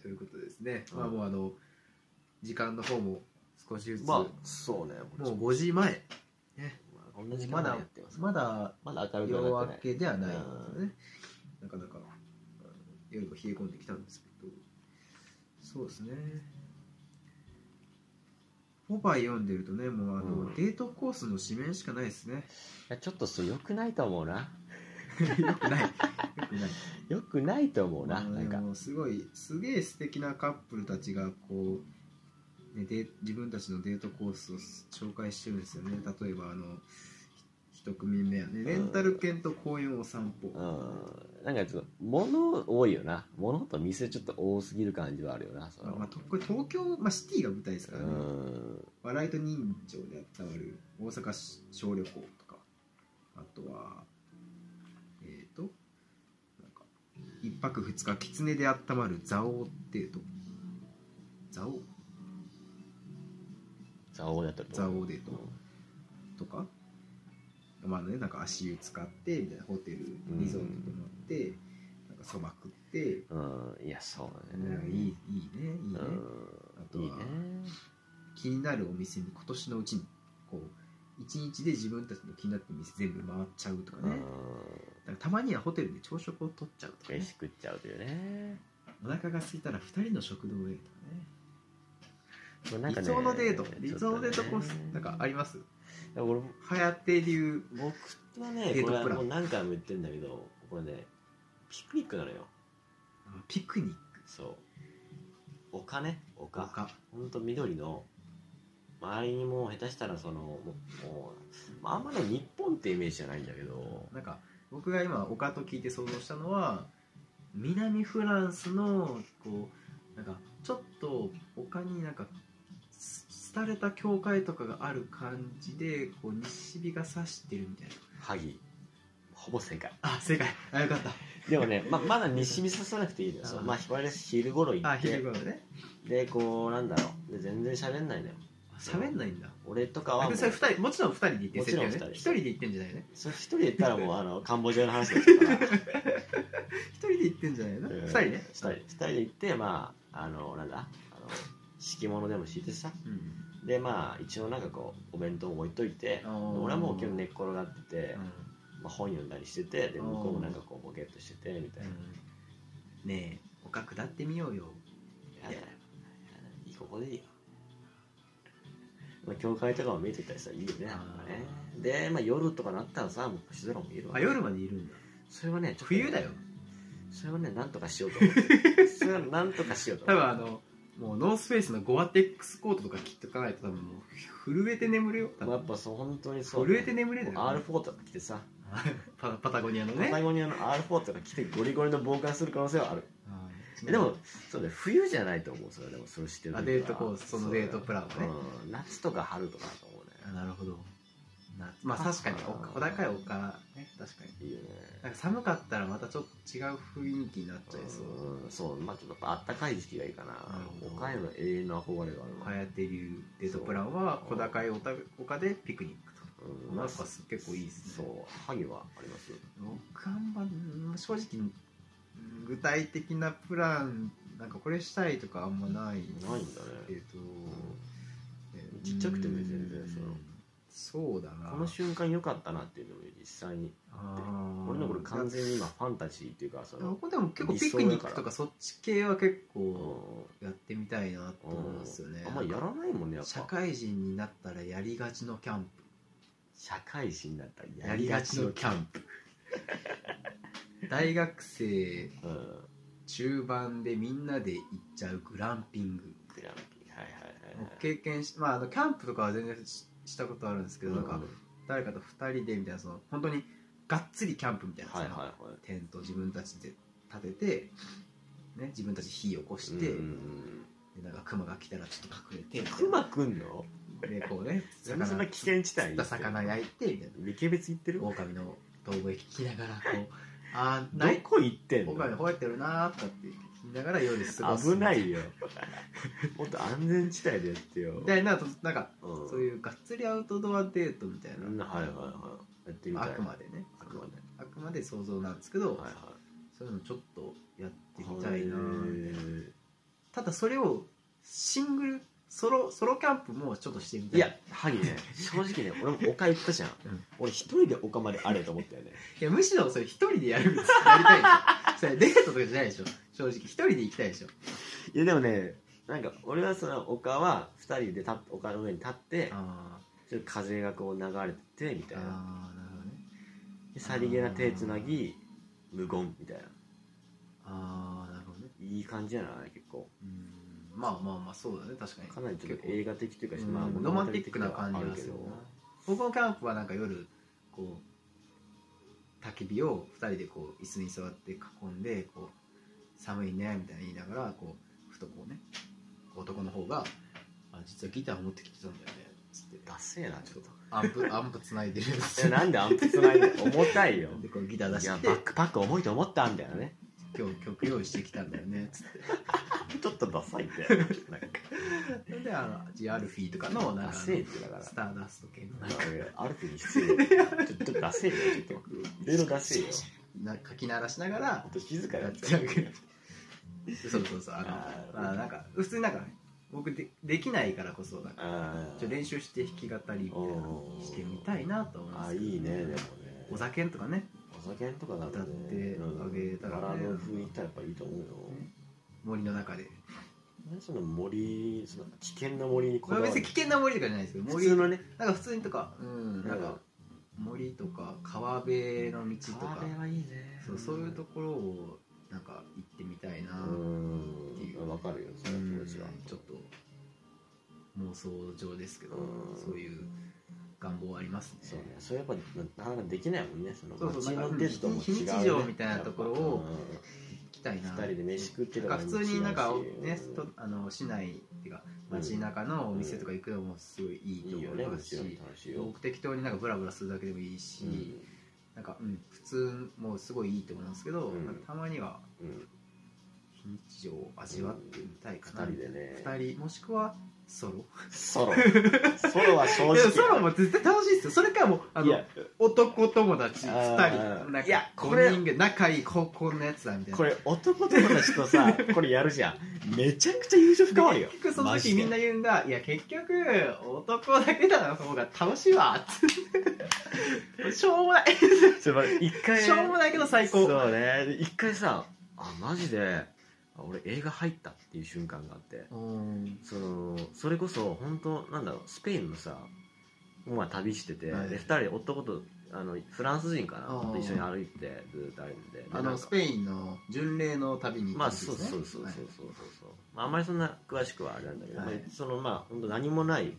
S2: ということですね、
S3: うん
S2: まあもうあの時間の方も少しずつ、
S3: まあそうね
S2: もう5時前
S3: 同じ
S2: まだ
S3: やってます
S2: まだ
S3: まだ明るくはな
S2: 夜
S3: っ
S2: 明
S3: てない
S2: けではないんですよね、なかなかあの夜も冷え込んできたんですけどそうですねポパイ読んでるとねもうあの、
S3: うん
S2: デートコースの紙面しかないですね
S3: いやちょっとそれ良くないと思うな
S2: よくないよくない
S3: 良くないと思うな
S2: あの
S3: なん
S2: で
S3: か
S2: もすごいすげえ素敵なカップルたちがこう、ね、で自分たちのデートコースを紹介してるんですよね例えばあのひ一組目はねレンタル犬と公園をお散歩
S3: うんなんかちょっと物多いよな物と店ちょっと多すぎる感じはあるよなそ
S2: まあ
S3: の
S2: まあ、とこれ東京、まあ、シティが舞台ですか
S3: う
S2: らね、
S3: ん
S2: 笑いと人情であったまる大阪市小旅行とかあとはえっ、となんか一泊二日狐であったまる蔵王デート蔵王
S3: 蔵王だったりとか
S2: 蔵王デートとか、まあね、なんか足湯使ってみたいなホテル
S3: うん
S2: リゾート泊まって、なんかそば食って、
S3: うんいやそう
S2: なんかいいいい
S3: ね
S2: ねいいね、あ
S3: う
S2: とはい
S3: んいね
S2: 気になるお店に今年のうちにこう一日で自分たちの気になってる店全部回っちゃうとか
S3: う
S2: ね、
S3: ん
S2: なんかたまにはホテルで朝食を取っちゃうとかね
S3: 飯食っちゃうというね
S2: お腹が空いたら2人の食堂へとかね
S3: もうなんかね
S2: 理想のデート、
S3: ちょっとね
S2: 理想のデートコースなんかあります
S3: 俺
S2: 颯流
S3: 僕はね
S2: デート
S3: こ
S2: プ
S3: れは
S2: ラン
S3: もう何回も言ってんだけどこれねピクニックなのよ
S2: ピクニッ
S3: そう丘ね
S2: ク
S3: 丘
S2: とか
S3: ほんと緑の周りにもう下手したらそのもうもう、まあ、あんまね日本ってイメージじゃないんだけど
S2: なんか僕が今丘と聞いて想像したのは南フランスのこうなんかちょっと丘になんかす廃れた教会とかがある感じでこう西日が差してるみたいな
S3: 萩ほぼ正解
S2: あ正解あよかった
S3: でもねままだ西見ささなくていいのよ
S2: あー
S3: そうまあ我々昼頃行
S2: あ
S3: っ
S2: 昼
S3: て
S2: ごろね
S3: でこうなんだろうで全然喋んないのよ
S2: あ喋んないんだ
S3: 俺とかは
S2: あ
S3: もう
S2: それ二人もちろん二人で行ってる設定よ
S3: もち
S2: ね
S3: ろん二人
S2: 一人で行ってんじゃないよね
S3: それ一人で行ったら もうあのカンボジアの話だったから
S2: 一人で行ってんじゃないよね
S3: うん
S2: 二人ね
S3: 二人二人で行ってまああのなんだあの敷物でも敷いてさ
S2: うん
S3: でまあ一応なんかこうお弁当も置いといて
S2: あー
S3: 俺はもう今日寝っ転がってて、
S2: うん
S3: まあ、本読んだりしててで
S2: あー
S3: 向こうもなんかこうボケっとしててみたいな、
S2: うんねえ丘下ってみようよ
S3: やだよやだよいいここでいいよまあ、教会とかも見えてたりさいいよねなんかねで、まあ、夜とかなったらさもう星空も見えるわ
S2: あ夜までいるんだ
S3: それはねちょっとね
S2: 冬だよ
S3: それはねなんとかしようと思 ってそれはなんとかしようと
S2: 多
S3: 思っ
S2: 分あ
S3: て
S2: のもうノースフェイスのゴアテックスコートとか着とかないと多分もう震えて眠るよ多
S3: まあ、や
S2: 分
S3: っぱそう本当にそう、
S2: 震えて眠れるよ
S3: R4 とか来てさ、
S2: パパタゴニアの
S3: パタ
S2: ね
S3: ゴニアの R4 とか来てゴリゴリの傍観する可能性はある
S2: はい
S3: でもそうね冬じゃないと思うそれはでもそれしてる時は
S2: あデートコースそのデートプランはね
S3: そうだようん夏とか春とかだと思うね
S2: あなるほどなまあ確かに丘小高い丘ね確かに
S3: いいよね
S2: なんか寒かったらまたちょっと違う雰囲気になっちゃいそう
S3: うんそうまあちょっとやっぱ暖かい時期がいいかな
S2: なるほど
S3: 岡山の永遠の憧れがあるわ
S2: 早手流デートプランは小高い丘丘でピクニックと
S3: う
S2: なんかす結構いいです
S3: そ
S2: ね
S3: う萩はあります
S2: 僕あんまうん正直具体的なプランなんかこれしたいとかあんまない
S3: ないんだ
S2: えっ
S3: ね
S2: と、
S3: ちっちゃくてもいい全然
S2: うん
S3: その
S2: そうだな
S3: この瞬間良かったなっていうのも実際に俺のこれ完全に今ファンタジーっていうかそ
S2: いや
S3: の
S2: 僕でも結構ピクニックとかそっち系は結構やってみたいなと
S3: うん
S2: 思うんですよね
S3: あんまやらないもんねやっぱ
S2: 社会人になったらやりがちのキャンプ
S3: 社会人だったら
S2: やりがちのキャンプ 大学生
S3: プうん
S2: 中盤でみんなで行っちゃうグランピング
S3: グランピングはいはいはいはい
S2: 経験し、まあ、あのキャンプとかは全然ししたことあるんですけど、なんか誰かと2人でみたいなその本当にがっつりキャンプみたいな、
S3: はいはいはい
S2: テント自分たちで立てて、ね、自分たち火起こして、でなんかクマが来たらちょっと隠れて
S3: クマくんの
S2: でこうね
S3: なん でそんな危険地帯
S2: 釣った魚焼いてみたい
S3: 三毛別行ってる
S2: な
S3: ど
S2: 狼の遠吠え聞きながらこうあーない
S3: こ行ってんの
S2: 狼吠えてるなーとかって聞きながら夜過ごす
S3: 危ないよ もっと安全地帯でやってよ
S2: みたいなとなんか
S3: うん
S2: そういうがっつりアウトドアデートみたいな、
S3: うんはいはいはいやってみたい
S2: あくまでね
S3: あくまで
S2: あくまで想像なんですけど、
S3: はいはい
S2: そういうのちょっとやってみたいな
S3: へー
S2: ただそれをシングルソロソロキャンプもちょっとしてみた
S3: い
S2: い
S3: や萩ね正直ね俺も丘行ったじゃん、
S2: うん
S3: 俺一人で丘まであれと思ったよね
S2: いやむしろそれ一人でやるんですやりたいでしょそれデートとかじゃないでしょ正直一人で行きたいでしょ
S3: いやでもねなんか俺はその丘は2人で立っ丘の上に立って
S2: あ
S3: ちょっと風がこう流れててみたいな
S2: あーなるほどね
S3: でさりげな手つなぎ無言みたいな
S2: ああなるほどね
S3: いい感じじゃない結構
S2: うんまあまあまあそうだね確かに
S3: かなりちょっと
S2: 結
S3: 映画的というか、
S2: 構
S3: まあ
S2: うんロマンティックな感じがするな僕のキャンプはなんか夜こう焚き火を2人でこう椅子に座って囲んでこう寒いねみたいな言いながらこうふとこうね男の方が「あ実はギター持ってきてたんだよね」つって
S3: ダセえなち
S2: ちょ
S3: ょっ
S2: っ
S3: と
S2: とアン プアンプつないでるんです
S3: いやなんでアンプつないで重たいよ
S2: でこうギター出
S3: いや
S2: して
S3: バックパック重いと思ったんだよね
S2: 今日曲用意してきたんだよねつっ
S3: ちょっとダサい んだよなんか
S2: てそれであのジアルフィーとかのなん
S3: ダ
S2: か
S3: セえってだから
S2: スターダスト系の
S3: なんか俺ある時に失礼ちょっとダセえよちょっといろいろダセえよ
S2: なんか書き鳴らしながら
S3: ほんと静かに
S2: や
S3: な
S2: っ
S3: っ
S2: ち
S3: ち
S2: ゃ
S3: ゃ
S2: う
S3: う
S2: けどそうそうそうあの
S3: あー
S2: まあなんか普通になんかね僕でできないからこそなんか
S3: あ
S2: ちょっと練習して弾き語りみたいなの
S3: おー
S2: してみたいなと思いま
S3: あ
S2: すけど
S3: いいねでもね
S2: お酒とかね
S3: お酒とかだとね
S2: 歌ってあげたらね
S3: バラの風にいったらやっぱいいと思うよ
S2: 森の中で
S3: 何その森その危険な森に
S2: これは別に危険な森とかじゃないですけど
S3: 普
S2: 森
S3: 通のね
S2: なんか普通にとかうんなんか森とか川辺の道とか
S3: あれはいいね
S2: そうそういうところをなんか行ってみたいな
S3: うーんわかるよその気持ちは
S2: ちょっと妄想上ですけど
S3: うん
S2: そういう願望はありますね
S3: そうねそれやっぱなかなかできないもんねその
S2: そうそう
S3: 街
S2: なん
S3: の
S2: か
S3: デートとも違うね
S2: 非日常みたいなところを
S3: うん
S2: 行きたいな
S3: 二人で飯食ってと
S2: な
S3: か
S2: ん
S3: も
S2: か
S3: 違うし
S2: 普通になんかね
S3: うん
S2: とあの市内っていうか街中のお店とか行くのもすごいいい
S3: い
S2: と
S3: いよ
S2: 思
S3: ね
S2: いま
S3: も
S2: す
S3: ち
S2: し
S3: ろん楽しいよ
S2: 僕適当になんかブラブラするだけでもいいし、なんか、うん、普通もすごいいいと思うんですけど、
S3: うん
S2: なんかたまには
S3: うんうん
S2: 非日常を味わってみたいかな、
S3: 二人でね
S2: 二人もしくはソロ
S3: ソロソロは正
S2: い
S3: 直
S2: やソロも絶対楽しいですよそれかもうあ
S3: い
S2: の
S3: や
S2: 男友達
S3: あ
S2: 2
S3: ー
S2: 人なんか
S3: いやこれ
S2: 5人が仲いい高校のやつだみたいな
S3: これ男友達 とさこれやるじゃんめちゃくちゃ友情深まるよ
S2: 結局その
S3: マ
S2: 時
S3: ジで
S2: みんな言うんだいや結局男だけだの方が楽しい わってしょうもない
S3: ちょっと待って一回
S2: しょうもないけど最高
S3: そうね一回さあマジであ俺映画入ったっていう瞬間があって
S2: うん
S3: そのそれこそ本当なんだろうスペインのさまあ旅してて、
S2: はい
S3: で2人で男とあのフランス人かな
S2: あー
S3: と一緒に歩いてずーっと歩いててで
S2: あ
S3: な
S2: の
S3: んか
S2: スペインの巡礼の旅に行っ
S3: まあ
S2: た時
S3: そう
S2: ですね
S3: そうそうそうそう
S2: はい
S3: そうそう、まあ、あんまりそんな詳しくはあれなんだけど、
S2: はい
S3: まあそのまあ本当何もない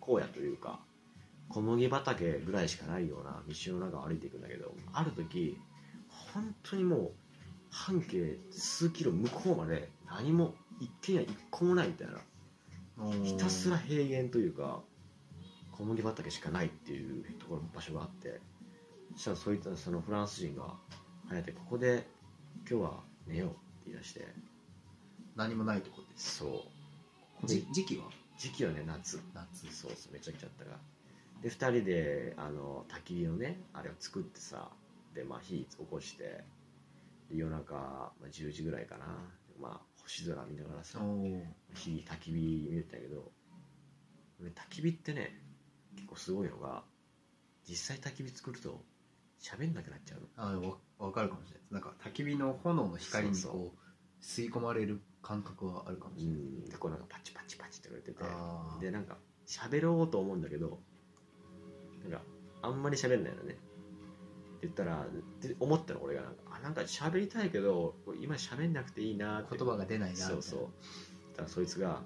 S3: 荒野というか小麦畑ぐらいしかないような道の中を歩いていくんだけどある時本当にもう半径数キロ向こうまで何も一軒家一個もないみたいな
S2: うん
S3: ひたすら平原というか小麦畑しかないっていうところ場所があってそしたらそういったそのフランス人が「はやてここで今日は寝よう」って言い出して
S2: 何もないとこです
S3: そう
S2: じ時期は
S3: 時期はね夏
S2: 夏
S3: そうそうめちゃくちゃあったからで2人であの焚き火のねあれを作ってさでまあ火起こしてで夜中、まあ、10時ぐらいかなまあ星空見ながらさ
S2: おー
S3: 火焚き火見れたけど俺焚き火ってね結構構すごいのが実際焚き火作ると喋んなくなっちゃうの
S2: あのわわかるかもしれないですなんか焚き火の炎の光に
S3: そうそ
S2: こう吸い込まれる感覚はあるかもしれない、
S3: でこうなんかパチパチパチって言われてて
S2: あー
S3: でなんか喋ろうと思うんだけどなんかあんまり喋んないのねって言ったらで思ったの俺がなんかあなんか喋りたいけどこれ今喋んなくていいなって
S2: 言葉が出ないなみたいな
S3: そうそうだからそいつが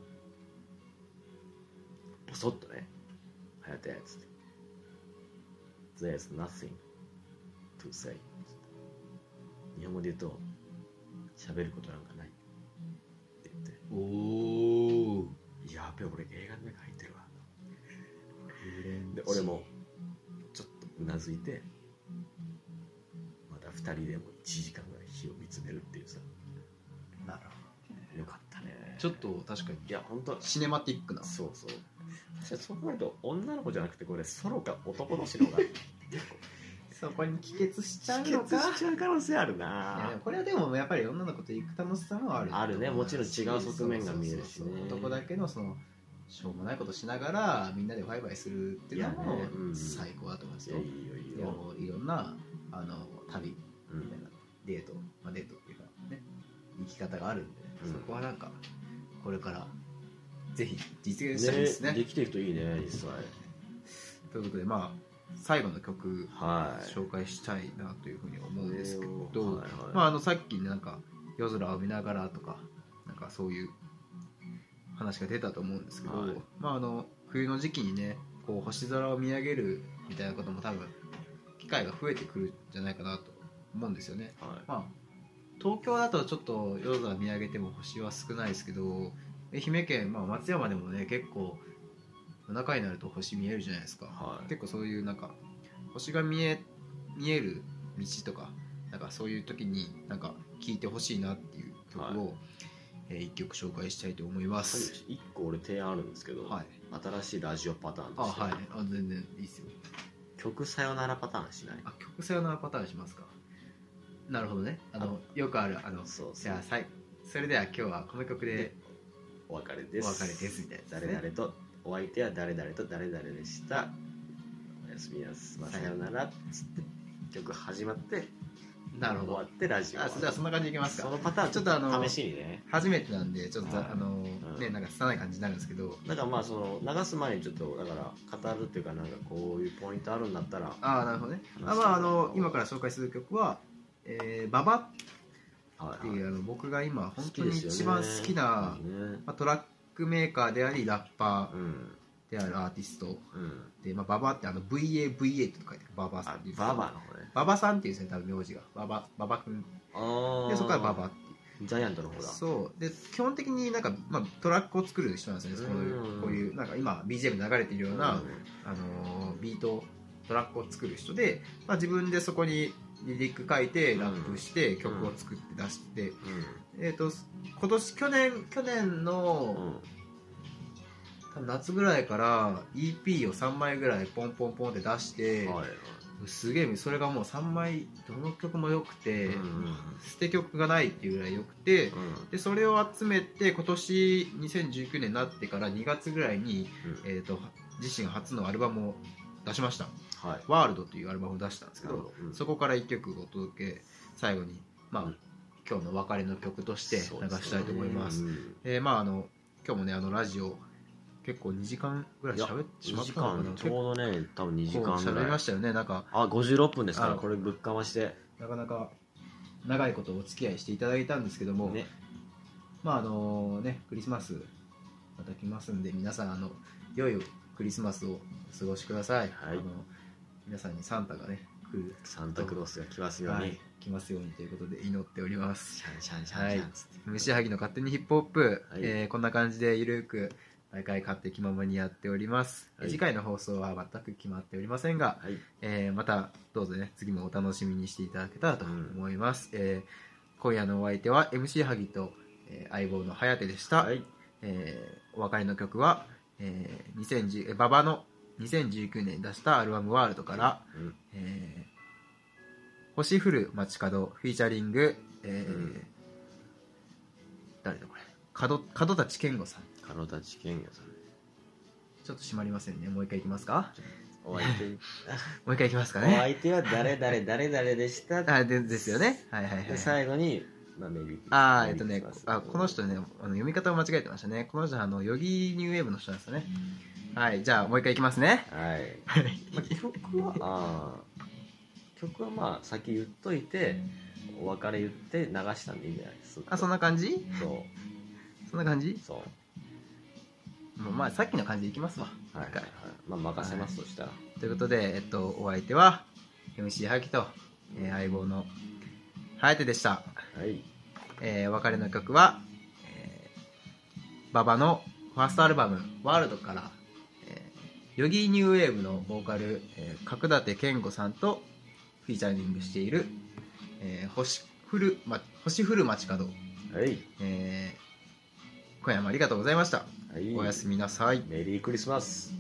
S3: ボソッとね「はやたやつって「There's nothing to say」日本語で言うと「喋ることなんかない」って言って
S2: おお
S3: やべ俺映画の中入ってるわで俺もちょっとうなずいてまた2人でも1時間ぐらい火を見つめるっていうさ
S2: なるほ
S3: よかったね
S2: どちょっと確かに
S3: いや本当
S2: シネマティックな
S3: そうそう確かにそう考えると女の子じゃなくてこれソロか男同士の方が結構
S2: そこに帰結しち
S3: 帰結しちゃう可能性ある
S2: いやで
S3: な
S2: もこれはでもやっぱり女の子と行く楽しさもある
S3: あるねもちろん違う側面が見えるしね
S2: そうそうそう男だけのそのしょうもないことしながらみんなでワイワイするっていうの
S3: いや
S2: も
S3: ねうん
S2: 最高だと思います
S3: い
S2: よ、
S3: やいいよいい
S2: いや
S3: よ、
S2: もういろんなあの旅
S3: う
S2: みたい
S3: ん、
S2: なデート、まあ、デートっていうかね生き方があるんで、
S3: うん
S2: そこはなんかこれからぜひ実現したいですね
S3: できてるといいね実際
S2: ということでまあ最後の曲
S3: はい
S2: 紹介したいなというふうに思うんですけど、
S3: はいはい
S2: まあ、あのさっきなんか夜空を見ながらとかなんかそういう話が出たと思うんですけど、
S3: はい
S2: まあ、あの冬の時期にねこう星空を見上げるみたいなことも多分機会が増えてくるんじゃないかなと思うんですよね。
S3: はい
S2: まあ、東京だとちょっと夜空見上げても星は少ないですけど愛媛県、まあ、松山でもね結構夜中になると星見えるじゃないですか。
S3: はい
S2: 結構そういうなんか星が見え見える道とかなんかそういう時になんか聴いてほしいなっていう曲を、
S3: は
S2: えー一曲紹介したいと思います。
S3: 一個俺提案あるんですけど、
S2: はい。
S3: 新しいラジオパターン
S2: あ
S3: として、
S2: はい。あ全然いいですよ。
S3: 曲さよならパターンしない
S2: あ曲さよならパターンしますか。なるほどね。あのよくあるあの
S3: そう
S2: じゃあさいそれでは今日はこの曲で
S3: お別れ
S2: お
S3: です
S2: 別れですみたいなやつ
S3: 誰
S2: ね、
S3: 々とお相手は誰々と誰々でしたおやすみなさいさよならっつって曲始まって
S2: なるほ
S3: 終わ
S2: ど。
S3: ってラジオ
S2: あじゃあそんな感じでいきます
S3: そ
S2: か。
S3: のパターン
S2: ちょっとあの
S3: 試しにね
S2: 初めてなんでちょっとざ、
S3: はい
S2: あの
S3: ん
S2: ねなんか拙い感じになるんですけど。
S3: なんかまあその流す前にちょっとだから語るっていうかなんかこういうポイントあるんだったら
S2: ああなるほどねあ、
S3: 話
S2: ま
S3: して
S2: あ、あの今から紹介する曲は「えー、ババ」
S3: は
S2: って
S3: いはい
S2: いうあの僕が今
S3: 好
S2: 本
S3: き
S2: 当
S3: で
S2: に
S3: すよね
S2: 一番好きな、
S3: いいね
S2: まあ、トラックメーカーでありラッパ
S3: う
S2: ー
S3: ん
S2: であるアーティスト
S3: うん
S2: で、まあ、ババってあの VAVA と書いてあるババさん
S3: あ
S2: っていう
S3: ババアの方ね
S2: ババさんっていうですね多分名字がババババ君
S3: ああ
S2: でそこからババって
S3: ジャイアントの
S2: い
S3: 方
S2: う
S3: だ
S2: そうで基本的になんか、まあ、トラックを作る人なんですよねこういう
S3: うん
S2: こういうなんか今 BGM 流れているような、あのービートトラックを作る人で、まあ、自分でそこにリリック書いて
S3: うん
S2: ラップして曲を作って出して、
S3: う
S2: えー、と今年去年去年
S3: んう
S2: の
S3: ん
S2: 多分夏ぐらいから EP を3枚ぐらいポンポンポンって出して、
S3: はいはい
S2: すげえそれがもう3枚どの曲も良くて、
S3: うんうんうん
S2: 捨て曲がないっていうぐらい良くて
S3: うん
S2: でそれを集めて今年2019年になってから2月ぐらいに、
S3: うん
S2: えー、と自身初のアルバムを出しました
S3: はい
S2: 「ワールドというアルバムを出したんですけ
S3: なる
S2: ど
S3: ほどうん
S2: そこから1曲お届け最後に、まあ
S3: うん
S2: 今日のお別れの曲として流
S3: そうですね
S2: したいと思います。
S3: うん
S2: えーまああの今日もねあのラジオ結構2時間ぐらい喋ってしま
S3: 2
S2: っ
S3: 時
S2: たのかな
S3: 間ちょうどね多分2時
S2: 結構
S3: 間ぐ
S2: 喋り
S3: ら
S2: ま
S3: い
S2: したよねなんか
S3: あ56分ですから
S2: あ
S3: これぶっかまして
S2: なかなか長いことお付き合いしていただいたんですけども、
S3: ね
S2: まああのねクリスマスまた来ますんで皆さんあの良いクリスマスをお過ごしください、
S3: はい
S2: あの皆さんにサンタがね来る
S3: サンタクロースが来ますよう
S2: はい
S3: に、
S2: 来ますようにということで祈っております
S3: シャンシャンシャンシャンつって
S2: 虫はぎの勝手にヒップホップ、
S3: はい
S2: えーこんな感じでゆるく毎回勝手気ままにやっております、
S3: はい
S2: 次回の放送は全く決まっておりませんが、
S3: はい
S2: えーまたどうぞね次もお楽しみにしていただけたらと思います、えー今夜のお相手は MC はぎと、えー相棒の颯でした、
S3: はい
S2: えーお別れの曲は、えー2010えババの2019年に出したアルバム「ワールド」から「
S3: うん
S2: えー星降る街角」フィーチャリング、えー
S3: うん
S2: 誰だこれ門門立健吾さん
S3: カノタチケンヤさん
S2: ちょっと閉まりませんねもう一回いきますか
S3: お相手
S2: もう一回いきますか
S3: お
S2: ね
S3: 相手は誰誰誰誰でした
S2: あでですよねはいはいはい
S3: で最後に、まあ、メリー
S2: あー
S3: メ
S2: えっ
S3: リ
S2: と
S3: ー
S2: ね
S3: クリスマス
S2: あこの人ねあの読み方を間違えてましたねこの人はあのヨギニューウェーブの人なんですよねはいじゃあもう一回いきますね
S3: はい、
S2: はい
S3: まあ、曲はあー曲はまあ先言っといてお別れ言って流したんでいいんじゃないですか
S2: あそんな感じ
S3: そ
S2: そんな感じ
S3: うそう
S2: もうまあさっきの感じでいきますわ
S3: はいはい、
S2: 一
S3: は
S2: 回、
S3: いまあ任せますとしたら、
S2: ということで、えっと、お相手は MC ハキと、えー相棒の颯でした、
S3: はい
S2: えーお別れの曲は、えーババのファーストアルバム「ワールドから、えーヨギニューウェーブのボーカル、えー角館健吾さんとフィーチャリングしている、えー星降るま星降る街角、
S3: はい
S2: えー、今夜もありがとうございました
S3: はい
S2: おやすみなさい
S3: メリークリスマス